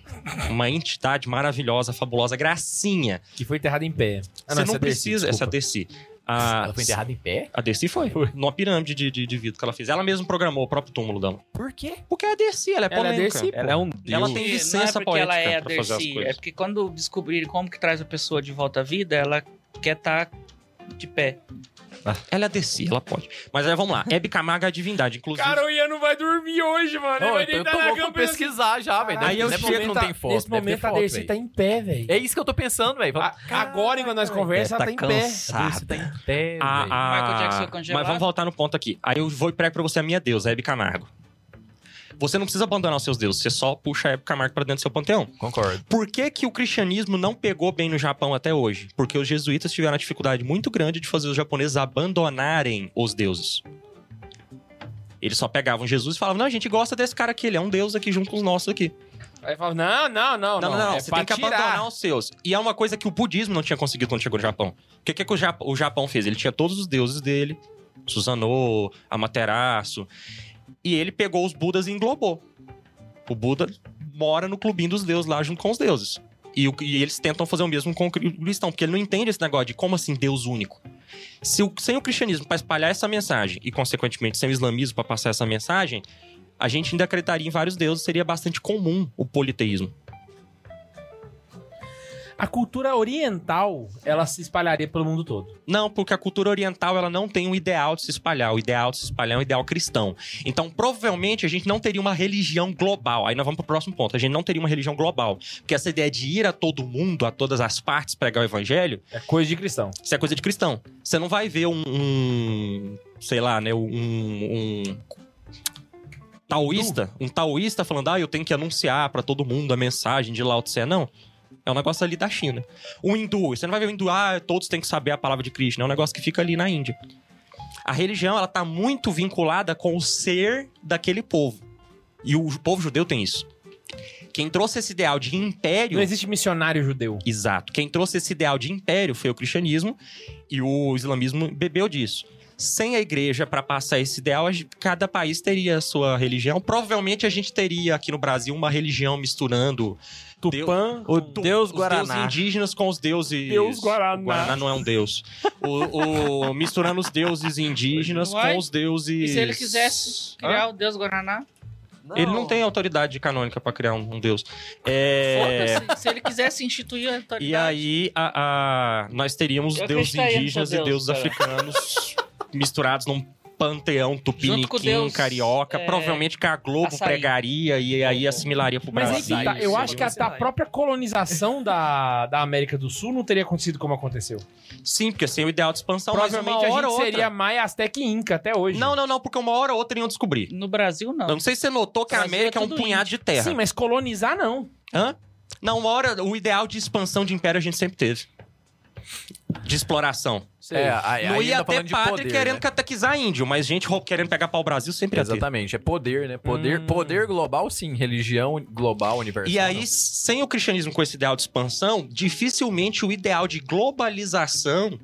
[SPEAKER 5] Uma entidade maravilhosa, fabulosa, gracinha.
[SPEAKER 1] Que foi enterrada em pé. Ah,
[SPEAKER 5] você Ah, não precisa. essa é a Dercy. A,
[SPEAKER 3] Ela foi enterrada em pé?
[SPEAKER 5] a Dercy foi. Numa pirâmide de, de, de vidro que ela fez. Ela mesma programou o próprio túmulo dela.
[SPEAKER 3] Por quê?
[SPEAKER 5] Porque é a Dercy,
[SPEAKER 1] Ela
[SPEAKER 5] ela é
[SPEAKER 1] é
[SPEAKER 5] polêmica.
[SPEAKER 1] Dercy, pô.
[SPEAKER 2] Ela é um
[SPEAKER 5] Ela
[SPEAKER 2] deus.
[SPEAKER 5] tem
[SPEAKER 4] não é
[SPEAKER 5] licença
[SPEAKER 4] porque
[SPEAKER 5] poética
[SPEAKER 4] ela é a
[SPEAKER 5] pra fazer as
[SPEAKER 4] Dercy, é
[SPEAKER 5] coisas.
[SPEAKER 4] porque quando descobrirem como que traz a pessoa de volta à vida, ela quer estar de pé.
[SPEAKER 5] Ela é a Dercy, ela pode. Mas aí, vamos lá. Hebe Camargo é a divindade, inclusive.
[SPEAKER 1] Cara, o Ian não vai dormir hoje, mano. Ele
[SPEAKER 3] Não,
[SPEAKER 1] vai
[SPEAKER 3] eu tô, eu
[SPEAKER 1] deitar
[SPEAKER 3] tô
[SPEAKER 1] na assim.
[SPEAKER 3] louco pra
[SPEAKER 1] cama pensando-
[SPEAKER 3] pesquisar já, velho.
[SPEAKER 5] Aí eu
[SPEAKER 3] Deve-
[SPEAKER 5] chego
[SPEAKER 3] deve ter- não tem foto.
[SPEAKER 1] Nesse
[SPEAKER 3] deve ter
[SPEAKER 1] é momento a
[SPEAKER 3] foto,
[SPEAKER 1] Dercy
[SPEAKER 3] velho.
[SPEAKER 1] tá em pé, velho.
[SPEAKER 3] É isso que eu tô pensando, velho.
[SPEAKER 1] Ah,
[SPEAKER 3] Fala,
[SPEAKER 1] Agora, enquanto nós conversamos, ela tá Ah, em pé.
[SPEAKER 3] Dercy tá em pé, velho.
[SPEAKER 5] A, a...
[SPEAKER 4] Michael Jackson congelado.
[SPEAKER 5] Ah, Mas vamos voltar no ponto aqui. Aí eu vou e prego pra você a minha deusa, Hebe Camargo. Você não precisa abandonar os seus deuses, você só puxa a Hebe Camargo pra dentro do seu panteão.
[SPEAKER 3] Concordo.
[SPEAKER 5] Por que, que o cristianismo não pegou bem no Japão até hoje? Porque os jesuítas tiveram a dificuldade muito grande de fazer os japoneses abandonarem os deuses. Eles só pegavam Jesus e falavam: não, a gente gosta desse cara aqui, ele é um deus aqui junto com os nossos aqui.
[SPEAKER 1] Aí fala, não, não, não,
[SPEAKER 5] Não, não, não,
[SPEAKER 1] é
[SPEAKER 5] você
[SPEAKER 1] pra
[SPEAKER 5] tem que
[SPEAKER 1] tirar.
[SPEAKER 5] abandonar os seus. E é uma coisa que o budismo não tinha conseguido quando chegou no Japão. O que, que, que o, Jap- o Japão fez? Ele tinha todos os deuses dele, Susanoo, Amaterasu, e ele pegou os budas e englobou. O Buda mora no clubinho dos deuses lá junto com os deuses. E, o- e eles tentam fazer o mesmo com o cri- cristão, porque ele não entende esse negócio de como assim Deus único. Se o- sem o cristianismo para espalhar essa mensagem e, consequentemente, sem o islamismo para passar essa mensagem, a gente ainda acreditaria em vários deuses, seria bastante comum o politeísmo.
[SPEAKER 1] A cultura oriental, ela se espalharia pelo mundo todo.
[SPEAKER 5] Não, porque a cultura oriental ela não tem um ideal de se espalhar. O ideal de se espalhar é um ideal cristão. Então, provavelmente, a gente não teria uma religião global. Aí nós vamos pro próximo ponto. A gente não teria uma religião global. Porque essa ideia de ir a todo mundo, a todas as partes, pregar o evangelho,
[SPEAKER 1] É coisa de cristão.
[SPEAKER 5] isso é coisa de cristão. Você não vai ver um. um, sei lá, né? Um. um taoísta. Um taoísta falando, ah, eu tenho que anunciar pra todo mundo a mensagem de Lao Tse. Não. É um negócio ali da China. O hindu, você não vai ver o hindu, ah, todos têm que saber a palavra de Krishna. É um negócio que fica ali na Índia. A religião, ela tá muito vinculada com o ser daquele povo. E o povo judeu tem isso. Quem trouxe esse ideal de império.
[SPEAKER 1] Não existe missionário judeu.
[SPEAKER 5] Exato. Quem trouxe esse ideal de império foi o cristianismo e o islamismo bebeu disso. Sem a igreja para passar esse ideal, a gen- cada país teria a sua religião. Provavelmente a gente teria aqui no Brasil uma religião misturando
[SPEAKER 1] Tupã,
[SPEAKER 2] O
[SPEAKER 1] com-
[SPEAKER 2] Deus
[SPEAKER 5] os
[SPEAKER 2] Guaraná.
[SPEAKER 5] deuses indígenas com os deuses.
[SPEAKER 1] Deus Guaraná.
[SPEAKER 5] O Guaraná não é um deus. O, o- misturando os deuses indígenas
[SPEAKER 4] Uai.
[SPEAKER 5] com os deuses.
[SPEAKER 4] E se ele quisesse criar o Deus Guaraná?
[SPEAKER 5] Ele não tem autoridade canônica para criar um, um deus. É.
[SPEAKER 4] Foda-se. Se ele quisesse instituir a autoridade.
[SPEAKER 5] E aí a- a- nós teríamos
[SPEAKER 4] Eu
[SPEAKER 5] deuses
[SPEAKER 4] acreditaria no
[SPEAKER 5] indígenas
[SPEAKER 4] seu
[SPEAKER 5] e deuses
[SPEAKER 4] Deus, cara.
[SPEAKER 5] africanos misturados num panteão
[SPEAKER 4] com
[SPEAKER 5] tupiniquim,
[SPEAKER 4] Deus,
[SPEAKER 5] carioca.
[SPEAKER 4] é,
[SPEAKER 5] Provavelmente que a Globo
[SPEAKER 4] açaí.
[SPEAKER 5] pregaria e aí assimilaria pro
[SPEAKER 1] Mas aí
[SPEAKER 5] Brasil.
[SPEAKER 1] que tá, eu
[SPEAKER 5] Seria
[SPEAKER 1] acho que a,
[SPEAKER 5] uma-
[SPEAKER 1] a própria colonização da, da América do Sul não teria acontecido como aconteceu.
[SPEAKER 5] Sim, porque assim, o ideal de expansão,
[SPEAKER 1] Provavelmente
[SPEAKER 5] mas uma
[SPEAKER 1] a
[SPEAKER 5] hora
[SPEAKER 1] gente
[SPEAKER 5] ou
[SPEAKER 1] seria
[SPEAKER 5] outra...
[SPEAKER 1] Maia, Azteca e Inca até hoje.
[SPEAKER 5] Não, não, não, porque uma hora ou outra iam descobrir.
[SPEAKER 4] No Brasil, não.
[SPEAKER 5] Eu não sei se você notou que a
[SPEAKER 4] Brasil é
[SPEAKER 5] América é um
[SPEAKER 4] tudo
[SPEAKER 5] punhado de terra.
[SPEAKER 1] Sim, mas colonizar não.
[SPEAKER 5] Hã? Não, uma hora, o ideal de expansão de império a gente sempre teve. De exploração.
[SPEAKER 3] É, aí,
[SPEAKER 5] não
[SPEAKER 3] aí
[SPEAKER 5] ia
[SPEAKER 3] tá falando
[SPEAKER 5] ter
[SPEAKER 3] de
[SPEAKER 5] padre
[SPEAKER 3] poder,
[SPEAKER 5] querendo
[SPEAKER 3] né?
[SPEAKER 5] catequizar índio, mas gente rou- querendo pegar pau o Brasil sempre ia ter.
[SPEAKER 3] Exatamente, é poder, né? Poder,
[SPEAKER 1] Hum.
[SPEAKER 3] poder global, sim. Religião global, universal.
[SPEAKER 5] E aí,
[SPEAKER 3] não.
[SPEAKER 5] sem o cristianismo com esse ideal de expansão, dificilmente o ideal de globalização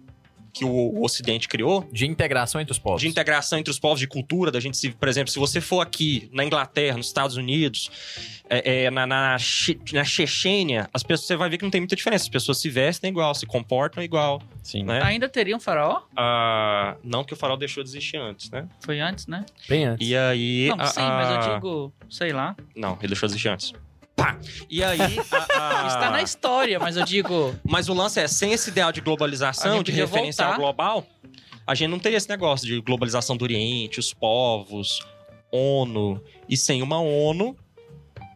[SPEAKER 5] que o, o Ocidente criou,
[SPEAKER 3] De integração entre os povos.
[SPEAKER 5] de integração entre os povos, de cultura, da gente se, por exemplo, se você for aqui na Inglaterra, nos Estados Unidos, é, é, na, na, Che- na Chechênia, as pessoas, você vai ver que não tem muita diferença. As pessoas se vestem igual, se comportam igual,
[SPEAKER 2] Sim.
[SPEAKER 5] né?
[SPEAKER 4] Ainda teria um faraó?
[SPEAKER 5] Ah, não que o farol deixou de existir antes, né?
[SPEAKER 4] Foi antes, né?
[SPEAKER 1] Bem antes.
[SPEAKER 5] E aí.
[SPEAKER 4] não,
[SPEAKER 5] a-
[SPEAKER 4] sim, mas eu
[SPEAKER 5] a-
[SPEAKER 4] digo, sei lá.
[SPEAKER 5] Não, ele deixou de existir antes. Pá! E aí. a- a-
[SPEAKER 4] Está na história, mas eu digo,
[SPEAKER 5] Mas o lance é, sem esse ideal de
[SPEAKER 4] A
[SPEAKER 5] globalização,
[SPEAKER 4] gente
[SPEAKER 5] de
[SPEAKER 4] podia
[SPEAKER 5] referencial
[SPEAKER 4] voltar.
[SPEAKER 5] global, a gente não teria esse negócio de globalização do Oriente, os povos, ONU. E sem uma ONU,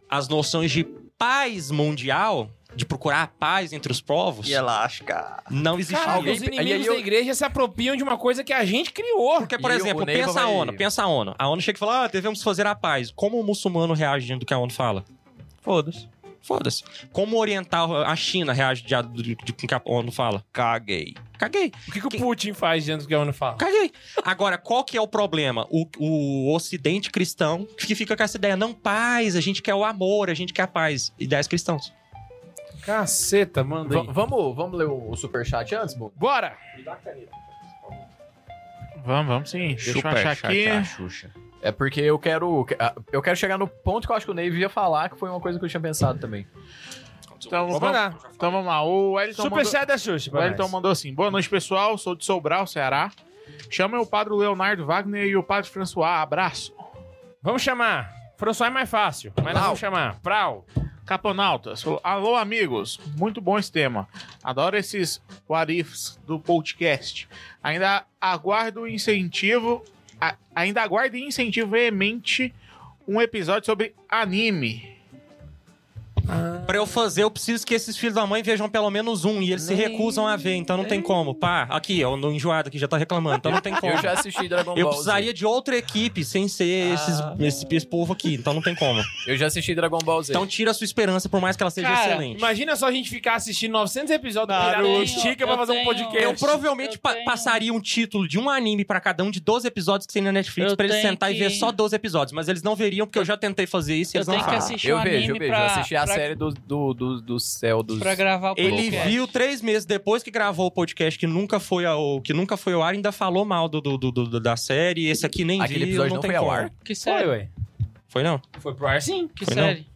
[SPEAKER 5] as noções de paz mundial, de procurar a paz entre os povos,
[SPEAKER 2] E ela acha que-
[SPEAKER 5] não existiria.
[SPEAKER 1] Caraca, os
[SPEAKER 3] aí-
[SPEAKER 1] inimigos
[SPEAKER 3] aí eu-
[SPEAKER 1] da igreja se apropriam de uma coisa que a gente criou.
[SPEAKER 5] Porque, por
[SPEAKER 3] E o
[SPEAKER 5] exemplo,
[SPEAKER 3] Neiva
[SPEAKER 5] pensa a
[SPEAKER 3] vai-
[SPEAKER 5] ONU, pensa a ONU. A ONU chega e fala, ah, devemos fazer a paz. Como o muçulmano reage diante do que a ONU fala?
[SPEAKER 2] Foda-se.
[SPEAKER 5] Foda-se. Como o oriental, a China reage de, de, de, com o que a ONU fala?
[SPEAKER 2] Caguei.
[SPEAKER 5] Caguei.
[SPEAKER 1] O que, que o Putin faz diante do que a ONU fala?
[SPEAKER 5] Caguei. Agora, qual que é o problema? O, o ocidente cristão que fica com essa ideia, não, paz, a gente quer o amor, a gente quer a paz. Ideias cristãos.
[SPEAKER 1] Caceta, manda
[SPEAKER 3] Va-
[SPEAKER 1] aí.
[SPEAKER 3] vamos, vamos ler o superchat antes, Bu?
[SPEAKER 1] Bora!
[SPEAKER 6] Vamos, vamos sim. Deixa eu achar aqui.
[SPEAKER 3] É porque eu quero. ah, Eu quero chegar no ponto que eu acho que o Neve ia falar, que foi uma coisa que eu tinha pensado também.
[SPEAKER 6] Então,
[SPEAKER 1] Vamos
[SPEAKER 6] vamos,
[SPEAKER 1] mandar.
[SPEAKER 6] então vamos lá. O Wellington mandou-
[SPEAKER 1] Superchat da Xuxa.
[SPEAKER 6] O
[SPEAKER 1] pra
[SPEAKER 6] Wellington
[SPEAKER 1] nós.
[SPEAKER 6] mandou assim: Boa noite, pessoal. Sou de Sobral, Ceará. Chama o padre Leonardo Wagner e o padre François. Abraço.
[SPEAKER 1] Vamos chamar. François é mais fácil, mas nós vamos chamar. Prau.
[SPEAKER 6] Caponautas. falou, Alô, amigos. Muito bom esse tema. Adoro esses warifs do podcast. Ainda aguardo o incentivo. a- ainda aguardo e incentivo veemente um episódio sobre anime.
[SPEAKER 5] Pra eu fazer, eu preciso que esses filhos da mãe vejam pelo menos um, e eles se recusam a ver, então não tem como. Pá, aqui, ó, no enjoado aqui já tá reclamando, então não tem como.
[SPEAKER 3] Eu já um assisti Dragon Ball.
[SPEAKER 5] Eu precisaria de outra equipe sem ser esses,
[SPEAKER 3] Ah.
[SPEAKER 5] esse, esse povo aqui, então não tem como.
[SPEAKER 3] Z. Eu já assisti Dragon Ball Z.
[SPEAKER 5] Então tira a sua esperança, por mais que ela seja
[SPEAKER 4] Cara,
[SPEAKER 5] excelente.
[SPEAKER 1] Imagina só a gente ficar assistindo 900 episódios do
[SPEAKER 4] Naruto.
[SPEAKER 1] Pirata Estica pra
[SPEAKER 4] Eu
[SPEAKER 1] fazer um
[SPEAKER 4] tenho-
[SPEAKER 1] podcast.
[SPEAKER 5] Eu provavelmente
[SPEAKER 4] Eu
[SPEAKER 5] pa-
[SPEAKER 4] tenho-
[SPEAKER 5] passaria um título de um anime pra cada um de 12 episódios que tem na Netflix
[SPEAKER 4] Eu
[SPEAKER 5] pra eles
[SPEAKER 4] tenho
[SPEAKER 5] sentar e
[SPEAKER 4] que-
[SPEAKER 5] ver só 12 episódios, mas eles não veriam porque eu já tentei fazer isso e
[SPEAKER 4] eu
[SPEAKER 5] eles não
[SPEAKER 4] tenho que
[SPEAKER 5] fazem.
[SPEAKER 4] assistir um
[SPEAKER 3] eu vejo, eu
[SPEAKER 4] anime
[SPEAKER 3] vejo.
[SPEAKER 4] pra,
[SPEAKER 3] eu assisti a
[SPEAKER 4] pra-
[SPEAKER 3] série do, do, do, do céu dos.
[SPEAKER 4] pra gravar o
[SPEAKER 5] Ele
[SPEAKER 4] podcast.
[SPEAKER 5] viu três meses depois que gravou o podcast que nunca foi ao, que nunca foi ao ar, ainda falou mal do, do- do- do- da série. Esse aqui nem
[SPEAKER 3] Aquele
[SPEAKER 5] vi,
[SPEAKER 3] episódio
[SPEAKER 5] não,
[SPEAKER 3] não
[SPEAKER 5] tem
[SPEAKER 3] foi ao
[SPEAKER 5] como.
[SPEAKER 3] ar.
[SPEAKER 4] Que série?
[SPEAKER 1] Foi, ué.
[SPEAKER 5] Foi não?
[SPEAKER 1] Foi pro ar sim.
[SPEAKER 4] Que
[SPEAKER 5] Foi, não?
[SPEAKER 4] série?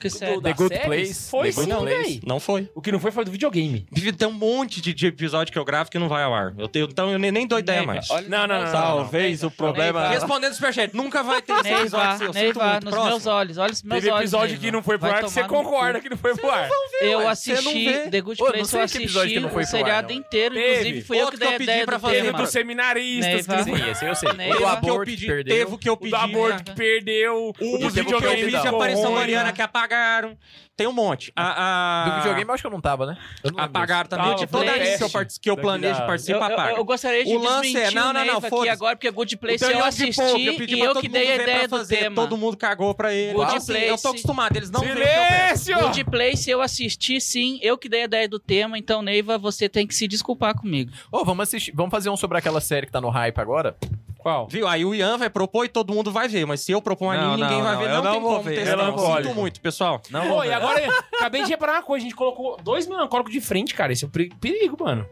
[SPEAKER 4] Que é série?
[SPEAKER 1] da
[SPEAKER 3] Good
[SPEAKER 1] série?
[SPEAKER 3] Place.
[SPEAKER 1] Foi
[SPEAKER 5] The Good
[SPEAKER 1] sim,
[SPEAKER 3] Place.
[SPEAKER 1] véi.
[SPEAKER 5] Não foi.
[SPEAKER 1] O que não foi foi do videogame.
[SPEAKER 5] Tem um monte de, de episódio que eu gravo que não vai ao ar. Eu tenho- então eu nem, nem dou ideia
[SPEAKER 4] Neiva,
[SPEAKER 5] mais.
[SPEAKER 4] olha
[SPEAKER 1] Não,
[SPEAKER 4] nos
[SPEAKER 1] não,
[SPEAKER 4] meus
[SPEAKER 1] não, não,
[SPEAKER 4] olhos.
[SPEAKER 2] Talvez
[SPEAKER 4] Neiva,
[SPEAKER 2] o problema-
[SPEAKER 4] Neiva,
[SPEAKER 5] Respondendo o superchat, nunca vai ter esse episódio seu.
[SPEAKER 4] Neiva,
[SPEAKER 5] sinto muito.
[SPEAKER 4] Neiva, nos
[SPEAKER 5] Próximo.
[SPEAKER 4] meus olhos, olha os meus
[SPEAKER 1] Teve
[SPEAKER 4] olhos.
[SPEAKER 1] episódio
[SPEAKER 4] Neiva.
[SPEAKER 1] que não foi pro
[SPEAKER 4] Vai
[SPEAKER 1] ar que você
[SPEAKER 4] tomar no cu.
[SPEAKER 1] concorda que não foi pro ar.
[SPEAKER 5] ué,
[SPEAKER 4] Eu
[SPEAKER 5] você não vê.
[SPEAKER 4] assisti The Good
[SPEAKER 3] Ô, não
[SPEAKER 4] Place,
[SPEAKER 3] sei
[SPEAKER 4] eu
[SPEAKER 3] esse episódio
[SPEAKER 4] assisti
[SPEAKER 3] que não foi
[SPEAKER 4] o
[SPEAKER 3] pro ar,
[SPEAKER 4] seriado
[SPEAKER 3] não.
[SPEAKER 4] inteiro,
[SPEAKER 1] Teve.
[SPEAKER 4] inclusive fui eu
[SPEAKER 5] Outro
[SPEAKER 4] que
[SPEAKER 5] que eu
[SPEAKER 4] dei a
[SPEAKER 5] pedi
[SPEAKER 4] ideia
[SPEAKER 5] pra
[SPEAKER 4] do
[SPEAKER 5] fazer
[SPEAKER 1] Teve
[SPEAKER 4] tema.
[SPEAKER 1] do seminarista.
[SPEAKER 4] Neiva.
[SPEAKER 3] Sim, esse eu sei.
[SPEAKER 4] Neiva.
[SPEAKER 3] O
[SPEAKER 5] Teve
[SPEAKER 3] do
[SPEAKER 5] o que eu
[SPEAKER 3] aborto que
[SPEAKER 5] pedi,
[SPEAKER 3] perdeu.
[SPEAKER 5] teve o que eu pedi.
[SPEAKER 1] O do aborto que perdeu.
[SPEAKER 5] O do
[SPEAKER 1] dos
[SPEAKER 3] videogame
[SPEAKER 5] videogame
[SPEAKER 1] videogames
[SPEAKER 5] de
[SPEAKER 3] da
[SPEAKER 1] ficou
[SPEAKER 5] aparição
[SPEAKER 1] ruim.
[SPEAKER 5] mariana que apagaram. Tem um monte. A, a...
[SPEAKER 3] Do videogame eu acho que eu não tava, né? Eu não lembro
[SPEAKER 5] apagaram também.
[SPEAKER 1] Tava,
[SPEAKER 5] de toda
[SPEAKER 4] Flash.
[SPEAKER 5] lista que eu, partici- que eu
[SPEAKER 1] Daqui
[SPEAKER 5] planejo
[SPEAKER 1] da-
[SPEAKER 4] Eu,
[SPEAKER 5] participar,
[SPEAKER 4] eu,
[SPEAKER 5] paga.
[SPEAKER 4] eu gostaria de
[SPEAKER 5] O lance é-
[SPEAKER 4] desmentir
[SPEAKER 5] não,
[SPEAKER 4] o
[SPEAKER 5] não, não,
[SPEAKER 4] Neiva aqui
[SPEAKER 5] foda-se.
[SPEAKER 4] agora, porque Good Place
[SPEAKER 5] Então,
[SPEAKER 4] eu
[SPEAKER 5] eu de
[SPEAKER 4] assisti
[SPEAKER 5] pouco, eu pedi
[SPEAKER 4] e
[SPEAKER 5] pra
[SPEAKER 4] eu
[SPEAKER 5] todo
[SPEAKER 4] que dei a
[SPEAKER 5] mundo ver pra
[SPEAKER 4] ideia do
[SPEAKER 5] fazer,
[SPEAKER 4] tema.
[SPEAKER 5] Todo mundo cagou pra ele.
[SPEAKER 4] Good
[SPEAKER 5] Então, assim, eu
[SPEAKER 4] Place.
[SPEAKER 5] tô acostumado, eles não então, veem o que eu peço.
[SPEAKER 1] Silêncio!
[SPEAKER 4] Good Place eu assisti sim, eu que dei a ideia do tema, então Neiva, você tem que se desculpar comigo.
[SPEAKER 3] Ô, vamos assistir. Vamos fazer um sobre aquela série que tá no hype agora?
[SPEAKER 1] Qual?
[SPEAKER 5] Viu? Aí o Ian vai propor e todo mundo vai ver, mas se eu propor um
[SPEAKER 2] Não, não,
[SPEAKER 5] anime, ninguém vai
[SPEAKER 2] não,
[SPEAKER 5] ver.
[SPEAKER 2] eu
[SPEAKER 5] Não,
[SPEAKER 2] não
[SPEAKER 5] tem
[SPEAKER 2] vou
[SPEAKER 5] como
[SPEAKER 2] ver.
[SPEAKER 5] testar.
[SPEAKER 1] Eu não vou.
[SPEAKER 5] Sinto muito, pessoal.
[SPEAKER 2] Não,
[SPEAKER 1] Pô, e agora acabei de reparar uma coisa, a gente colocou dois melancólicos de frente, cara. Esse é o peri- perigo, mano.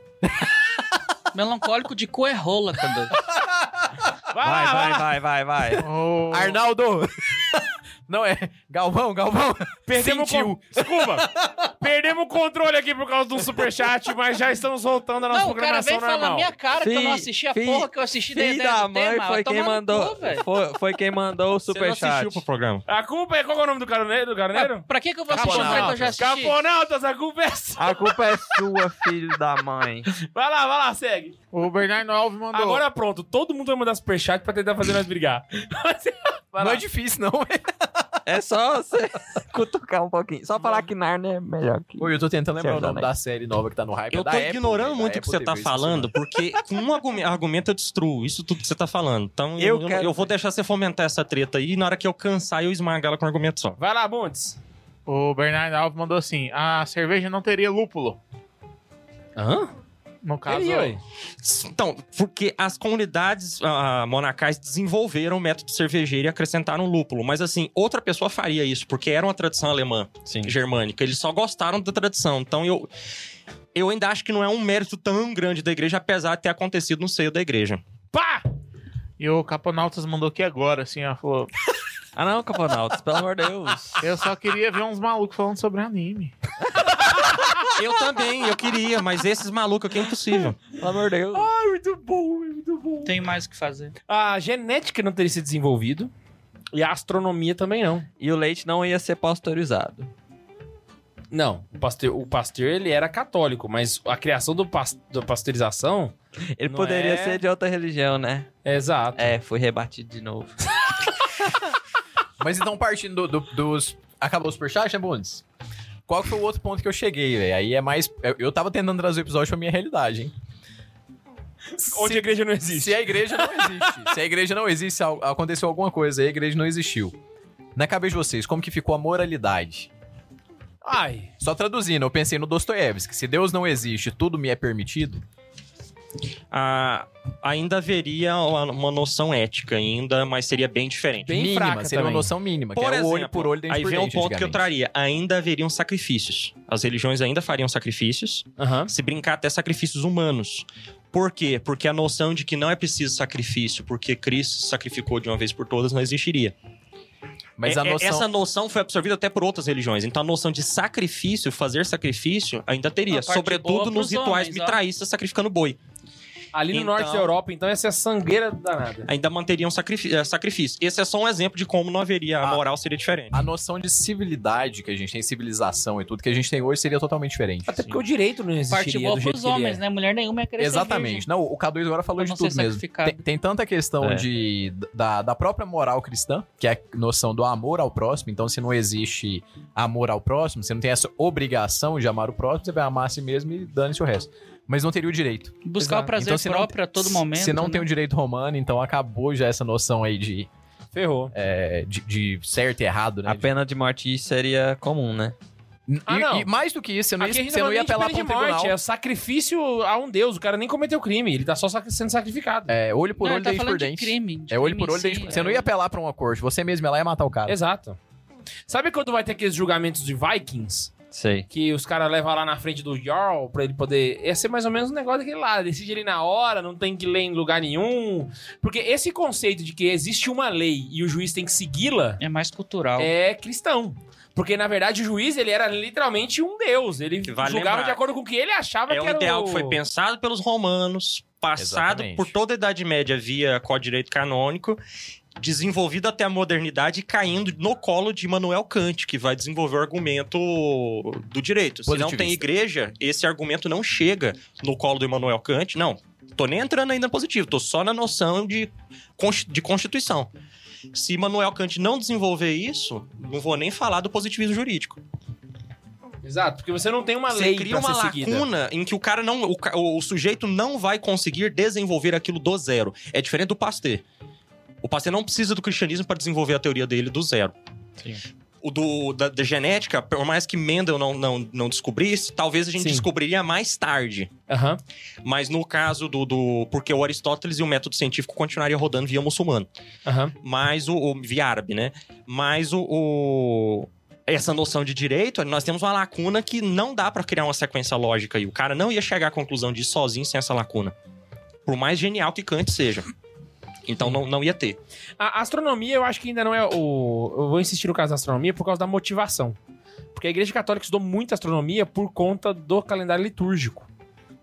[SPEAKER 4] Melancólico de cu é rola, Cadu.
[SPEAKER 2] Vai, vai, vai, vai, vai.
[SPEAKER 6] Ô,
[SPEAKER 3] Arnaldo! Não é. Galvão, Galvão.
[SPEAKER 1] Perdemos o con... Desculpa. Perdemos o controle aqui por causa de um superchat, mas já estamos voltando à nossa
[SPEAKER 4] Não, o cara
[SPEAKER 1] programação
[SPEAKER 4] veio falar na
[SPEAKER 1] normal.
[SPEAKER 4] minha cara que eu não
[SPEAKER 2] Fi-
[SPEAKER 4] assisti a
[SPEAKER 2] fi-
[SPEAKER 4] porra que eu assisti da
[SPEAKER 2] Filho
[SPEAKER 4] ideia
[SPEAKER 2] da
[SPEAKER 4] do
[SPEAKER 2] mãe
[SPEAKER 4] tema.
[SPEAKER 2] foi
[SPEAKER 4] Vai
[SPEAKER 2] quem
[SPEAKER 4] tomar no
[SPEAKER 2] mandou.
[SPEAKER 4] cu, velho.
[SPEAKER 2] foi, foi quem mandou o
[SPEAKER 5] Você não assistiu
[SPEAKER 2] superchat.
[SPEAKER 5] pro programa.
[SPEAKER 1] A culpa é... Qual que é o nome do caroneiro? Do
[SPEAKER 4] Ué,
[SPEAKER 1] caroneiro?
[SPEAKER 4] Pra que que eu vou assistir um trem que eu já assisti?
[SPEAKER 1] Caponautas, a culpa é sua.
[SPEAKER 2] A culpa é sua, filho da mãe.
[SPEAKER 1] Vai lá, vai lá, segue.
[SPEAKER 6] O Bernardo Alves mandou.
[SPEAKER 1] Agora pronto, todo mundo vai mandar superchat pra tentar fazer nós brigar. Vai
[SPEAKER 3] Não
[SPEAKER 1] lá.
[SPEAKER 3] é difícil, não.
[SPEAKER 2] É só você cutucar um pouquinho. Só falar que Narnia é melhor que.
[SPEAKER 3] Oi, eu tô tentando lembrar
[SPEAKER 2] Certo,
[SPEAKER 3] o nome
[SPEAKER 2] né?
[SPEAKER 3] da série nova que tá no hype. é
[SPEAKER 5] Eu
[SPEAKER 3] da
[SPEAKER 5] tô
[SPEAKER 3] Apple,
[SPEAKER 5] ignorando
[SPEAKER 3] né?
[SPEAKER 5] muito
[SPEAKER 3] Da
[SPEAKER 5] o que você
[SPEAKER 3] Apple
[SPEAKER 5] tá
[SPEAKER 3] TV,
[SPEAKER 5] falando, porque com um argu- argumento eu destruo isso tudo que você tá falando. Então eu,
[SPEAKER 2] Eu
[SPEAKER 5] eu-
[SPEAKER 2] quero-
[SPEAKER 5] eu vou deixar você fomentar essa treta aí e na hora que eu cansar eu esmago ela com um argumento só.
[SPEAKER 1] Vai lá, Montes.
[SPEAKER 6] O Bernardo Alves mandou assim: a cerveja não teria lúpulo.
[SPEAKER 1] Hã?
[SPEAKER 6] No caso,
[SPEAKER 1] Teria, ué.
[SPEAKER 5] Então, porque as comunidades ah, monacais desenvolveram o método cervejeiro e acrescentaram lúpulo. Mas assim, outra pessoa faria isso, porque era uma tradição alemã,
[SPEAKER 2] Sim.
[SPEAKER 5] germânica. Eles só gostaram da tradição. Então eu, eu ainda acho que não é um mérito tão grande da igreja, apesar de ter acontecido no seio da igreja.
[SPEAKER 1] Pá!
[SPEAKER 6] e o Caponautas mandou aqui agora, assim, ó. Falou:
[SPEAKER 2] Ah, não, Caponautas, pelo amor de Deus.
[SPEAKER 6] Eu só queria ver uns malucos falando sobre anime.
[SPEAKER 5] Eu também, eu queria, mas esses malucos aqui é impossível.
[SPEAKER 2] Pelo amor de Deus.
[SPEAKER 1] Muito bom, muito bom.
[SPEAKER 4] Tem mais o que fazer.
[SPEAKER 1] A genética não teria se desenvolvido. E a astronomia também não.
[SPEAKER 2] E o leite não ia ser pasteurizado.
[SPEAKER 1] Não, o Pasteur, o Pasteur ele era católico, mas a criação do pas, da pasteurização...
[SPEAKER 2] Ele
[SPEAKER 1] Não
[SPEAKER 2] poderia
[SPEAKER 1] é?
[SPEAKER 2] ser de outra religião, né?
[SPEAKER 1] É exato.
[SPEAKER 2] É, fui rebatido de novo.
[SPEAKER 3] assim. Mas então, partindo do- do- dos. Acabou o superchat, né, Bundes? Qual que foi o outro ponto que eu cheguei, velho? Aí é mais. eu- Eu tava tentando trazer o episódio pra minha realidade, hein?
[SPEAKER 1] Onde a igreja não existe.
[SPEAKER 3] Se a igreja não existe. se a igreja não existe, al- aconteceu alguma coisa e a igreja não existiu. Na cabeça de vocês, como que ficou a moralidade?
[SPEAKER 1] Ai,
[SPEAKER 3] Só traduzindo, eu pensei no Dostoiévski. Se Deus não existe, tudo me é permitido.
[SPEAKER 5] Ah, ainda haveria uma, uma noção ética ainda, mas seria bem diferente.
[SPEAKER 1] Bem
[SPEAKER 3] mínima,
[SPEAKER 1] fraca
[SPEAKER 3] seria
[SPEAKER 1] também.
[SPEAKER 3] uma noção mínima, que é o olho por olho, dente
[SPEAKER 5] aí
[SPEAKER 3] por
[SPEAKER 5] vem um
[SPEAKER 3] dente,
[SPEAKER 5] ponto que eu
[SPEAKER 3] antigamente.
[SPEAKER 5] traria. Ainda haveriam sacrifícios. As religiões ainda fariam sacrifícios.
[SPEAKER 1] aham.
[SPEAKER 5] Se brincar, até sacrifícios humanos. Por quê? Porque a noção de que não é preciso sacrifício, porque Cristo se sacrificou de uma vez por todas, não existiria.
[SPEAKER 3] Mas
[SPEAKER 5] É-
[SPEAKER 3] a
[SPEAKER 5] é-
[SPEAKER 3] noção...
[SPEAKER 5] Essa noção foi absorvida até por outras religiões. Então a noção de sacrifício, fazer sacrifício, ainda teria.
[SPEAKER 4] Uma parte boa
[SPEAKER 5] Sobretudo
[SPEAKER 4] pros
[SPEAKER 5] nos rituais
[SPEAKER 4] homens, ó.
[SPEAKER 5] mitraístas sacrificando boi.
[SPEAKER 1] Ali no
[SPEAKER 5] Então-
[SPEAKER 1] norte da Europa, então, essa é a sangueira danada.
[SPEAKER 5] ainda manteriam sacrifi- eh, sacrifício. Esse é só um exemplo de como não haveria, a
[SPEAKER 3] Ah.
[SPEAKER 5] moral seria diferente.
[SPEAKER 3] A noção de civilidade que a gente tem, civilização e tudo que a gente tem hoje seria totalmente diferente.
[SPEAKER 1] Até porque o direito não
[SPEAKER 4] Parte
[SPEAKER 1] existiria
[SPEAKER 4] boa
[SPEAKER 1] do jeito
[SPEAKER 4] pros
[SPEAKER 1] que ele é.
[SPEAKER 4] homens, né? Mulher nenhuma ia querer ser virgem.
[SPEAKER 3] Exatamente. Não, o K2 agora falou
[SPEAKER 4] Pra
[SPEAKER 3] de
[SPEAKER 4] não
[SPEAKER 3] tudo
[SPEAKER 4] ser
[SPEAKER 3] mesmo.
[SPEAKER 4] sacrificado.
[SPEAKER 3] Tem, tem tanta questão
[SPEAKER 2] É.
[SPEAKER 3] de, da, da própria moral cristã, que é a noção do amor ao próximo. Então, se não existe amor ao próximo, você não tem essa obrigação de amar o próximo, você vai amar a si mesmo e dane-se o resto. Mas não teria o direito.
[SPEAKER 4] Buscar
[SPEAKER 1] Exato.
[SPEAKER 4] o prazer
[SPEAKER 3] Então, se não-
[SPEAKER 4] próprio a todo momento.
[SPEAKER 3] Você não
[SPEAKER 4] né?
[SPEAKER 3] tem o direito romano, então acabou já essa noção aí de,
[SPEAKER 4] né?
[SPEAKER 1] Ferrou.
[SPEAKER 3] é, de, de certo e errado, né?
[SPEAKER 2] A pena de morte seria comum, né?
[SPEAKER 3] E,
[SPEAKER 1] Ah, não.
[SPEAKER 3] e mais do que isso, você não
[SPEAKER 1] Aqui a
[SPEAKER 3] ia,
[SPEAKER 1] gente
[SPEAKER 3] você
[SPEAKER 1] tá
[SPEAKER 3] não ia
[SPEAKER 1] falando nem de
[SPEAKER 3] apelar pra
[SPEAKER 1] pena
[SPEAKER 3] um
[SPEAKER 1] de morte,
[SPEAKER 3] tribunal.
[SPEAKER 1] é o sacrifício a um deus. O cara nem cometeu crime, ele tá só sac- sendo sacrificado.
[SPEAKER 3] É, olho por
[SPEAKER 4] Não,
[SPEAKER 3] olho,
[SPEAKER 4] ele tá
[SPEAKER 3] dente por
[SPEAKER 4] falando de
[SPEAKER 3] dente.
[SPEAKER 4] crime. de
[SPEAKER 3] É olho por
[SPEAKER 4] crime em
[SPEAKER 3] olho, dente
[SPEAKER 4] si,
[SPEAKER 3] por... Você
[SPEAKER 4] é.
[SPEAKER 3] não ia apelar pra uma corte, você mesmo ia lá e matar o
[SPEAKER 5] É.
[SPEAKER 3] cara.
[SPEAKER 1] Exato. Sabe quando vai ter aqueles julgamentos de Vikings?
[SPEAKER 2] Sei.
[SPEAKER 1] Que os caras levam lá na frente do Jarl pra ele poder. Ia ser mais ou menos um negócio daquele lá. Decide ele na hora, não tem que ler em lugar nenhum. Porque esse conceito de que existe uma lei e o juiz tem que segui-la
[SPEAKER 4] É mais cultural.
[SPEAKER 1] é cristão. Porque, na verdade, o juiz ele era literalmente um deus. Ele
[SPEAKER 5] Que vale
[SPEAKER 1] julgava
[SPEAKER 5] lembrar.
[SPEAKER 1] de acordo com o que ele achava
[SPEAKER 5] É
[SPEAKER 1] que
[SPEAKER 5] um
[SPEAKER 1] era
[SPEAKER 5] ideal
[SPEAKER 1] o...
[SPEAKER 5] que foi pensado pelos romanos, passado
[SPEAKER 3] Exatamente.
[SPEAKER 5] por toda a Idade Média via Código de Direito Canônico, desenvolvido até a modernidade e caindo no colo de Immanuel Kant, que vai desenvolver o argumento do direito. Se não
[SPEAKER 3] Positivista.
[SPEAKER 5] tem igreja, esse argumento não chega no colo do Immanuel Kant, não. Tô nem entrando ainda no positivo, tô só na noção de, consti- de constituição. Se Immanuel Kant não desenvolver isso, não vou nem falar do positivismo jurídico.
[SPEAKER 1] Exato, porque você não tem uma
[SPEAKER 5] Você
[SPEAKER 1] lei
[SPEAKER 5] cria
[SPEAKER 1] pra
[SPEAKER 5] uma
[SPEAKER 1] ser seguida.
[SPEAKER 5] lacuna em que o cara não. O, ca- o sujeito não vai conseguir desenvolver aquilo do zero. É diferente do Pasteur. O Pasteur não precisa do cristianismo para desenvolver a teoria dele do zero. o do, da, da genética, por mais que Mendel não, não, não descobrisse, talvez a gente
[SPEAKER 1] Sim.
[SPEAKER 5] descobriria mais tarde.
[SPEAKER 1] Aham.
[SPEAKER 5] Mas no caso do, do. Porque o Aristóteles e o método científico continuariam rodando via muçulmano.
[SPEAKER 1] Aham.
[SPEAKER 5] Mas o. o- via árabe, né? Mas o. o- essa noção de direito, nós temos uma lacuna que não dá pra criar uma sequência lógica. E o cara não ia chegar à conclusão disso sozinho sem essa lacuna. Por mais genial que Kant seja. Então não, não ia ter.
[SPEAKER 1] A astronomia, eu acho que ainda não é o. Eu vou insistir no caso da astronomia por causa da motivação. Porque a Igreja Católica estudou muito astronomia por conta do calendário litúrgico.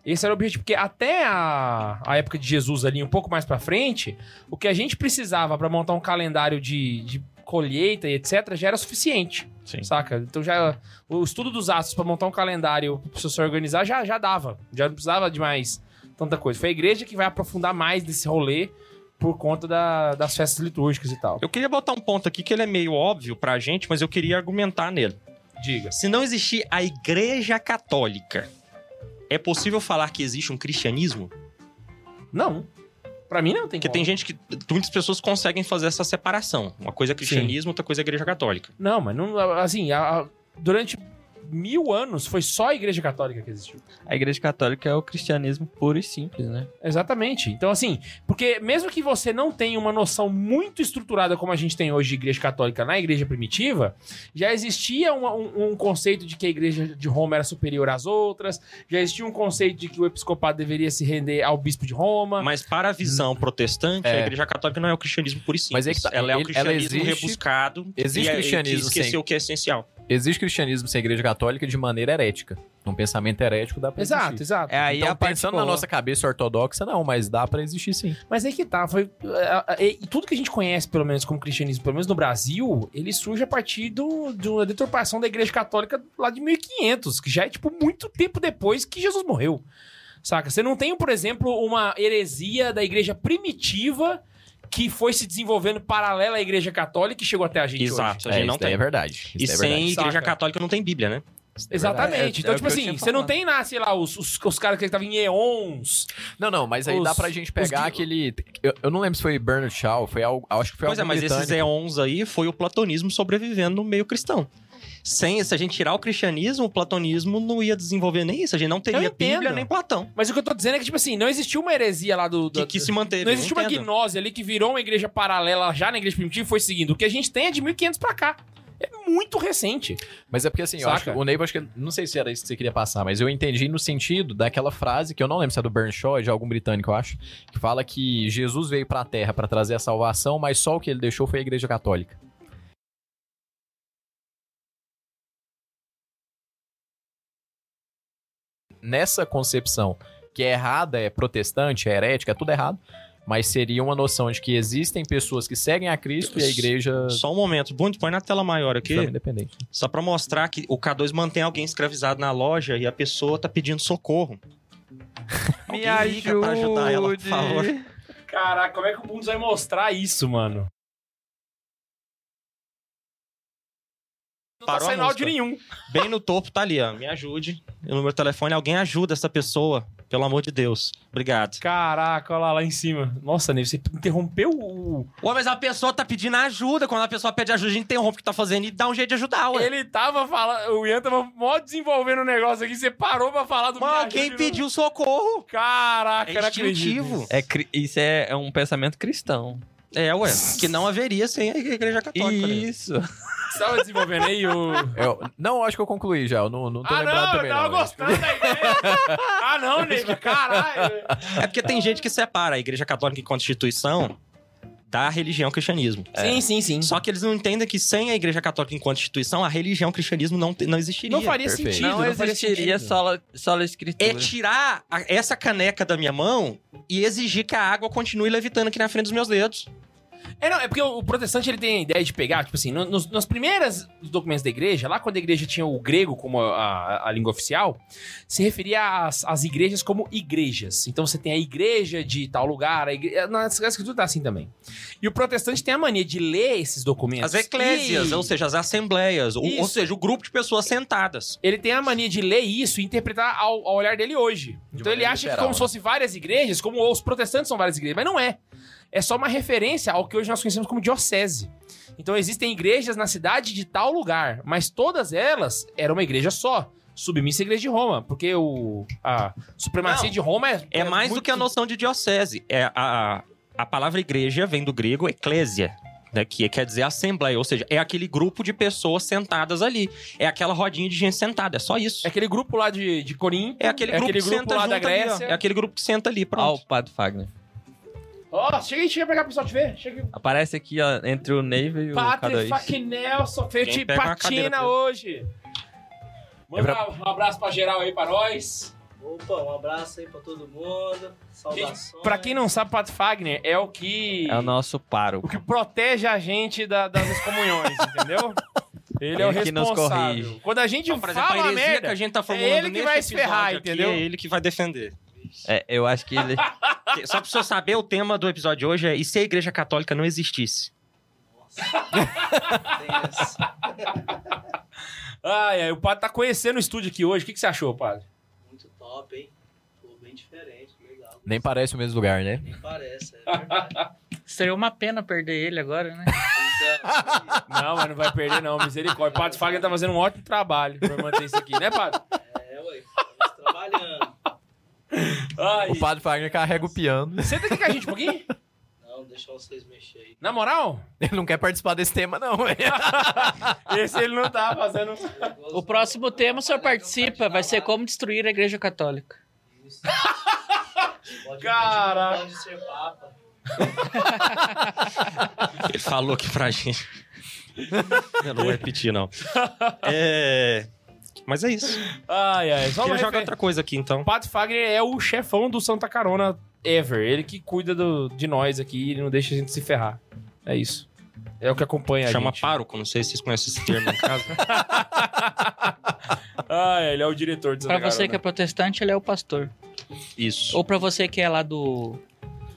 [SPEAKER 1] Esse era o objetivo, porque até a, a época de Jesus ali, um pouco mais pra frente, o que a gente precisava pra montar um calendário de, de colheita e etc, já era suficiente.
[SPEAKER 5] Sim.
[SPEAKER 1] Saca? Então já. O estudo dos astros pra montar um calendário pra pessoa se organizar já, já dava. Já não precisava de mais tanta coisa. Foi a igreja que vai aprofundar mais desse rolê por conta da- das festas litúrgicas e tal.
[SPEAKER 5] Eu queria botar um ponto aqui que ele é meio óbvio pra gente, mas eu queria argumentar nele.
[SPEAKER 1] Diga.
[SPEAKER 5] Se não existir a Igreja Católica, é possível falar que existe um cristianismo?
[SPEAKER 1] Não. Pra mim não tem
[SPEAKER 5] Porque
[SPEAKER 1] como.
[SPEAKER 5] tem gente que. Muitas pessoas conseguem fazer essa separação. Uma coisa é cristianismo, outra coisa é igreja católica.
[SPEAKER 1] Não, mas não, assim, a- a- durante mil anos foi só a igreja católica que existiu.
[SPEAKER 2] A Igreja Católica é o cristianismo puro e simples, né?
[SPEAKER 1] Exatamente. Então, assim, porque mesmo que você não tenha uma noção muito estruturada como a gente tem hoje de igreja católica na igreja primitiva, já existia um, um- um conceito de que a igreja de Roma era superior às outras, já existia um conceito de que o episcopado deveria se render ao bispo de Roma.
[SPEAKER 5] Mas para a visão protestante,
[SPEAKER 3] É.
[SPEAKER 5] a igreja católica não é o cristianismo puro e simples.
[SPEAKER 3] Mas é que tá-
[SPEAKER 5] ela é um
[SPEAKER 3] ele-
[SPEAKER 5] cristianismo
[SPEAKER 3] ela existe-
[SPEAKER 5] rebuscado.
[SPEAKER 3] existe
[SPEAKER 5] e é-
[SPEAKER 3] cristianismo
[SPEAKER 5] que esqueceu
[SPEAKER 3] sem-
[SPEAKER 5] o que é essencial.
[SPEAKER 3] Existe cristianismo sem a igreja católica de maneira herética. Um pensamento herético dá pra
[SPEAKER 1] Exato,
[SPEAKER 3] existir.
[SPEAKER 1] exato.
[SPEAKER 2] É aí
[SPEAKER 3] então,
[SPEAKER 2] a parte
[SPEAKER 3] pensando
[SPEAKER 2] boa.
[SPEAKER 3] na nossa cabeça ortodoxa, não, mas dá pra existir sim.
[SPEAKER 1] Mas aí que tá, foi. é, é, E tudo que a gente conhece, pelo menos, como cristianismo, pelo menos no Brasil, ele surge a partir do, de uma deturpação da Igreja Católica lá de 1500, que já é, tipo, muito tempo depois que Jesus morreu. Saca? Você não tem, por exemplo, uma heresia da Igreja primitiva que foi se desenvolvendo paralela à Igreja Católica e chegou até a gente hoje.
[SPEAKER 5] Exato, a
[SPEAKER 3] É,
[SPEAKER 5] gente
[SPEAKER 3] isso
[SPEAKER 5] não
[SPEAKER 3] daí
[SPEAKER 5] tem.
[SPEAKER 3] é verdade.
[SPEAKER 5] E
[SPEAKER 3] isso daí é
[SPEAKER 5] sem
[SPEAKER 3] verdade.
[SPEAKER 5] igreja
[SPEAKER 1] Saca.
[SPEAKER 5] católica não tem Bíblia, né?
[SPEAKER 1] Exatamente. então,
[SPEAKER 2] É, é o
[SPEAKER 1] tipo
[SPEAKER 2] que eu
[SPEAKER 1] assim,
[SPEAKER 2] tinha
[SPEAKER 1] você não
[SPEAKER 2] falado.
[SPEAKER 1] tem, lá, sei lá, os, os, os caras que estavam em eons.
[SPEAKER 3] Não, não, mas aí
[SPEAKER 1] Os-
[SPEAKER 3] dá pra gente
[SPEAKER 1] os
[SPEAKER 3] pegar
[SPEAKER 1] gui-
[SPEAKER 3] aquele. Eu, eu não lembro se foi Bernard Shaw, foi algo. Acho que foi
[SPEAKER 5] pois é,
[SPEAKER 3] algo.
[SPEAKER 5] mas
[SPEAKER 3] britânico.
[SPEAKER 5] esses éons aí foi o platonismo sobrevivendo no meio cristão. Sem, se a gente tirar o cristianismo, o platonismo não ia desenvolver nem isso. A gente não teria
[SPEAKER 1] entendo.
[SPEAKER 5] Bíblia nem Platão.
[SPEAKER 1] Mas o que eu tô dizendo é que, tipo assim, não existiu uma heresia lá do.
[SPEAKER 5] Que,
[SPEAKER 1] do
[SPEAKER 5] que se manteve.
[SPEAKER 1] Não existe
[SPEAKER 5] eu
[SPEAKER 1] uma
[SPEAKER 5] entendo.
[SPEAKER 1] gnose ali que virou uma igreja paralela já na igreja primitiva e foi seguindo. O que a gente tem é de 1500 pra cá. É muito recente.
[SPEAKER 3] Mas é porque assim, eu
[SPEAKER 1] Saca?
[SPEAKER 3] acho que o Neiva, acho que. Não sei se era isso que você queria passar, mas eu entendi no sentido daquela frase que eu não lembro se é do Bernard Shaw, é de algum britânico, eu acho, que fala que Jesus veio pra terra pra trazer a salvação, mas só o que ele deixou foi a igreja católica. Nessa concepção que é errada, é protestante, é herética, é tudo errado, mas seria uma noção de que existem pessoas que seguem a Cristo e a igreja
[SPEAKER 5] Só um momento. Bund, põe na tela maior aqui.
[SPEAKER 3] é independente.
[SPEAKER 5] Só pra mostrar que o K2 mantém alguém escravizado na loja e a pessoa tá pedindo socorro.
[SPEAKER 2] Me
[SPEAKER 5] Alguém liga pra ajudar ela, por
[SPEAKER 2] ajude.
[SPEAKER 5] favor.
[SPEAKER 1] Caraca, como é que o mundo vai mostrar isso, mano? Não
[SPEAKER 5] Parou
[SPEAKER 1] tá
[SPEAKER 5] a
[SPEAKER 1] saindo áudio
[SPEAKER 5] música.
[SPEAKER 1] nenhum.
[SPEAKER 5] Bem no topo tá ali, ó. Me ajude. E O número de telefone, alguém ajuda essa pessoa. Pelo amor de Deus. Obrigado.
[SPEAKER 1] Caraca, olha lá, lá em cima. Nossa, Ney, você interrompeu o.
[SPEAKER 5] Ué, mas a pessoa tá pedindo ajuda. Quando a pessoa pede ajuda, a gente interrompe o que tá fazendo e dá um jeito de ajudar, ué.
[SPEAKER 1] Ele tava falando. O Ian tava mó desenvolvendo o negócio aqui. Você parou pra falar do
[SPEAKER 5] Mas
[SPEAKER 1] Me
[SPEAKER 5] alguém
[SPEAKER 1] Ajude no-
[SPEAKER 5] pediu socorro.
[SPEAKER 1] Caraca,
[SPEAKER 5] É
[SPEAKER 1] não acredito
[SPEAKER 5] instintivo.
[SPEAKER 2] É, cri- isso é, é um pensamento cristão.
[SPEAKER 5] É, ué. Que não haveria sem a igreja católica. né?
[SPEAKER 2] Isso.
[SPEAKER 1] nisso. Tava desenvolvendo aí o.
[SPEAKER 3] É, Eu- não, eu acho que eu concluí já. Eu não, não tô
[SPEAKER 1] ah,
[SPEAKER 3] lembrado
[SPEAKER 1] não,
[SPEAKER 3] também.
[SPEAKER 1] eu tava
[SPEAKER 3] não.
[SPEAKER 1] gostando da ideia. ah, não, Neiva, caralho.
[SPEAKER 5] É porque tem gente que separa a igreja católica enquanto instituição da religião cristianismo.
[SPEAKER 3] É.
[SPEAKER 1] Sim, sim, sim.
[SPEAKER 5] Só que eles não entendem que sem a Igreja Católica enquanto instituição, a religião cristianismo não, te- não existiria.
[SPEAKER 1] não faria né?
[SPEAKER 3] perfeito.
[SPEAKER 1] sentido.
[SPEAKER 2] Não,
[SPEAKER 1] faria
[SPEAKER 2] existiria
[SPEAKER 1] sentido.
[SPEAKER 2] só sola escritura.
[SPEAKER 5] É tirar a- essa caneca da minha mão e exigir que a água continue levitando aqui na frente dos meus dedos.
[SPEAKER 1] É, não, é porque o protestante ele tem a ideia de pegar, tipo assim, no- nos, nas primeiras documentos da igreja, lá quando a igreja tinha o grego como a, a- a língua oficial, se referia às, às igrejas como igrejas. Então você tem a igreja de tal lugar, a igreja. Na escritura tá assim também. E o protestante tem a mania de ler esses documentos.
[SPEAKER 5] As eclésias, é
[SPEAKER 1] e-
[SPEAKER 5] um ou seja, as assembleias, ou,
[SPEAKER 1] Isso.
[SPEAKER 5] ou seja, o grupo de pessoas sentadas.
[SPEAKER 1] ele tem a mania de ler isso e interpretar ao, ao olhar dele hoje. então ele
[SPEAKER 3] maneira
[SPEAKER 1] acha que
[SPEAKER 3] literal,
[SPEAKER 1] como
[SPEAKER 3] né?
[SPEAKER 1] se fosse várias igrejas, como os protestantes são várias igrejas, mas não é. é só uma referência ao que hoje nós conhecemos como diocese. Então existem igrejas na cidade de tal lugar, mas todas elas eram uma igreja só. Submissa à igreja de Roma, porque o, a supremacia
[SPEAKER 5] Não,
[SPEAKER 1] de Roma é.
[SPEAKER 5] É mais do
[SPEAKER 1] muito-
[SPEAKER 5] que a noção de diocese. É a, a, a palavra igreja vem do grego eclésia, né, que quer dizer assembleia, ou seja, é aquele grupo de pessoas sentadas ali. É aquela rodinha de gente sentada, é só isso.
[SPEAKER 1] É aquele grupo lá de, de Corinto.
[SPEAKER 5] É aquele
[SPEAKER 1] É
[SPEAKER 5] grupo,
[SPEAKER 1] aquele
[SPEAKER 5] que
[SPEAKER 1] grupo
[SPEAKER 5] senta
[SPEAKER 1] lá da
[SPEAKER 5] junto ali, ó.
[SPEAKER 1] Grécia.
[SPEAKER 5] é aquele grupo que senta ali,
[SPEAKER 2] Ó,
[SPEAKER 5] pronto.
[SPEAKER 2] o Padre Fagner.
[SPEAKER 1] Ó, chega aí, chega pra cá pro pessoal te ver. Chega aí.
[SPEAKER 2] Aparece aqui, ó, entre o Neiva e o é
[SPEAKER 1] Patrick
[SPEAKER 2] K2.
[SPEAKER 1] fucking Nelson, fez
[SPEAKER 5] Quem
[SPEAKER 1] de
[SPEAKER 5] pega uma cadeira
[SPEAKER 1] patina
[SPEAKER 5] pra ele?
[SPEAKER 1] hoje. Manda
[SPEAKER 3] É
[SPEAKER 1] um abraço pra geral aí pra nós.
[SPEAKER 7] Opa, um abraço aí pra todo mundo. Saudações.
[SPEAKER 1] Pra quem não sabe, Pato Fagner é o que.
[SPEAKER 2] É o nosso paro.
[SPEAKER 1] O que protege a gente da- das excomunhões, entendeu? Ele é o
[SPEAKER 2] Ele que nos
[SPEAKER 1] responsável.
[SPEAKER 2] corrige.
[SPEAKER 1] Quando a gente
[SPEAKER 5] Então, por exemplo, a
[SPEAKER 1] fala uma
[SPEAKER 5] heresia que
[SPEAKER 1] merda, É
[SPEAKER 5] a gente tá formulando
[SPEAKER 1] ele que
[SPEAKER 5] neste
[SPEAKER 1] vai se ferrar,
[SPEAKER 5] episódio aqui,
[SPEAKER 1] entendeu?
[SPEAKER 5] É ele que vai defender.
[SPEAKER 2] É, eu acho que ele.
[SPEAKER 5] Que- Só pra você saber, o tema do episódio de hoje é e se a igreja católica não existisse?
[SPEAKER 7] Tem essa.
[SPEAKER 1] ai, ai, o Pato tá conhecendo o estúdio aqui hoje. O que, que você achou, Padre?
[SPEAKER 7] Muito top, hein? Pô, bem diferente, legal.
[SPEAKER 3] Nem parece o mesmo lugar, né?
[SPEAKER 7] Nem parece, é verdade.
[SPEAKER 4] Seria uma pena perder ele agora, né?
[SPEAKER 7] Então,
[SPEAKER 1] Não, mas não vai perder, não. Misericórdia. O Pato Fagner tá fazendo um ótimo trabalho pra manter isso aqui, né, Padre?
[SPEAKER 7] é, ué, estamos trabalhando.
[SPEAKER 1] Ai.
[SPEAKER 3] O Padre Fagner carrega o piano.
[SPEAKER 1] Senta aqui com a gente um pouquinho.
[SPEAKER 7] Não, deixa vocês mexer aí.
[SPEAKER 1] Na moral,
[SPEAKER 3] Ele não quer participar desse tema, não.
[SPEAKER 1] esse ele não tá fazendo.
[SPEAKER 4] O próximo tema o senhor participa, vai ser como destruir a igreja católica.
[SPEAKER 7] Isso. Pode- Pode,
[SPEAKER 1] Caraca.
[SPEAKER 7] Pode ser papa.
[SPEAKER 5] Ele falou aqui pra gente. Eu não vou repetir, não. É... Mas é isso.
[SPEAKER 1] Ai, ai. Só uma
[SPEAKER 5] Ele joga
[SPEAKER 1] refer...
[SPEAKER 5] outra coisa aqui, então.
[SPEAKER 1] O Pato Fagner é o chefão do Santa Carona ever. Ele que cuida do- de nós aqui, ele não deixa a gente se ferrar. É isso. É o que acompanha
[SPEAKER 5] Chama
[SPEAKER 1] a gente.
[SPEAKER 5] pároco, não sei se vocês conhecem esse termo em casa.
[SPEAKER 1] Ah, ele é o diretor do Santa
[SPEAKER 4] Pra
[SPEAKER 3] né?
[SPEAKER 4] você que é
[SPEAKER 1] Carona.
[SPEAKER 4] protestante, ele é o pastor.
[SPEAKER 5] Isso.
[SPEAKER 4] Ou pra você que é lá do.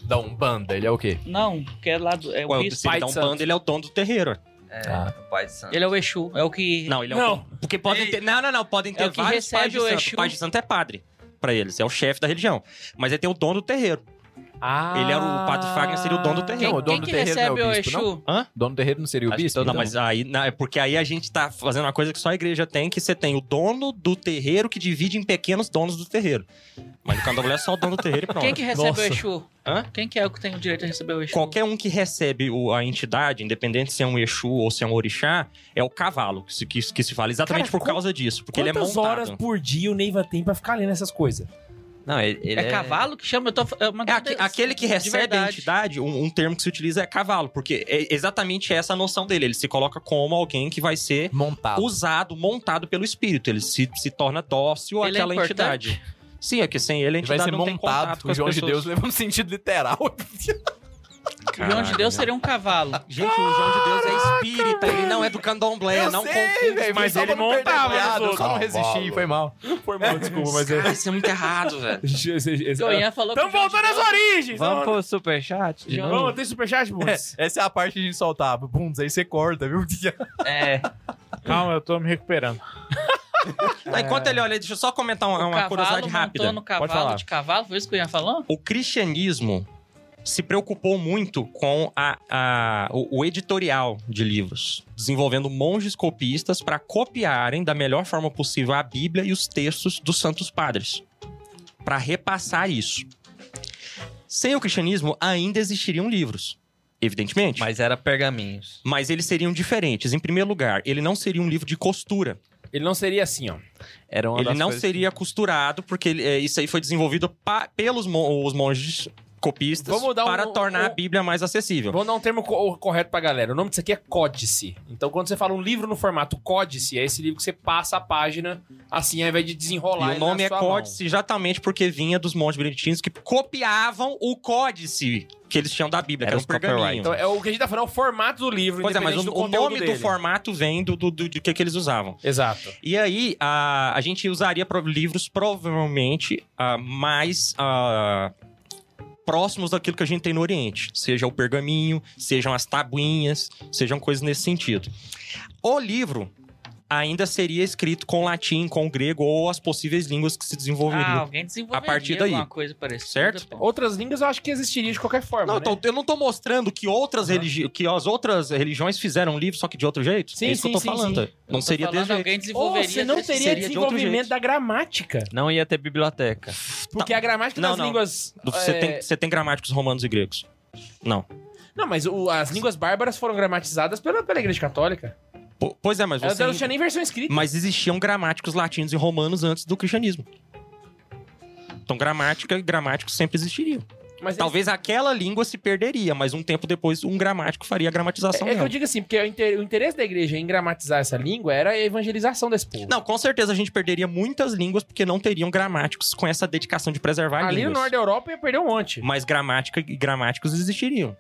[SPEAKER 3] Da Umbanda, ele é o quê?
[SPEAKER 4] Não, que é lá do. É
[SPEAKER 5] Ué,
[SPEAKER 4] o
[SPEAKER 5] o-
[SPEAKER 4] bispo.
[SPEAKER 5] se ele dá
[SPEAKER 1] Pai de
[SPEAKER 5] um
[SPEAKER 1] Santo.
[SPEAKER 5] bando, ele é o dono do terreiro.
[SPEAKER 2] É,
[SPEAKER 3] Ah.
[SPEAKER 2] o Pai de Santo.
[SPEAKER 4] Ele é o Exu. É o que.
[SPEAKER 5] Não, ele é
[SPEAKER 1] Não.
[SPEAKER 5] o dono. Porque podem ter... Não, não, não. Podem ter
[SPEAKER 4] É o que
[SPEAKER 5] vários
[SPEAKER 4] recebe
[SPEAKER 5] pais de
[SPEAKER 4] o
[SPEAKER 5] santo.
[SPEAKER 4] Exu.
[SPEAKER 5] O pai de santo é padre pra eles. É o chefe da religião. Mas ele tem o dono do terreiro.
[SPEAKER 4] é-
[SPEAKER 1] Ah.
[SPEAKER 5] Ele era o Pato Fagner, seria o dono do
[SPEAKER 4] Quem,
[SPEAKER 5] terreno.
[SPEAKER 3] Não, o dono
[SPEAKER 4] quem
[SPEAKER 3] do
[SPEAKER 4] que
[SPEAKER 3] terreiro
[SPEAKER 4] recebe
[SPEAKER 3] não é o
[SPEAKER 4] o
[SPEAKER 3] bispo,
[SPEAKER 4] Exu?
[SPEAKER 3] Dono do terreiro não seria o
[SPEAKER 2] Acho que
[SPEAKER 3] bispo?
[SPEAKER 2] todo-
[SPEAKER 5] Não,
[SPEAKER 3] então?
[SPEAKER 5] mas aí... Não, é porque aí a gente tá fazendo uma coisa que só a igreja tem, que você tem o dono do terreiro que divide em pequenos donos do terreiro. Mas no candomblé é só o dono do terreiro e pronto.
[SPEAKER 4] Quem que recebe
[SPEAKER 3] Nossa.
[SPEAKER 4] o Exu?
[SPEAKER 5] Hã?
[SPEAKER 4] Quem que é o que tem o direito de receber o Exu?
[SPEAKER 5] Qualquer um que recebe o- a entidade, independente se é um Exu ou se é um Orixá, é o cavalo que se, que, se- que se fala. Exatamente
[SPEAKER 1] Cara,
[SPEAKER 5] por
[SPEAKER 1] qu-
[SPEAKER 5] causa disso, porque ele é
[SPEAKER 1] Quantas
[SPEAKER 5] montado.
[SPEAKER 1] horas por dia o Neiva tem pra ficar lendo essas coisas?
[SPEAKER 2] Não, ele, ele
[SPEAKER 4] É, cavalo que chama? Eu tô... é uma
[SPEAKER 5] É aque-
[SPEAKER 4] dúvida-
[SPEAKER 5] aquele que
[SPEAKER 4] de
[SPEAKER 5] recebe a
[SPEAKER 4] verdade.
[SPEAKER 5] entidade, um, um termo que se utiliza é cavalo, porque é exatamente essa a noção dele. Ele se coloca como alguém que vai ser
[SPEAKER 3] um Montado.
[SPEAKER 5] usado, montado pelo espírito. Ele se, se torna dócil
[SPEAKER 4] Ele é
[SPEAKER 5] àquela
[SPEAKER 4] importante?
[SPEAKER 5] entidade. Sim, é que sem ele a
[SPEAKER 3] Ele vai
[SPEAKER 5] entidade
[SPEAKER 3] ser
[SPEAKER 5] não tem
[SPEAKER 3] montado.
[SPEAKER 5] contato com
[SPEAKER 3] O
[SPEAKER 5] as
[SPEAKER 3] João de
[SPEAKER 5] pessoas.
[SPEAKER 3] Deus leva um sentido literal.
[SPEAKER 4] O João de Deus seria um cavalo.
[SPEAKER 5] Gente, o João de Deus é espírita, ele não é do candomblé, não confunde.
[SPEAKER 3] velho. é
[SPEAKER 1] mas
[SPEAKER 3] só
[SPEAKER 1] ele
[SPEAKER 3] pra não perder a
[SPEAKER 1] montava nos
[SPEAKER 3] piada, eu
[SPEAKER 1] outros.
[SPEAKER 3] Só não resisti, foi mal.
[SPEAKER 1] Foi mal, desculpa, mas é.
[SPEAKER 5] Cara, isso é muito errado, velho.
[SPEAKER 4] O Ian falou
[SPEAKER 1] Estamos
[SPEAKER 4] que o João de
[SPEAKER 1] voltando às
[SPEAKER 4] Deus-
[SPEAKER 1] origens! né? Vamos,
[SPEAKER 2] Vamos pro superchat de
[SPEAKER 4] Já-
[SPEAKER 2] novo?
[SPEAKER 1] vamos tem superchat, Bundes?
[SPEAKER 3] Essa é a parte que a gente soltava. Bundes, aí você corta, viu?
[SPEAKER 2] É.
[SPEAKER 6] Calma, eu tô me recuperando.
[SPEAKER 5] Tá, enquanto ele olha, deixa eu só comentar uma,
[SPEAKER 4] É. o
[SPEAKER 5] É uma
[SPEAKER 4] cavalo
[SPEAKER 5] curiosidade
[SPEAKER 4] montou
[SPEAKER 5] rápida.
[SPEAKER 4] no
[SPEAKER 5] Pode falar.
[SPEAKER 4] cavalo de cavalo, foi isso que o Ian falou?
[SPEAKER 5] O cristianismo se preocupou muito com a, a- o, o editorial de livros, desenvolvendo monges copistas para copiarem da melhor forma possível a Bíblia e os textos dos santos padres, para repassar isso. Sem o cristianismo, ainda existiriam livros, evidentemente.
[SPEAKER 2] Mas era pergaminhos.
[SPEAKER 5] mas eles seriam diferentes. Em primeiro lugar, ele não seria um livro de costura.
[SPEAKER 1] Ele não seria assim, ó.
[SPEAKER 2] Era uma
[SPEAKER 5] Ele
[SPEAKER 2] das
[SPEAKER 5] não
[SPEAKER 2] coisas
[SPEAKER 5] seria costurado, porque ele- é, isso aí foi desenvolvido pa- pelos mon- os monges copistas
[SPEAKER 1] Vamos dar um-
[SPEAKER 5] para tornar a
[SPEAKER 1] um-
[SPEAKER 5] Bíblia mais acessível.
[SPEAKER 1] Vamos dar um termo co- correto pra galera. O nome disso aqui é códice. Então, quando você fala um livro no formato códice, é esse livro que você passa a página assim, ao invés de desenrolar.
[SPEAKER 5] e o
[SPEAKER 1] ele
[SPEAKER 5] nome
[SPEAKER 1] na
[SPEAKER 5] é
[SPEAKER 1] sua mão.
[SPEAKER 5] Códice exatamente porque vinha dos monges beneditinos que copiavam o códice que eles tinham da Bíblia,
[SPEAKER 2] Era
[SPEAKER 5] que
[SPEAKER 2] um
[SPEAKER 5] era um pergaminho.
[SPEAKER 2] copyright.
[SPEAKER 1] Então, é o que a gente tá falando, é o formato do livro.
[SPEAKER 5] Pois é, mas o,
[SPEAKER 1] independente do
[SPEAKER 5] o
[SPEAKER 1] conteúdo
[SPEAKER 5] nome
[SPEAKER 1] dele.
[SPEAKER 5] do formato vem do, do, do, do que, que eles usavam.
[SPEAKER 1] Exato.
[SPEAKER 5] E aí, a, a gente usaria pro- livros provavelmente ah, mais ah, próximos daquilo que a gente tem no Oriente. Seja o pergaminho, sejam as tabuinhas, sejam coisas nesse sentido. O livro ainda seria escrito com latim, com grego ou as possíveis línguas que se
[SPEAKER 4] Ah,
[SPEAKER 5] desenvolveriam.
[SPEAKER 4] alguém desenvolveria
[SPEAKER 5] A partir daí.
[SPEAKER 4] alguma coisa parecida.
[SPEAKER 5] Certo?
[SPEAKER 4] pô.
[SPEAKER 1] Outras línguas eu acho que existiria de qualquer forma.
[SPEAKER 5] não,
[SPEAKER 1] né?
[SPEAKER 5] então, eu não tô mostrando que outras religi- que as outras religiões fizeram livro, só que de outro jeito.
[SPEAKER 1] Sim,
[SPEAKER 5] é isso que eu tô
[SPEAKER 1] sim, sim,
[SPEAKER 5] falando. Não
[SPEAKER 4] Eu tô
[SPEAKER 5] seria
[SPEAKER 4] falando,
[SPEAKER 5] desse jeito.
[SPEAKER 4] Alguém
[SPEAKER 1] Ou
[SPEAKER 4] desenvolveria.
[SPEAKER 1] você não
[SPEAKER 4] desse-
[SPEAKER 1] teria
[SPEAKER 5] seria de outro
[SPEAKER 1] desenvolvimento
[SPEAKER 5] jeito.
[SPEAKER 1] da gramática.
[SPEAKER 2] Não ia ter biblioteca.
[SPEAKER 1] Porque a gramática
[SPEAKER 5] Não,
[SPEAKER 1] das
[SPEAKER 5] não.
[SPEAKER 1] línguas.
[SPEAKER 5] Do- Você,
[SPEAKER 1] é,
[SPEAKER 5] tem, você tem gramáticos romanos e gregos. Não.
[SPEAKER 1] Não, mas o- as línguas bárbaras foram gramatizadas pela, pela Igreja Católica.
[SPEAKER 5] Po- pois é, mas
[SPEAKER 1] Elas
[SPEAKER 5] você.
[SPEAKER 1] não tinha nem versão escrita.
[SPEAKER 5] Mas existiam gramáticos latinos e romanos antes do cristianismo. Então, gramática, gramáticos sempre existiriam.
[SPEAKER 1] Mas eles-
[SPEAKER 5] Talvez aquela língua se perderia, mas um tempo depois um gramático faria a gramatização
[SPEAKER 1] É, é que eu
[SPEAKER 5] dela.
[SPEAKER 1] digo assim, porque o inter- o interesse da igreja em gramatizar essa língua era a evangelização desse povo.
[SPEAKER 5] Não, com certeza a gente perderia muitas línguas porque não teriam gramáticos com essa dedicação de preservar
[SPEAKER 1] Ali
[SPEAKER 5] línguas.
[SPEAKER 1] no norte da Europa ia perder um monte.
[SPEAKER 5] Mas gramática e gramáticos existiriam.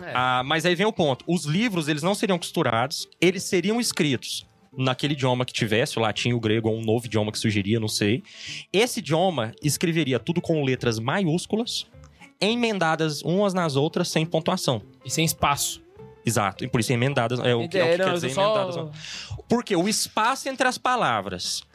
[SPEAKER 1] É.
[SPEAKER 5] Ah, mas aí vem o ponto. Os livros, eles não seriam costurados, eles seriam escritos naquele idioma que tivesse, o latim, o grego, ou um novo idioma que surgiria, não sei. Esse idioma escreveria tudo com letras maiúsculas, emendadas umas nas outras, sem pontuação.
[SPEAKER 1] E sem espaço.
[SPEAKER 5] Exato. E por isso emendadas, é o que, é o que
[SPEAKER 1] Não,
[SPEAKER 5] quer
[SPEAKER 1] eu
[SPEAKER 5] dizer
[SPEAKER 1] só...
[SPEAKER 5] emendadas. não. Porque o espaço entre as palavras,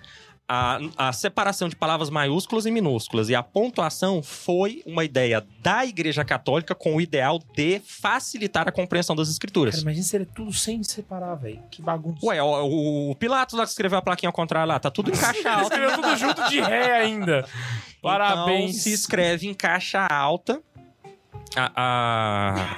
[SPEAKER 5] a, a separação de palavras maiúsculas e minúsculas e a pontuação foi uma ideia da Igreja Católica com o ideal de facilitar a compreensão das
[SPEAKER 1] Cara,
[SPEAKER 5] escrituras.
[SPEAKER 1] imagina se era tudo sem separar, velho. Que bagunça.
[SPEAKER 5] Ué, o, o Pilatos lá que escreveu a plaquinha ao contrário lá, tá tudo em caixa alta.
[SPEAKER 1] escreveu tudo junto de ré ainda.
[SPEAKER 5] Então, se escreve em caixa alta, a, a-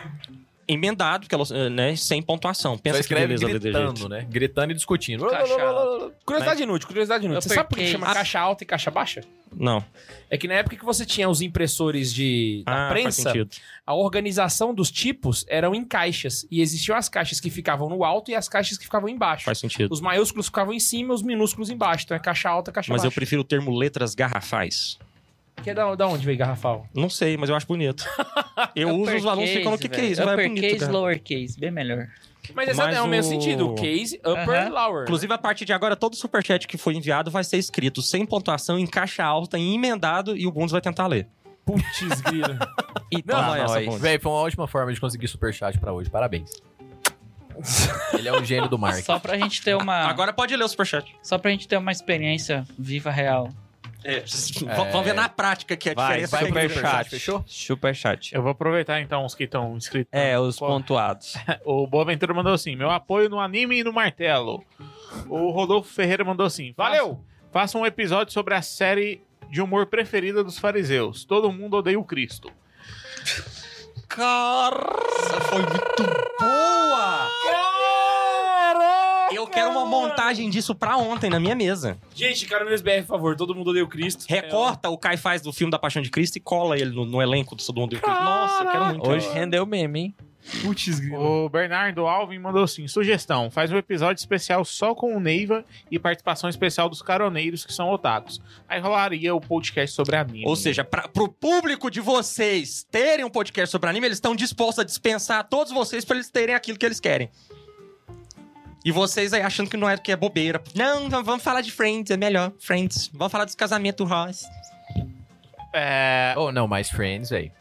[SPEAKER 5] emendado, que ela, né, sem pontuação. Pensa
[SPEAKER 3] Só
[SPEAKER 5] que
[SPEAKER 3] escreve
[SPEAKER 5] beleza, BDG.
[SPEAKER 3] gritando, né? Gritando e discutindo.
[SPEAKER 4] Caixa alta.
[SPEAKER 1] Curiosidade inútil, curiosidade inútil.
[SPEAKER 4] Eu
[SPEAKER 1] Você sabe por que
[SPEAKER 4] perquei.
[SPEAKER 1] chama caixa alta e caixa baixa?
[SPEAKER 5] Não,
[SPEAKER 1] É que na época que você tinha os impressores de da
[SPEAKER 5] ah, faz
[SPEAKER 1] prensa,
[SPEAKER 5] sentido.
[SPEAKER 1] a organização dos tipos eram em caixas. E existiam as caixas que ficavam no alto e as caixas que ficavam embaixo.
[SPEAKER 5] Faz sentido.
[SPEAKER 1] Os maiúsculos ficavam em cima e os minúsculos embaixo. Então é caixa alta, caixa
[SPEAKER 5] Mas eu
[SPEAKER 1] baixa.
[SPEAKER 5] prefiro o termo letras garrafais.
[SPEAKER 1] Que é da, da onde veio garrafal?
[SPEAKER 5] Não sei, mas eu acho bonito. Eu, uso os
[SPEAKER 4] Uppercase,
[SPEAKER 5] valores ficam no que, que é isso,
[SPEAKER 4] É velho.
[SPEAKER 5] mas é
[SPEAKER 4] Uppercase,
[SPEAKER 5] bonito. cara.
[SPEAKER 4] lowercase, bem melhor.
[SPEAKER 1] Mas essa
[SPEAKER 5] Mas
[SPEAKER 1] é o mesmo
[SPEAKER 5] o-
[SPEAKER 1] sentido. Case, upper,
[SPEAKER 4] Aham.
[SPEAKER 1] lower.
[SPEAKER 5] Inclusive, a partir de agora, todo superchat que foi enviado vai ser escrito sem pontuação, em caixa alta, em emendado, e o Bundes vai tentar ler.
[SPEAKER 1] Putz, grila.
[SPEAKER 2] E
[SPEAKER 1] Não,
[SPEAKER 2] toma
[SPEAKER 5] não,
[SPEAKER 2] essa,
[SPEAKER 5] nós.
[SPEAKER 2] Bundes.
[SPEAKER 3] Véi, foi uma ótima forma de conseguir superchat pra hoje. Parabéns. Ele é um gênio do marketing.
[SPEAKER 4] Só pra gente ter uma.
[SPEAKER 5] Agora pode ler o superchat.
[SPEAKER 4] Só pra gente ter uma experiência viva real.
[SPEAKER 5] É. Vamos ver na prática que a
[SPEAKER 2] Vai,
[SPEAKER 5] diferença
[SPEAKER 2] vai
[SPEAKER 5] é
[SPEAKER 2] pro
[SPEAKER 5] grande.
[SPEAKER 2] superchat.
[SPEAKER 3] fechou?
[SPEAKER 2] Superchat.
[SPEAKER 6] Eu vou aproveitar então os que estão inscritos.
[SPEAKER 2] É, os
[SPEAKER 6] Qual?
[SPEAKER 2] pontuados.
[SPEAKER 6] O Boaventura mandou assim: meu apoio no anime e no martelo. O Rodolfo Ferreira mandou assim: valeu! Faça um episódio sobre a série de humor preferida dos fariseus. Todo mundo odeia o Cristo.
[SPEAKER 5] Cara, foi muito boa! Eu quero uma montagem disso pra ontem, na minha mesa.
[SPEAKER 1] Gente, cara, meus BR, por favor. Todo mundo odeia o Cristo.
[SPEAKER 5] Recorta o Caifás do filme da Paixão de Cristo e cola ele no, no elenco do Sodom do Cristo. Nossa, eu quero muito.
[SPEAKER 2] Hoje rendeu meme, hein?
[SPEAKER 6] O Bernardo Alvin mandou assim: sugestão, faz um episódio especial só com o Neiva e participação especial dos caroneiros que são otakus. Aí rolaria o podcast sobre anime.
[SPEAKER 3] Uhum.
[SPEAKER 5] Ou seja, pra, pro público de vocês terem um podcast sobre anime, eles estão dispostos a dispensar todos vocês pra eles terem aquilo que eles querem. E vocês aí achando que não é que é bobeira. Não, v- vamos falar de Friends, é melhor. Friends. Vamos falar dos casamentos do Ross.
[SPEAKER 6] é,
[SPEAKER 3] Ou oh, não, mais Friends, velho.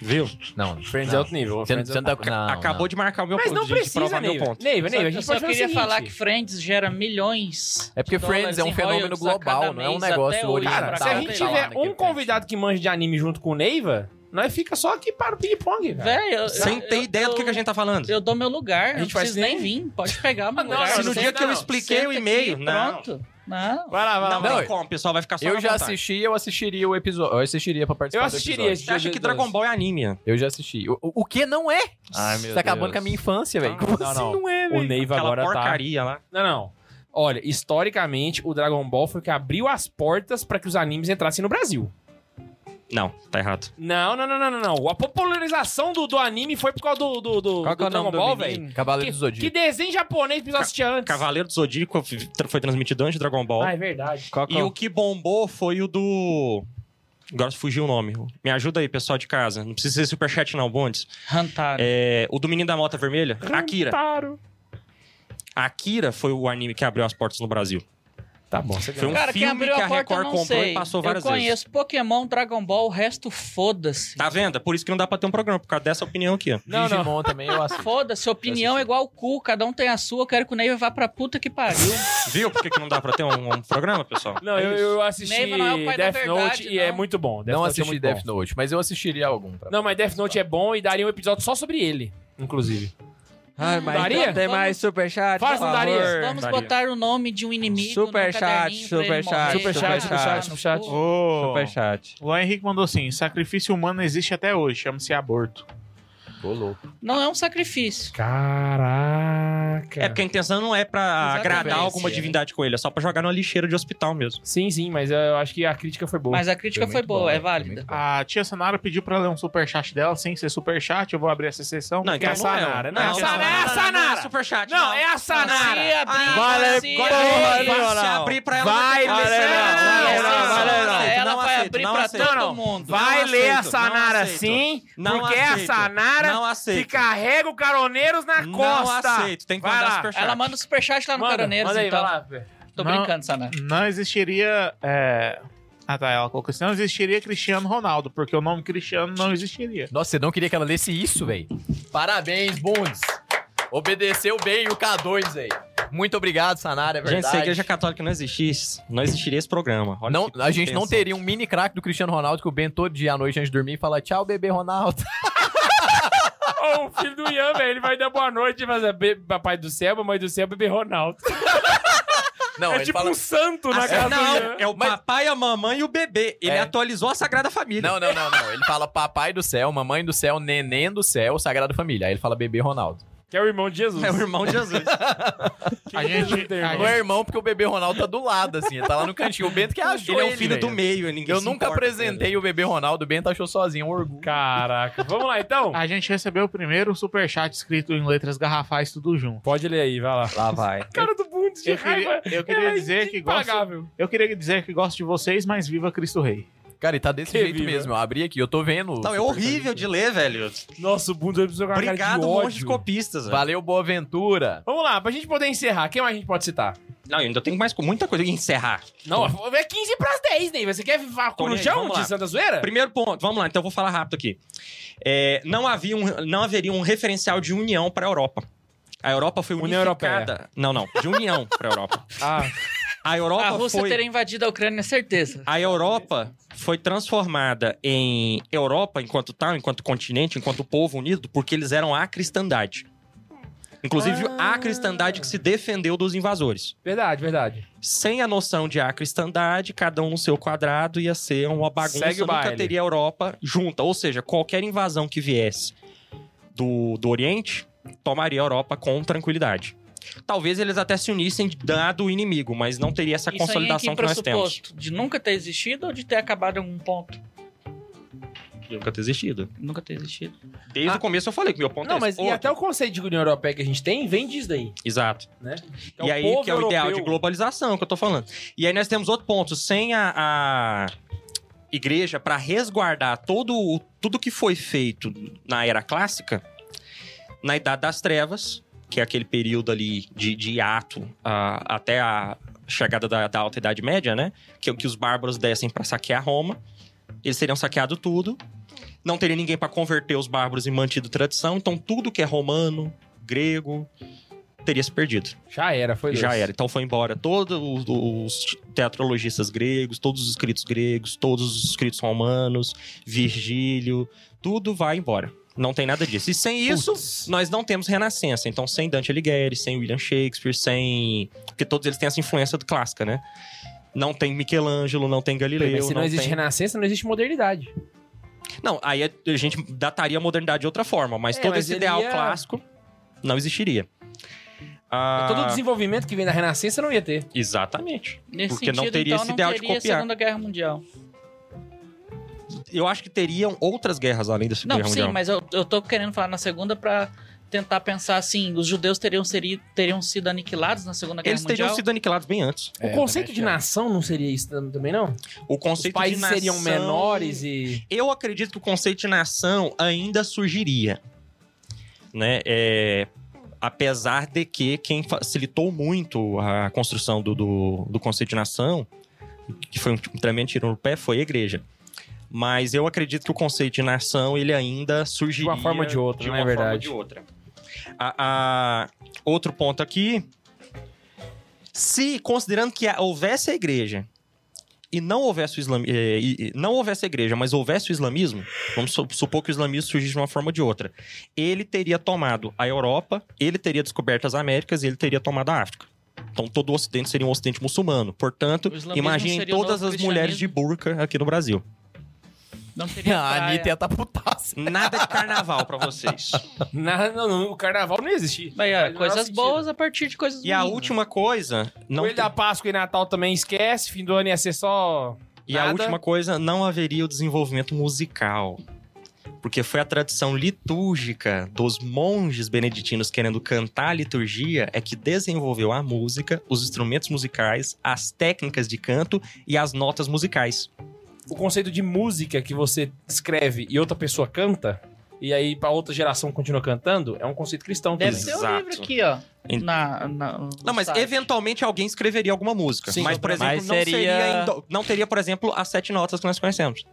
[SPEAKER 5] Viu?
[SPEAKER 3] Não,
[SPEAKER 1] Friends é outro nível.
[SPEAKER 3] você,
[SPEAKER 1] Friends é
[SPEAKER 3] você
[SPEAKER 1] outro
[SPEAKER 3] não tá... Não,
[SPEAKER 5] Acabou de marcar o meu
[SPEAKER 1] Mas
[SPEAKER 5] ponto,
[SPEAKER 1] não
[SPEAKER 5] de- de
[SPEAKER 1] precisa,
[SPEAKER 5] provar meu
[SPEAKER 1] Neiva.
[SPEAKER 5] ponto.
[SPEAKER 1] Neiva, Neiva, a
[SPEAKER 4] eu
[SPEAKER 1] gente
[SPEAKER 4] só
[SPEAKER 1] pode fazer
[SPEAKER 4] queria
[SPEAKER 1] o seguinte.
[SPEAKER 4] falar que Friends gera milhões.
[SPEAKER 3] É porque
[SPEAKER 4] de
[SPEAKER 3] Friends é
[SPEAKER 4] dólares
[SPEAKER 3] um
[SPEAKER 4] em
[SPEAKER 3] fenômeno
[SPEAKER 4] royalties a
[SPEAKER 3] global,
[SPEAKER 4] cada
[SPEAKER 3] não é um
[SPEAKER 4] mês
[SPEAKER 3] negócio
[SPEAKER 4] até hoje.
[SPEAKER 3] oriental.
[SPEAKER 1] Cara, se
[SPEAKER 3] Tá,
[SPEAKER 1] a
[SPEAKER 3] tá
[SPEAKER 1] gente
[SPEAKER 3] lá
[SPEAKER 1] tiver
[SPEAKER 3] naquele
[SPEAKER 1] um convidado que manja de anime junto com o Neiva, nós fica só aqui para o ping-pong, velho.
[SPEAKER 4] Véi, eu-
[SPEAKER 5] Sem
[SPEAKER 4] eu-
[SPEAKER 5] ter
[SPEAKER 4] eu-
[SPEAKER 5] ideia do que, que a gente tá falando.
[SPEAKER 4] Eu dou meu lugar,
[SPEAKER 1] A
[SPEAKER 4] não
[SPEAKER 1] gente vai
[SPEAKER 4] preciso
[SPEAKER 1] ser-
[SPEAKER 4] nem vir. Pode pegar meu
[SPEAKER 1] Ah, não,
[SPEAKER 4] lugar.
[SPEAKER 1] se no
[SPEAKER 4] Senta-
[SPEAKER 5] dia que eu expliquei
[SPEAKER 4] senta
[SPEAKER 5] o e-mail,
[SPEAKER 4] aqui,
[SPEAKER 5] não.
[SPEAKER 4] Pronto. Não.
[SPEAKER 1] Vai lá, vai lá.
[SPEAKER 5] Não,
[SPEAKER 1] vai lá.
[SPEAKER 5] tem como, o pessoal vai ficar só
[SPEAKER 3] Eu
[SPEAKER 5] na
[SPEAKER 3] já
[SPEAKER 5] vontade.
[SPEAKER 3] assisti, eu assistiria o episódio. Eu assistiria pra participar
[SPEAKER 1] Eu
[SPEAKER 3] do
[SPEAKER 1] assistiria.
[SPEAKER 3] episódio.
[SPEAKER 5] Você acha que Dragon Ball é anime?
[SPEAKER 3] Eu já assisti. O, o- o que não é?
[SPEAKER 2] Ai, meu
[SPEAKER 3] Você tá acabando
[SPEAKER 2] Deus.
[SPEAKER 3] com a minha infância, velho.
[SPEAKER 5] Não,
[SPEAKER 3] Como
[SPEAKER 1] não,
[SPEAKER 3] assim
[SPEAKER 1] não.
[SPEAKER 3] não é,
[SPEAKER 1] O
[SPEAKER 3] velho?
[SPEAKER 1] Neiva
[SPEAKER 5] Aquela
[SPEAKER 1] agora tá...
[SPEAKER 5] porcaria lá.
[SPEAKER 1] Não, não. Olha, historicamente, o Dragon Ball foi o que abriu as portas para que os animes entrassem no Brasil.
[SPEAKER 5] Não, tá errado.
[SPEAKER 1] Não, não, não, não, não, não. A popularização do, do anime foi por causa do, do, do,
[SPEAKER 2] Qual que
[SPEAKER 1] do
[SPEAKER 2] é o
[SPEAKER 1] Dragon
[SPEAKER 2] nome do
[SPEAKER 1] Ball,
[SPEAKER 2] menino?
[SPEAKER 1] velho.
[SPEAKER 3] Cavaleiro
[SPEAKER 1] Que,
[SPEAKER 3] do Zodíaco.
[SPEAKER 1] que desenho japonês que nós assistia antes.
[SPEAKER 5] Cavaleiro do Zodíaco foi transmitido antes de Dragon Ball.
[SPEAKER 1] Ah, é verdade.
[SPEAKER 2] Qual que
[SPEAKER 5] E
[SPEAKER 2] é
[SPEAKER 5] o que bombou foi o do. Agora fugiu o nome. Me ajuda aí, pessoal de casa. Não precisa ser superchat, não, Bondes.
[SPEAKER 4] Hantaro.
[SPEAKER 5] É, o do Menino da Mota Vermelha. Akira.
[SPEAKER 1] Taro.
[SPEAKER 5] Akira foi o anime que abriu as portas no Brasil.
[SPEAKER 1] Tá bom, você
[SPEAKER 5] Foi um
[SPEAKER 1] ganhou.
[SPEAKER 4] Cara, quem
[SPEAKER 5] filme
[SPEAKER 4] abriu
[SPEAKER 5] que
[SPEAKER 4] a
[SPEAKER 5] a
[SPEAKER 4] porta eu
[SPEAKER 5] Record
[SPEAKER 4] não
[SPEAKER 5] comprou
[SPEAKER 4] sei.
[SPEAKER 5] e passou várias
[SPEAKER 4] eu
[SPEAKER 5] vezes.
[SPEAKER 4] conheço Pokémon, Dragon Ball, o resto foda-se.
[SPEAKER 5] Tá vendo? Por isso que não dá pra ter um programa, por causa dessa opinião aqui, ó.
[SPEAKER 1] Não, não.
[SPEAKER 3] Digimon também eu assisto.
[SPEAKER 4] Foda-se, opinião é igual o cu, cada um tem a sua, eu quero que o Neiva vá pra puta que pariu.
[SPEAKER 5] Viu por que, que não dá pra ter um, um programa, pessoal?
[SPEAKER 1] Não, eu, eu assisti
[SPEAKER 4] Neiva não é o pai da
[SPEAKER 1] Death
[SPEAKER 4] verdade,
[SPEAKER 1] Note e é
[SPEAKER 4] não.
[SPEAKER 1] muito bom. Death
[SPEAKER 3] Não
[SPEAKER 1] Note é
[SPEAKER 3] assisti
[SPEAKER 1] muito
[SPEAKER 3] Death
[SPEAKER 1] bom.
[SPEAKER 3] Note, mas eu assistiria algum. pra-
[SPEAKER 1] Não, mas Death Note é bom e daria um episódio só sobre ele, inclusive.
[SPEAKER 5] Ah,
[SPEAKER 2] Ai,
[SPEAKER 5] então
[SPEAKER 2] mas
[SPEAKER 1] Daria?
[SPEAKER 2] não tem
[SPEAKER 4] Vamos-
[SPEAKER 2] mais superchat,
[SPEAKER 1] Faz,
[SPEAKER 2] por
[SPEAKER 3] um
[SPEAKER 1] não daria?
[SPEAKER 2] favor.
[SPEAKER 4] Vamos
[SPEAKER 1] Daria.
[SPEAKER 4] botar o nome de um inimigo
[SPEAKER 2] Superchat,
[SPEAKER 4] no caderninho pra ele
[SPEAKER 2] superchat,
[SPEAKER 4] morrer.
[SPEAKER 1] superchat,
[SPEAKER 4] Tomar
[SPEAKER 1] superchat,
[SPEAKER 4] no
[SPEAKER 1] superchat.
[SPEAKER 4] cu.
[SPEAKER 6] Ô,
[SPEAKER 2] Superchat.
[SPEAKER 6] Luan Henrique mandou assim: sacrifício humano existe até hoje, chama-se aborto.
[SPEAKER 3] Ô, louco.
[SPEAKER 4] Não é um sacrifício.
[SPEAKER 1] Caraca.
[SPEAKER 5] É porque a intenção não é pra
[SPEAKER 4] Exatamente,
[SPEAKER 5] agradar alguma
[SPEAKER 4] é.
[SPEAKER 5] divindade com ele, é só pra jogar numa lixeira de hospital mesmo.
[SPEAKER 1] Sim, sim, mas eu acho que a crítica foi boa.
[SPEAKER 4] Mas a crítica foi,
[SPEAKER 3] muito
[SPEAKER 4] boa,
[SPEAKER 3] bom,
[SPEAKER 4] é
[SPEAKER 3] foi
[SPEAKER 4] válida.
[SPEAKER 3] muito bom.
[SPEAKER 6] A tia Sanara pediu pra ler um superchat dela, sem ser superchat, eu vou abrir essa sessão.
[SPEAKER 5] Não, então
[SPEAKER 1] é a
[SPEAKER 5] não é.
[SPEAKER 1] Sanara,
[SPEAKER 6] né?
[SPEAKER 1] não
[SPEAKER 5] Não,
[SPEAKER 1] é a
[SPEAKER 5] não,
[SPEAKER 1] Sanara,
[SPEAKER 5] não,
[SPEAKER 1] é a
[SPEAKER 5] não, não,
[SPEAKER 1] Sanara.
[SPEAKER 5] não é superchat,
[SPEAKER 1] Não, é a Sanara.
[SPEAKER 4] Se
[SPEAKER 5] Ah,
[SPEAKER 4] abrir,
[SPEAKER 2] vale
[SPEAKER 4] se
[SPEAKER 2] porra
[SPEAKER 4] abrir,
[SPEAKER 2] nenhuma.
[SPEAKER 5] Se abrir pra ela,
[SPEAKER 1] Vai,
[SPEAKER 5] não tem
[SPEAKER 1] Leandro,
[SPEAKER 5] condição.
[SPEAKER 1] vai,
[SPEAKER 5] Não,
[SPEAKER 1] Leandro,
[SPEAKER 5] não,
[SPEAKER 1] vai,
[SPEAKER 5] não,
[SPEAKER 1] Leandro.
[SPEAKER 5] não,
[SPEAKER 4] Ela
[SPEAKER 5] não
[SPEAKER 4] vai
[SPEAKER 5] aceito,
[SPEAKER 4] abrir
[SPEAKER 5] não
[SPEAKER 4] pra
[SPEAKER 5] aceito.
[SPEAKER 4] todo mundo.
[SPEAKER 1] Vai
[SPEAKER 5] Não
[SPEAKER 1] ler a
[SPEAKER 5] aceito, não
[SPEAKER 1] Sanara
[SPEAKER 5] aceito.
[SPEAKER 1] sim,
[SPEAKER 5] Não
[SPEAKER 1] porque é a
[SPEAKER 5] aceito.
[SPEAKER 1] Sanara
[SPEAKER 5] Não
[SPEAKER 1] que
[SPEAKER 5] aceito.
[SPEAKER 1] carrega o caroneiros na
[SPEAKER 5] Não
[SPEAKER 1] costa.
[SPEAKER 5] aceito, tem que
[SPEAKER 1] Vai
[SPEAKER 5] mandar
[SPEAKER 1] lá.
[SPEAKER 5] superchat.
[SPEAKER 4] Ela manda o superchat lá no
[SPEAKER 1] Manda,
[SPEAKER 4] Caroneiros,
[SPEAKER 1] manda aí,
[SPEAKER 4] então.
[SPEAKER 1] vai lá, Fê.
[SPEAKER 4] Tô
[SPEAKER 6] Não.
[SPEAKER 4] brincando, Sanara.
[SPEAKER 6] Não existiria. é, Ah tá, ela colocou assim: não existiria Cristiano Ronaldo, porque o nome Cristiano não existiria.
[SPEAKER 3] Nossa, você não queria que ela lesse isso, velho? Parabéns, Bundes. Obedeceu bem o K2, velho. Muito obrigado, Sanara, é
[SPEAKER 5] Gente,
[SPEAKER 3] verdade.
[SPEAKER 5] se a igreja católica não existisse, não existiria esse programa. Olha
[SPEAKER 3] Não,
[SPEAKER 5] que
[SPEAKER 3] a gente não
[SPEAKER 5] pensa.
[SPEAKER 3] teria um mini craque do Cristiano Ronaldo que o Ben todo dia à noite antes de dormir fala tchau, bebê Ronaldo.
[SPEAKER 1] Ô, o filho do Ian, velho, ele vai dar boa noite e vai fazer "Be- papai do céu, mamãe do céu, bebê Ronaldo.
[SPEAKER 3] Não,
[SPEAKER 1] é tipo um santo na casa
[SPEAKER 5] Não,
[SPEAKER 1] do Ian.
[SPEAKER 5] é o
[SPEAKER 3] Mas-
[SPEAKER 5] papai, a mamãe e o bebê. Ele
[SPEAKER 3] É.
[SPEAKER 5] atualizou a Sagrada Família.
[SPEAKER 3] Não, não, não, não. Ele fala papai do céu, mamãe do céu, neném do céu, Sagrada Família. Aí ele fala bebê Ronaldo.
[SPEAKER 1] Que é o irmão de Jesus.
[SPEAKER 5] É o irmão de Jesus.
[SPEAKER 6] A gente.
[SPEAKER 1] tem,
[SPEAKER 6] a
[SPEAKER 3] Não é
[SPEAKER 6] gente-
[SPEAKER 3] irmão porque o bebê Ronaldo tá do lado, assim. Ele tá lá no cantinho. O Bento que achou
[SPEAKER 5] ele é o filho do
[SPEAKER 3] velho.
[SPEAKER 5] meio, ninguém
[SPEAKER 3] Eu
[SPEAKER 5] se
[SPEAKER 3] nunca
[SPEAKER 5] importa né? com ele.
[SPEAKER 3] apresentei o bebê Ronaldo, o Bento achou sozinho, um orgulho.
[SPEAKER 1] Caraca. Vamos lá, então.
[SPEAKER 6] a gente recebeu o primeiro superchat escrito em letras garrafais, tudo junto.
[SPEAKER 1] Pode ler aí, vai lá.
[SPEAKER 2] Lá vai.
[SPEAKER 1] Cara do Bundes de
[SPEAKER 6] Eu queria,
[SPEAKER 1] raiva.
[SPEAKER 6] eu queria
[SPEAKER 1] Ela é
[SPEAKER 6] dizer que gosto.
[SPEAKER 1] impagável.
[SPEAKER 6] Eu queria dizer que gosto de vocês, mas viva Cristo Rei.
[SPEAKER 3] Cara, e tá desse
[SPEAKER 1] Que
[SPEAKER 3] jeito
[SPEAKER 1] viva.
[SPEAKER 3] mesmo. Eu abri aqui, eu tô vendo.
[SPEAKER 5] Não, é horrível de ler, velho.
[SPEAKER 1] Nossa, o Bundes precisou com uma cara
[SPEAKER 5] Obrigado,
[SPEAKER 1] de
[SPEAKER 5] monte de
[SPEAKER 1] ódio.
[SPEAKER 5] copistas. velho.
[SPEAKER 3] Valeu, Boa Ventura.
[SPEAKER 1] Vamos lá, pra gente poder encerrar, quem mais a gente pode citar?
[SPEAKER 5] Não, eu ainda tenho mais com muita coisa que encerrar.
[SPEAKER 1] Não, é 15 pras 10, Ney. Você quer vá com
[SPEAKER 5] Tipo, Tony,
[SPEAKER 1] o chão
[SPEAKER 5] vamos
[SPEAKER 1] de
[SPEAKER 5] lá.
[SPEAKER 1] Santa Zoeira?
[SPEAKER 5] Primeiro ponto, vamos lá, então eu vou falar rápido aqui. É, não, havia um- não haveria um referencial de união para a Europa. A Europa foi
[SPEAKER 1] União
[SPEAKER 5] unificada. Não, não, de união para a Europa.
[SPEAKER 1] Ah,
[SPEAKER 5] A Europa
[SPEAKER 4] A Rússia
[SPEAKER 5] foi
[SPEAKER 4] teria invadido a Ucrânia, certeza.
[SPEAKER 5] A Europa foi transformada em Europa enquanto tal, enquanto continente, enquanto povo unido, porque eles eram a cristandade. Inclusive,
[SPEAKER 1] Ah.
[SPEAKER 5] a cristandade que se defendeu dos invasores.
[SPEAKER 1] verdade, verdade.
[SPEAKER 5] Sem a noção de a cristandade, cada um no seu quadrado ia ser uma bagunça.
[SPEAKER 1] Segue o
[SPEAKER 5] Nunca
[SPEAKER 1] baile.
[SPEAKER 5] teria a Europa junta. Ou seja, qualquer invasão que viesse do, do Oriente tomaria a Europa com tranquilidade. Talvez eles até se unissem dado o inimigo, mas não teria essa
[SPEAKER 4] Isso aí é
[SPEAKER 5] consolidação
[SPEAKER 4] que
[SPEAKER 5] que nós temos.
[SPEAKER 4] pressuposto de nunca ter existido ou de ter acabado em algum ponto?
[SPEAKER 5] Nunca ter existido.
[SPEAKER 4] Nunca ter existido.
[SPEAKER 5] Desde
[SPEAKER 1] Ah.
[SPEAKER 5] o começo eu falei que meu ponto é
[SPEAKER 1] Não,
[SPEAKER 5] esse.
[SPEAKER 1] mas e
[SPEAKER 5] Outro.
[SPEAKER 1] até o conceito de União Europeia que a gente tem vem disso daí.
[SPEAKER 5] Exato.
[SPEAKER 1] Né?
[SPEAKER 5] E aí,
[SPEAKER 1] povo
[SPEAKER 5] que é o ideal
[SPEAKER 1] europeu.
[SPEAKER 5] de globalização que eu tô falando. E aí nós temos outro ponto. Sem a, a igreja para resguardar todo, o- tudo que foi feito na era clássica, na Idade das Trevas, que é aquele período ali de, de hiato a- até a chegada da, da Alta Idade Média, né? Que é o que os bárbaros descem para saquear Roma. Eles teriam saqueado tudo. Não teria ninguém para converter os bárbaros e mantido tradição. Então, tudo que é romano, grego, teria se perdido.
[SPEAKER 1] Já era, foi
[SPEAKER 5] Já
[SPEAKER 1] Deus.
[SPEAKER 5] era. Então foi embora todos os teatrologistas gregos, todos os escritos gregos, todos os escritos romanos, Virgílio, tudo vai embora. Não tem nada disso. E sem isso, nós não temos renascença. Então, sem Dante Alighieri, sem William Shakespeare, sem. Porque todos eles têm essa influência do clássica, né? Não tem Michelangelo, não tem Galileu.
[SPEAKER 1] Mas se não, existe
[SPEAKER 5] tem-
[SPEAKER 1] renascença, não existe modernidade.
[SPEAKER 5] Não, aí a gente dataria a modernidade de outra forma, mas
[SPEAKER 1] É,
[SPEAKER 5] todo
[SPEAKER 1] mas
[SPEAKER 5] esse
[SPEAKER 1] ele
[SPEAKER 5] ideal
[SPEAKER 1] ia-
[SPEAKER 5] clássico não existiria. Ah,
[SPEAKER 1] É Todo o desenvolvimento que vem da renascença não ia ter.
[SPEAKER 5] Exatamente.
[SPEAKER 4] Nesse
[SPEAKER 5] Porque não
[SPEAKER 4] sentido,
[SPEAKER 5] teria
[SPEAKER 4] então,
[SPEAKER 5] esse
[SPEAKER 4] não
[SPEAKER 5] ideal de
[SPEAKER 4] teria
[SPEAKER 5] copiar.
[SPEAKER 4] Segunda Guerra Mundial.
[SPEAKER 5] eu acho que teriam outras guerras além da Segunda
[SPEAKER 4] Não,
[SPEAKER 5] Guerra
[SPEAKER 4] sim,
[SPEAKER 5] Mundial.
[SPEAKER 4] mas eu, eu tô querendo falar na segunda pra tentar pensar assim, os judeus teriam, seri, teriam sido aniquilados na Segunda Guerra
[SPEAKER 5] Eles teriam
[SPEAKER 4] Mundial?
[SPEAKER 5] sido aniquilados bem antes.
[SPEAKER 3] É,
[SPEAKER 1] o conceito de nação não seria isso tam- também, não?
[SPEAKER 5] O
[SPEAKER 1] Os
[SPEAKER 5] conceito
[SPEAKER 1] países
[SPEAKER 5] de nação...
[SPEAKER 1] seriam menores e...
[SPEAKER 5] Eu acredito que o conceito de nação ainda surgiria. Né? É, Apesar de que quem facilitou muito a construção do, do, do conceito de nação, que foi um tremendo tiro no pé, foi a igreja. Mas eu acredito que o conceito de nação, ele ainda surgiria...
[SPEAKER 1] De uma forma ou de outra,
[SPEAKER 5] de
[SPEAKER 1] não
[SPEAKER 5] uma
[SPEAKER 1] é
[SPEAKER 5] forma
[SPEAKER 1] verdade?
[SPEAKER 5] de outra. A- a- Outro ponto aqui... Se, considerando que a- houvesse a igreja e não houvesse o islamismo... Não houvesse a igreja, mas houvesse o islamismo, vamos su- supor que o islamismo surgisse de uma forma ou de outra, ele teria tomado a Europa, ele teria descoberto as Américas e ele teria tomado a África. Então todo o Ocidente seria um Ocidente muçulmano. Portanto,
[SPEAKER 4] O islamismo
[SPEAKER 5] imaginem
[SPEAKER 4] seria o
[SPEAKER 5] todas
[SPEAKER 4] novo
[SPEAKER 5] as mulheres de
[SPEAKER 4] cristianismo?
[SPEAKER 5] burca aqui no Brasil.
[SPEAKER 4] Não teria
[SPEAKER 5] Ah,
[SPEAKER 4] praia.
[SPEAKER 3] ia tá putaça.
[SPEAKER 5] Nada de carnaval pra vocês.
[SPEAKER 1] Nada, não, não, o carnaval não existia.
[SPEAKER 4] Aí, ó,
[SPEAKER 1] Faz o
[SPEAKER 5] é,
[SPEAKER 1] menor
[SPEAKER 4] coisas
[SPEAKER 1] sentido.
[SPEAKER 4] boas a partir de coisas
[SPEAKER 5] E a
[SPEAKER 4] ruins,
[SPEAKER 5] última coisa, não
[SPEAKER 1] Coelho da Páscoa e Natal também esquece, fim do ano ia ser só.
[SPEAKER 5] e a
[SPEAKER 1] nada.
[SPEAKER 5] última coisa, não haveria o desenvolvimento musical. Porque foi a tradição litúrgica dos monges beneditinos querendo cantar a liturgia é que desenvolveu a música, os instrumentos musicais, as técnicas de canto e as notas musicais.
[SPEAKER 1] O conceito de música que você escreve e outra pessoa canta, e aí pra outra geração continua cantando, é um conceito cristão
[SPEAKER 4] Deve
[SPEAKER 1] também.
[SPEAKER 4] ser o
[SPEAKER 5] Exato.
[SPEAKER 4] livro aqui, ó.
[SPEAKER 5] Ent-
[SPEAKER 4] Na, na- no
[SPEAKER 5] Não, mas
[SPEAKER 4] site.
[SPEAKER 5] eventualmente alguém escreveria alguma música.
[SPEAKER 2] Sim,
[SPEAKER 5] mas, por exemplo,
[SPEAKER 2] mas
[SPEAKER 5] não, seria...
[SPEAKER 2] seria
[SPEAKER 5] em do- não teria, por exemplo, as sete notas que nós conhecemos.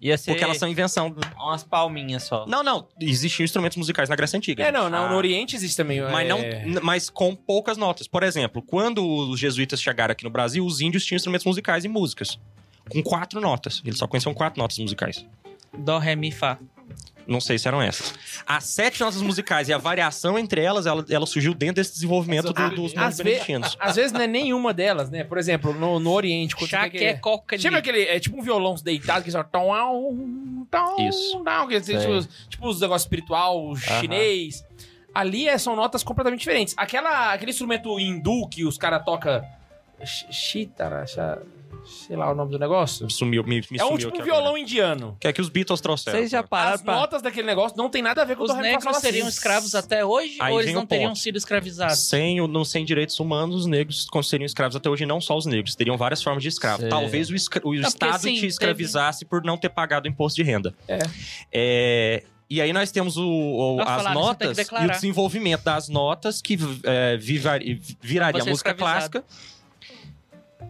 [SPEAKER 2] Ia ser
[SPEAKER 5] Porque elas são invenção.
[SPEAKER 2] umas palminhas só.
[SPEAKER 5] Não, não. Existiam instrumentos musicais na Grécia
[SPEAKER 4] um
[SPEAKER 5] Antiga.
[SPEAKER 1] É, não, não,
[SPEAKER 2] Ah.
[SPEAKER 1] no Oriente existe também.
[SPEAKER 5] Mas,
[SPEAKER 1] é,
[SPEAKER 5] não, n- mas com poucas notas. Por exemplo, quando os jesuítas chegaram aqui no Brasil, os índios tinham instrumentos musicais e músicas. Com quatro notas. Eles só conheciam quatro notas musicais.
[SPEAKER 4] Dó, Ré, Mi, Fá.
[SPEAKER 5] Não sei se eram essas. As sete notas musicais e a variação entre elas, ela, ela surgiu dentro desse desenvolvimento do-
[SPEAKER 1] Ah,
[SPEAKER 5] dos
[SPEAKER 1] às
[SPEAKER 5] monges
[SPEAKER 1] ve-
[SPEAKER 5] beneditinos.
[SPEAKER 1] Às vezes não é nenhuma delas, né? Por exemplo, no, no Oriente, quando
[SPEAKER 4] Chá,
[SPEAKER 1] tem
[SPEAKER 4] que é coca,
[SPEAKER 1] Chama aquele. É tipo um violão deitado que só. Tom, tom,
[SPEAKER 5] Isso.
[SPEAKER 1] tom, que,
[SPEAKER 2] Sei.
[SPEAKER 1] tipo, tipo os negócios espiritual chinês. Ali é, são notas completamente diferentes. Aquela, aquele instrumento hindu que os caras tocam. Chitara, sei lá o nome do negócio.
[SPEAKER 5] Sumiu, me, me
[SPEAKER 1] é um
[SPEAKER 5] sumiu
[SPEAKER 1] tipo
[SPEAKER 5] aqui
[SPEAKER 1] um
[SPEAKER 5] agora.
[SPEAKER 1] violão indiano.
[SPEAKER 5] Que é que os Beatles trouxeram.
[SPEAKER 2] Vocês já
[SPEAKER 5] agora.
[SPEAKER 1] As
[SPEAKER 2] pararam pra...
[SPEAKER 1] notas daquele negócio não tem nada a ver com o
[SPEAKER 4] Os
[SPEAKER 1] do Ré, Fá, Sol,
[SPEAKER 4] negros
[SPEAKER 1] Lá, Si.
[SPEAKER 4] seriam escravos até hoje
[SPEAKER 5] Aí
[SPEAKER 4] ou eles
[SPEAKER 5] vem o
[SPEAKER 4] não teriam
[SPEAKER 5] ponto.
[SPEAKER 4] sido escravizados?
[SPEAKER 5] Sem, o- não, sem direitos humanos, os negros seriam escravos até hoje, não só os negros, teriam várias formas de escravo.
[SPEAKER 2] Sei.
[SPEAKER 5] Talvez o, escra- o
[SPEAKER 4] porque,
[SPEAKER 5] Estado
[SPEAKER 4] assim,
[SPEAKER 5] te
[SPEAKER 4] teve-
[SPEAKER 5] escravizasse por não ter pagado o imposto de renda.
[SPEAKER 1] É.
[SPEAKER 5] É, e aí nós temos o- o-
[SPEAKER 4] Pra
[SPEAKER 5] as
[SPEAKER 4] falar, você tem que
[SPEAKER 5] notas e o
[SPEAKER 4] declarar.
[SPEAKER 5] desenvolvimento das notas que é, vivar- viraria a
[SPEAKER 4] Você é
[SPEAKER 5] música
[SPEAKER 4] escravizado.
[SPEAKER 5] clássica.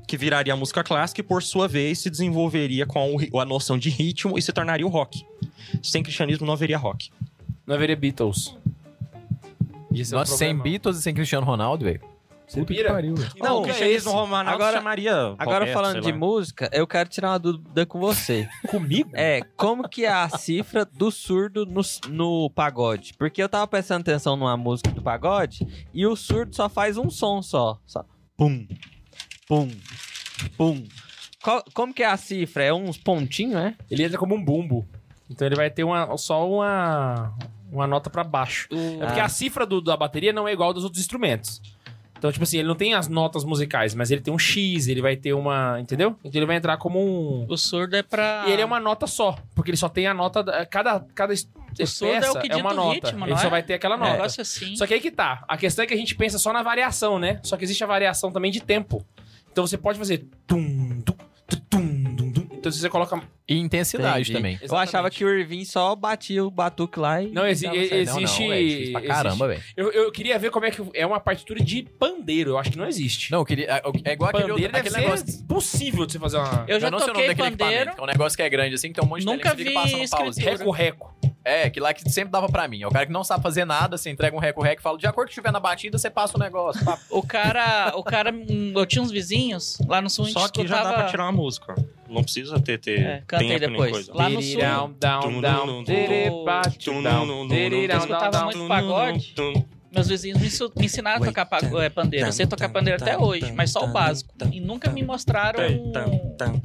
[SPEAKER 5] Que viraria a música clássica e, por sua vez, se desenvolveria com o ri- a noção de ritmo e se tornaria o rock. Sem cristianismo não haveria rock.
[SPEAKER 1] Não haveria Beatles. Isso
[SPEAKER 3] Nossa, sem Beatles e sem Cristiano Ronaldo, velho.
[SPEAKER 1] Puta que pariu.
[SPEAKER 5] Não, o cristianismo romano
[SPEAKER 2] Agora-
[SPEAKER 5] chamaria.
[SPEAKER 2] Agora
[SPEAKER 5] Roberto, sei
[SPEAKER 2] falando de
[SPEAKER 5] lá.
[SPEAKER 2] música, eu quero tirar uma dúvida com você.
[SPEAKER 1] Comigo?
[SPEAKER 2] É, como que é a cifra do surdo no, no pagode? Porque eu tava prestando atenção numa música do pagode e o surdo só faz um som só. só pum, pum, pum. Co- como que é a cifra? É uns pontinhos, é?
[SPEAKER 1] Ele entra como um bumbo. Então ele vai ter uma, só uma, uma nota pra baixo. É porque
[SPEAKER 2] Ah.
[SPEAKER 1] a cifra do- da bateria não é igual dos outros instrumentos. Então, tipo assim, ele não tem as notas musicais, mas ele tem um X, ele vai ter uma. Entendeu? Então ele vai entrar como um.
[SPEAKER 4] O surdo é pra...
[SPEAKER 1] E ele é uma nota só, porque ele só tem a nota. da- Cada, cada es-
[SPEAKER 4] O surdo é o
[SPEAKER 1] peça
[SPEAKER 4] que
[SPEAKER 1] é
[SPEAKER 4] dita
[SPEAKER 1] uma
[SPEAKER 4] o
[SPEAKER 1] nota.
[SPEAKER 4] ritmo, não
[SPEAKER 1] ele só
[SPEAKER 4] é?
[SPEAKER 1] vai ter aquela
[SPEAKER 4] Um
[SPEAKER 1] nota.
[SPEAKER 4] negócio assim.
[SPEAKER 1] Só que aí que tá. A questão é que a gente pensa só na variação, né? Só que existe a variação também de tempo. Então você pode fazer. Tum, tum, tum, tum, tum. Então se você coloca.
[SPEAKER 3] E intensidade
[SPEAKER 2] Entendi.
[SPEAKER 3] também.
[SPEAKER 2] Eu achava que o Irving só batia o batuque lá e.
[SPEAKER 1] Não, exi-
[SPEAKER 2] dava
[SPEAKER 1] e-
[SPEAKER 2] certo.
[SPEAKER 1] exi- Existe-
[SPEAKER 3] Não, não, véi, difícil pra caramba, velho.
[SPEAKER 1] Eu, eu queria ver como é que é uma partitura de pandeiro. Eu acho que não existe.
[SPEAKER 3] Não, eu queria. É igual aquele,
[SPEAKER 1] pandeiro
[SPEAKER 3] outro,
[SPEAKER 1] deve
[SPEAKER 3] aquele
[SPEAKER 1] ser
[SPEAKER 3] negócio. que-
[SPEAKER 1] possível de você fazer uma
[SPEAKER 4] Eu já
[SPEAKER 3] não sei o nome
[SPEAKER 4] toquei
[SPEAKER 3] daquele
[SPEAKER 4] pandeiro.
[SPEAKER 3] equipamento, que é um negócio que é grande assim, que tem um monte de
[SPEAKER 4] Nunca
[SPEAKER 3] telinha que fica
[SPEAKER 4] vi
[SPEAKER 3] passando pauzinho.
[SPEAKER 4] escritura.
[SPEAKER 1] reco-reco.
[SPEAKER 3] assim. É, que lá que sempre dava pra mim. É o cara que não sabe fazer nada, você entrega um reco-reco e fala, de acordo que estiver na batida, você passa o negócio. pá.
[SPEAKER 4] O cara, o cara, hum, eu tinha uns vizinhos lá no sul, a gente
[SPEAKER 5] Só que já dá
[SPEAKER 4] escutava-
[SPEAKER 5] pra tirar uma música. Não precisa ter, ter
[SPEAKER 4] É, canta aí
[SPEAKER 5] tempo nem
[SPEAKER 4] depois.
[SPEAKER 5] coisa.
[SPEAKER 4] Lá no sul, eu
[SPEAKER 5] Tum,
[SPEAKER 1] down,
[SPEAKER 5] tum, tum, Tum,
[SPEAKER 1] down,
[SPEAKER 5] tum, tum, tum,
[SPEAKER 4] escutava
[SPEAKER 5] tum,
[SPEAKER 4] muito
[SPEAKER 5] tum,
[SPEAKER 4] pagode.
[SPEAKER 5] tum, tum.
[SPEAKER 4] meus vizinhos me, ensu- me ensinaram a tocar pago- é, pandeiro. Eu sei tocar pandeiro até hoje, mas só o básico. E nunca me mostraram um
[SPEAKER 5] Tam, tam,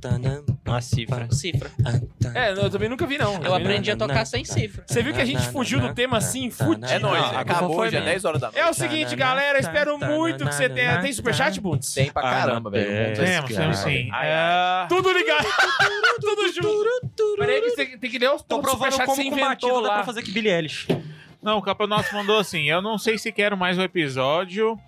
[SPEAKER 5] tanam,
[SPEAKER 2] Uma cifra.
[SPEAKER 4] cifra.
[SPEAKER 5] Tá tam,
[SPEAKER 1] É, eu também nunca vi, não.
[SPEAKER 4] Eu
[SPEAKER 1] Também
[SPEAKER 4] aprendi a tocar sem cifra.
[SPEAKER 1] Você viu que a gente fugiu do tema assim, fudido?
[SPEAKER 3] É
[SPEAKER 5] Não,
[SPEAKER 3] nóis, é.
[SPEAKER 5] a culpa
[SPEAKER 3] acabou
[SPEAKER 5] foi
[SPEAKER 3] hoje, é
[SPEAKER 5] minha.
[SPEAKER 3] 10 horas da noite.
[SPEAKER 1] É o seguinte, galera, espero muito que você tenha... Tem superchat, Bundes?
[SPEAKER 3] Tem pra
[SPEAKER 5] Ah,
[SPEAKER 3] caramba,
[SPEAKER 5] mas
[SPEAKER 3] velho.
[SPEAKER 5] é.
[SPEAKER 6] Temos, temos sim.
[SPEAKER 3] Ai,
[SPEAKER 6] É,
[SPEAKER 1] Tudo ligado. Tudo junto.
[SPEAKER 4] é
[SPEAKER 1] Peraí que você tem que ler os
[SPEAKER 5] Tô
[SPEAKER 1] pontos do
[SPEAKER 5] provando
[SPEAKER 1] superchat que
[SPEAKER 5] como
[SPEAKER 1] você
[SPEAKER 5] com batida
[SPEAKER 1] inventou
[SPEAKER 5] dá pra
[SPEAKER 1] lá.
[SPEAKER 5] fazer que Billie Eilish.
[SPEAKER 6] Não, o Capanoto mandou assim: Eu não sei se quero mais o episódio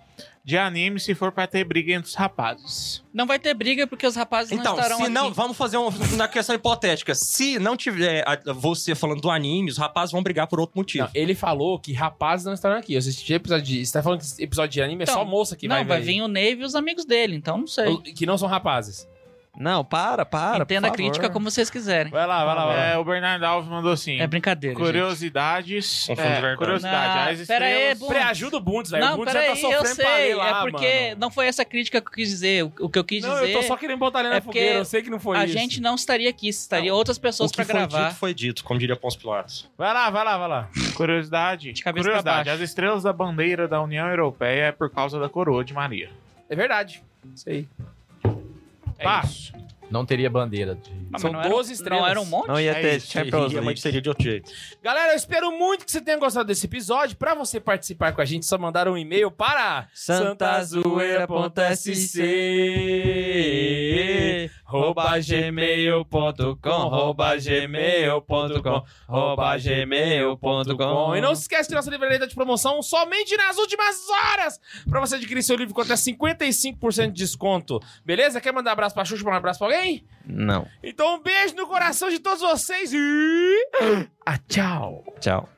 [SPEAKER 6] de anime se for pra ter briga entre os rapazes.
[SPEAKER 4] Não vai ter briga porque os rapazes
[SPEAKER 5] Então,
[SPEAKER 4] não estarão
[SPEAKER 5] se
[SPEAKER 4] aqui.
[SPEAKER 5] não, vamos fazer um- uma questão hipotética. Se não tiver a- você falando do anime, os rapazes vão brigar por outro motivo.
[SPEAKER 1] Não, ele falou que rapazes não estarão aqui. Eu assisti episódio de. Você tá falando que esse episódio de anime é
[SPEAKER 4] Então,
[SPEAKER 1] só moça que
[SPEAKER 4] não,
[SPEAKER 1] vai
[SPEAKER 4] vai,
[SPEAKER 1] ver.
[SPEAKER 4] vir o Neve e os amigos dele, então não sei.
[SPEAKER 1] O- Que não são rapazes.
[SPEAKER 2] Não, para, para. por
[SPEAKER 4] Entenda a
[SPEAKER 2] favor.
[SPEAKER 4] crítica como vocês quiserem.
[SPEAKER 1] Vai lá, vai lá, vai lá.
[SPEAKER 6] É, o Bernardo Alves mandou assim.
[SPEAKER 4] É brincadeira. gente.
[SPEAKER 6] curiosidades.
[SPEAKER 5] Confundo de
[SPEAKER 6] É,
[SPEAKER 5] verdade.
[SPEAKER 4] Não,
[SPEAKER 6] curiosidade. As
[SPEAKER 4] pera aí, é
[SPEAKER 6] estrelas.
[SPEAKER 4] bu-
[SPEAKER 1] Pre, ajuda o Bundes, velho. o
[SPEAKER 4] Não,
[SPEAKER 1] Bundes já tá
[SPEAKER 4] peraí, eu
[SPEAKER 1] sofrendo pra
[SPEAKER 4] sei.
[SPEAKER 1] ler lá,
[SPEAKER 4] é porque
[SPEAKER 1] mano.
[SPEAKER 4] não foi essa a crítica que eu quis dizer. O, o que eu quis
[SPEAKER 1] Não,
[SPEAKER 4] dizer,
[SPEAKER 1] eu tô só querendo botar ele na
[SPEAKER 4] é porque
[SPEAKER 1] fogueira. Eu sei que não foi
[SPEAKER 4] a
[SPEAKER 1] isso.
[SPEAKER 4] gente não estaria aqui, estaria outras
[SPEAKER 5] O
[SPEAKER 4] pessoas
[SPEAKER 5] que
[SPEAKER 4] pra
[SPEAKER 5] foi
[SPEAKER 4] gravar.
[SPEAKER 5] dito foi dito, como diria Pons Pilatos.
[SPEAKER 1] Vai lá, vai lá, vai lá.
[SPEAKER 6] Curiosidade.
[SPEAKER 4] De cabeça pra
[SPEAKER 6] curiosidade.
[SPEAKER 4] baixo.
[SPEAKER 6] As estrelas da bandeira da União Europeia é por causa da coroa de Maria.
[SPEAKER 1] É verdade. Isso aí.
[SPEAKER 6] É
[SPEAKER 1] Pá,
[SPEAKER 6] isso.
[SPEAKER 3] Não teria bandeira de.
[SPEAKER 4] Ah, mas
[SPEAKER 1] São
[SPEAKER 4] não era-
[SPEAKER 1] 12 estrelas.
[SPEAKER 4] Não era um monte?
[SPEAKER 2] Não ia
[SPEAKER 6] É
[SPEAKER 2] ter
[SPEAKER 6] isso,
[SPEAKER 2] Champions
[SPEAKER 5] Seria, mas
[SPEAKER 2] League.
[SPEAKER 5] seria de outro jeito.
[SPEAKER 1] Galera, eu espero muito que você tenha gostado desse episódio. Pra você participar com a gente, só mandar um e-mail para santazoeira.sc
[SPEAKER 2] arroba gmail.com, arroba gmail.com, arroba gmail.com.
[SPEAKER 1] E não se esquece que nossa livraria tá de promoção somente nas últimas horas pra você adquirir seu livro com até 55% de desconto. Beleza? Quer mandar um abraço pra Xuxa, mandar abraço pra alguém?
[SPEAKER 2] Não,
[SPEAKER 1] Então um beijo no coração de todos vocês e... Ah, tchau!
[SPEAKER 2] tchau.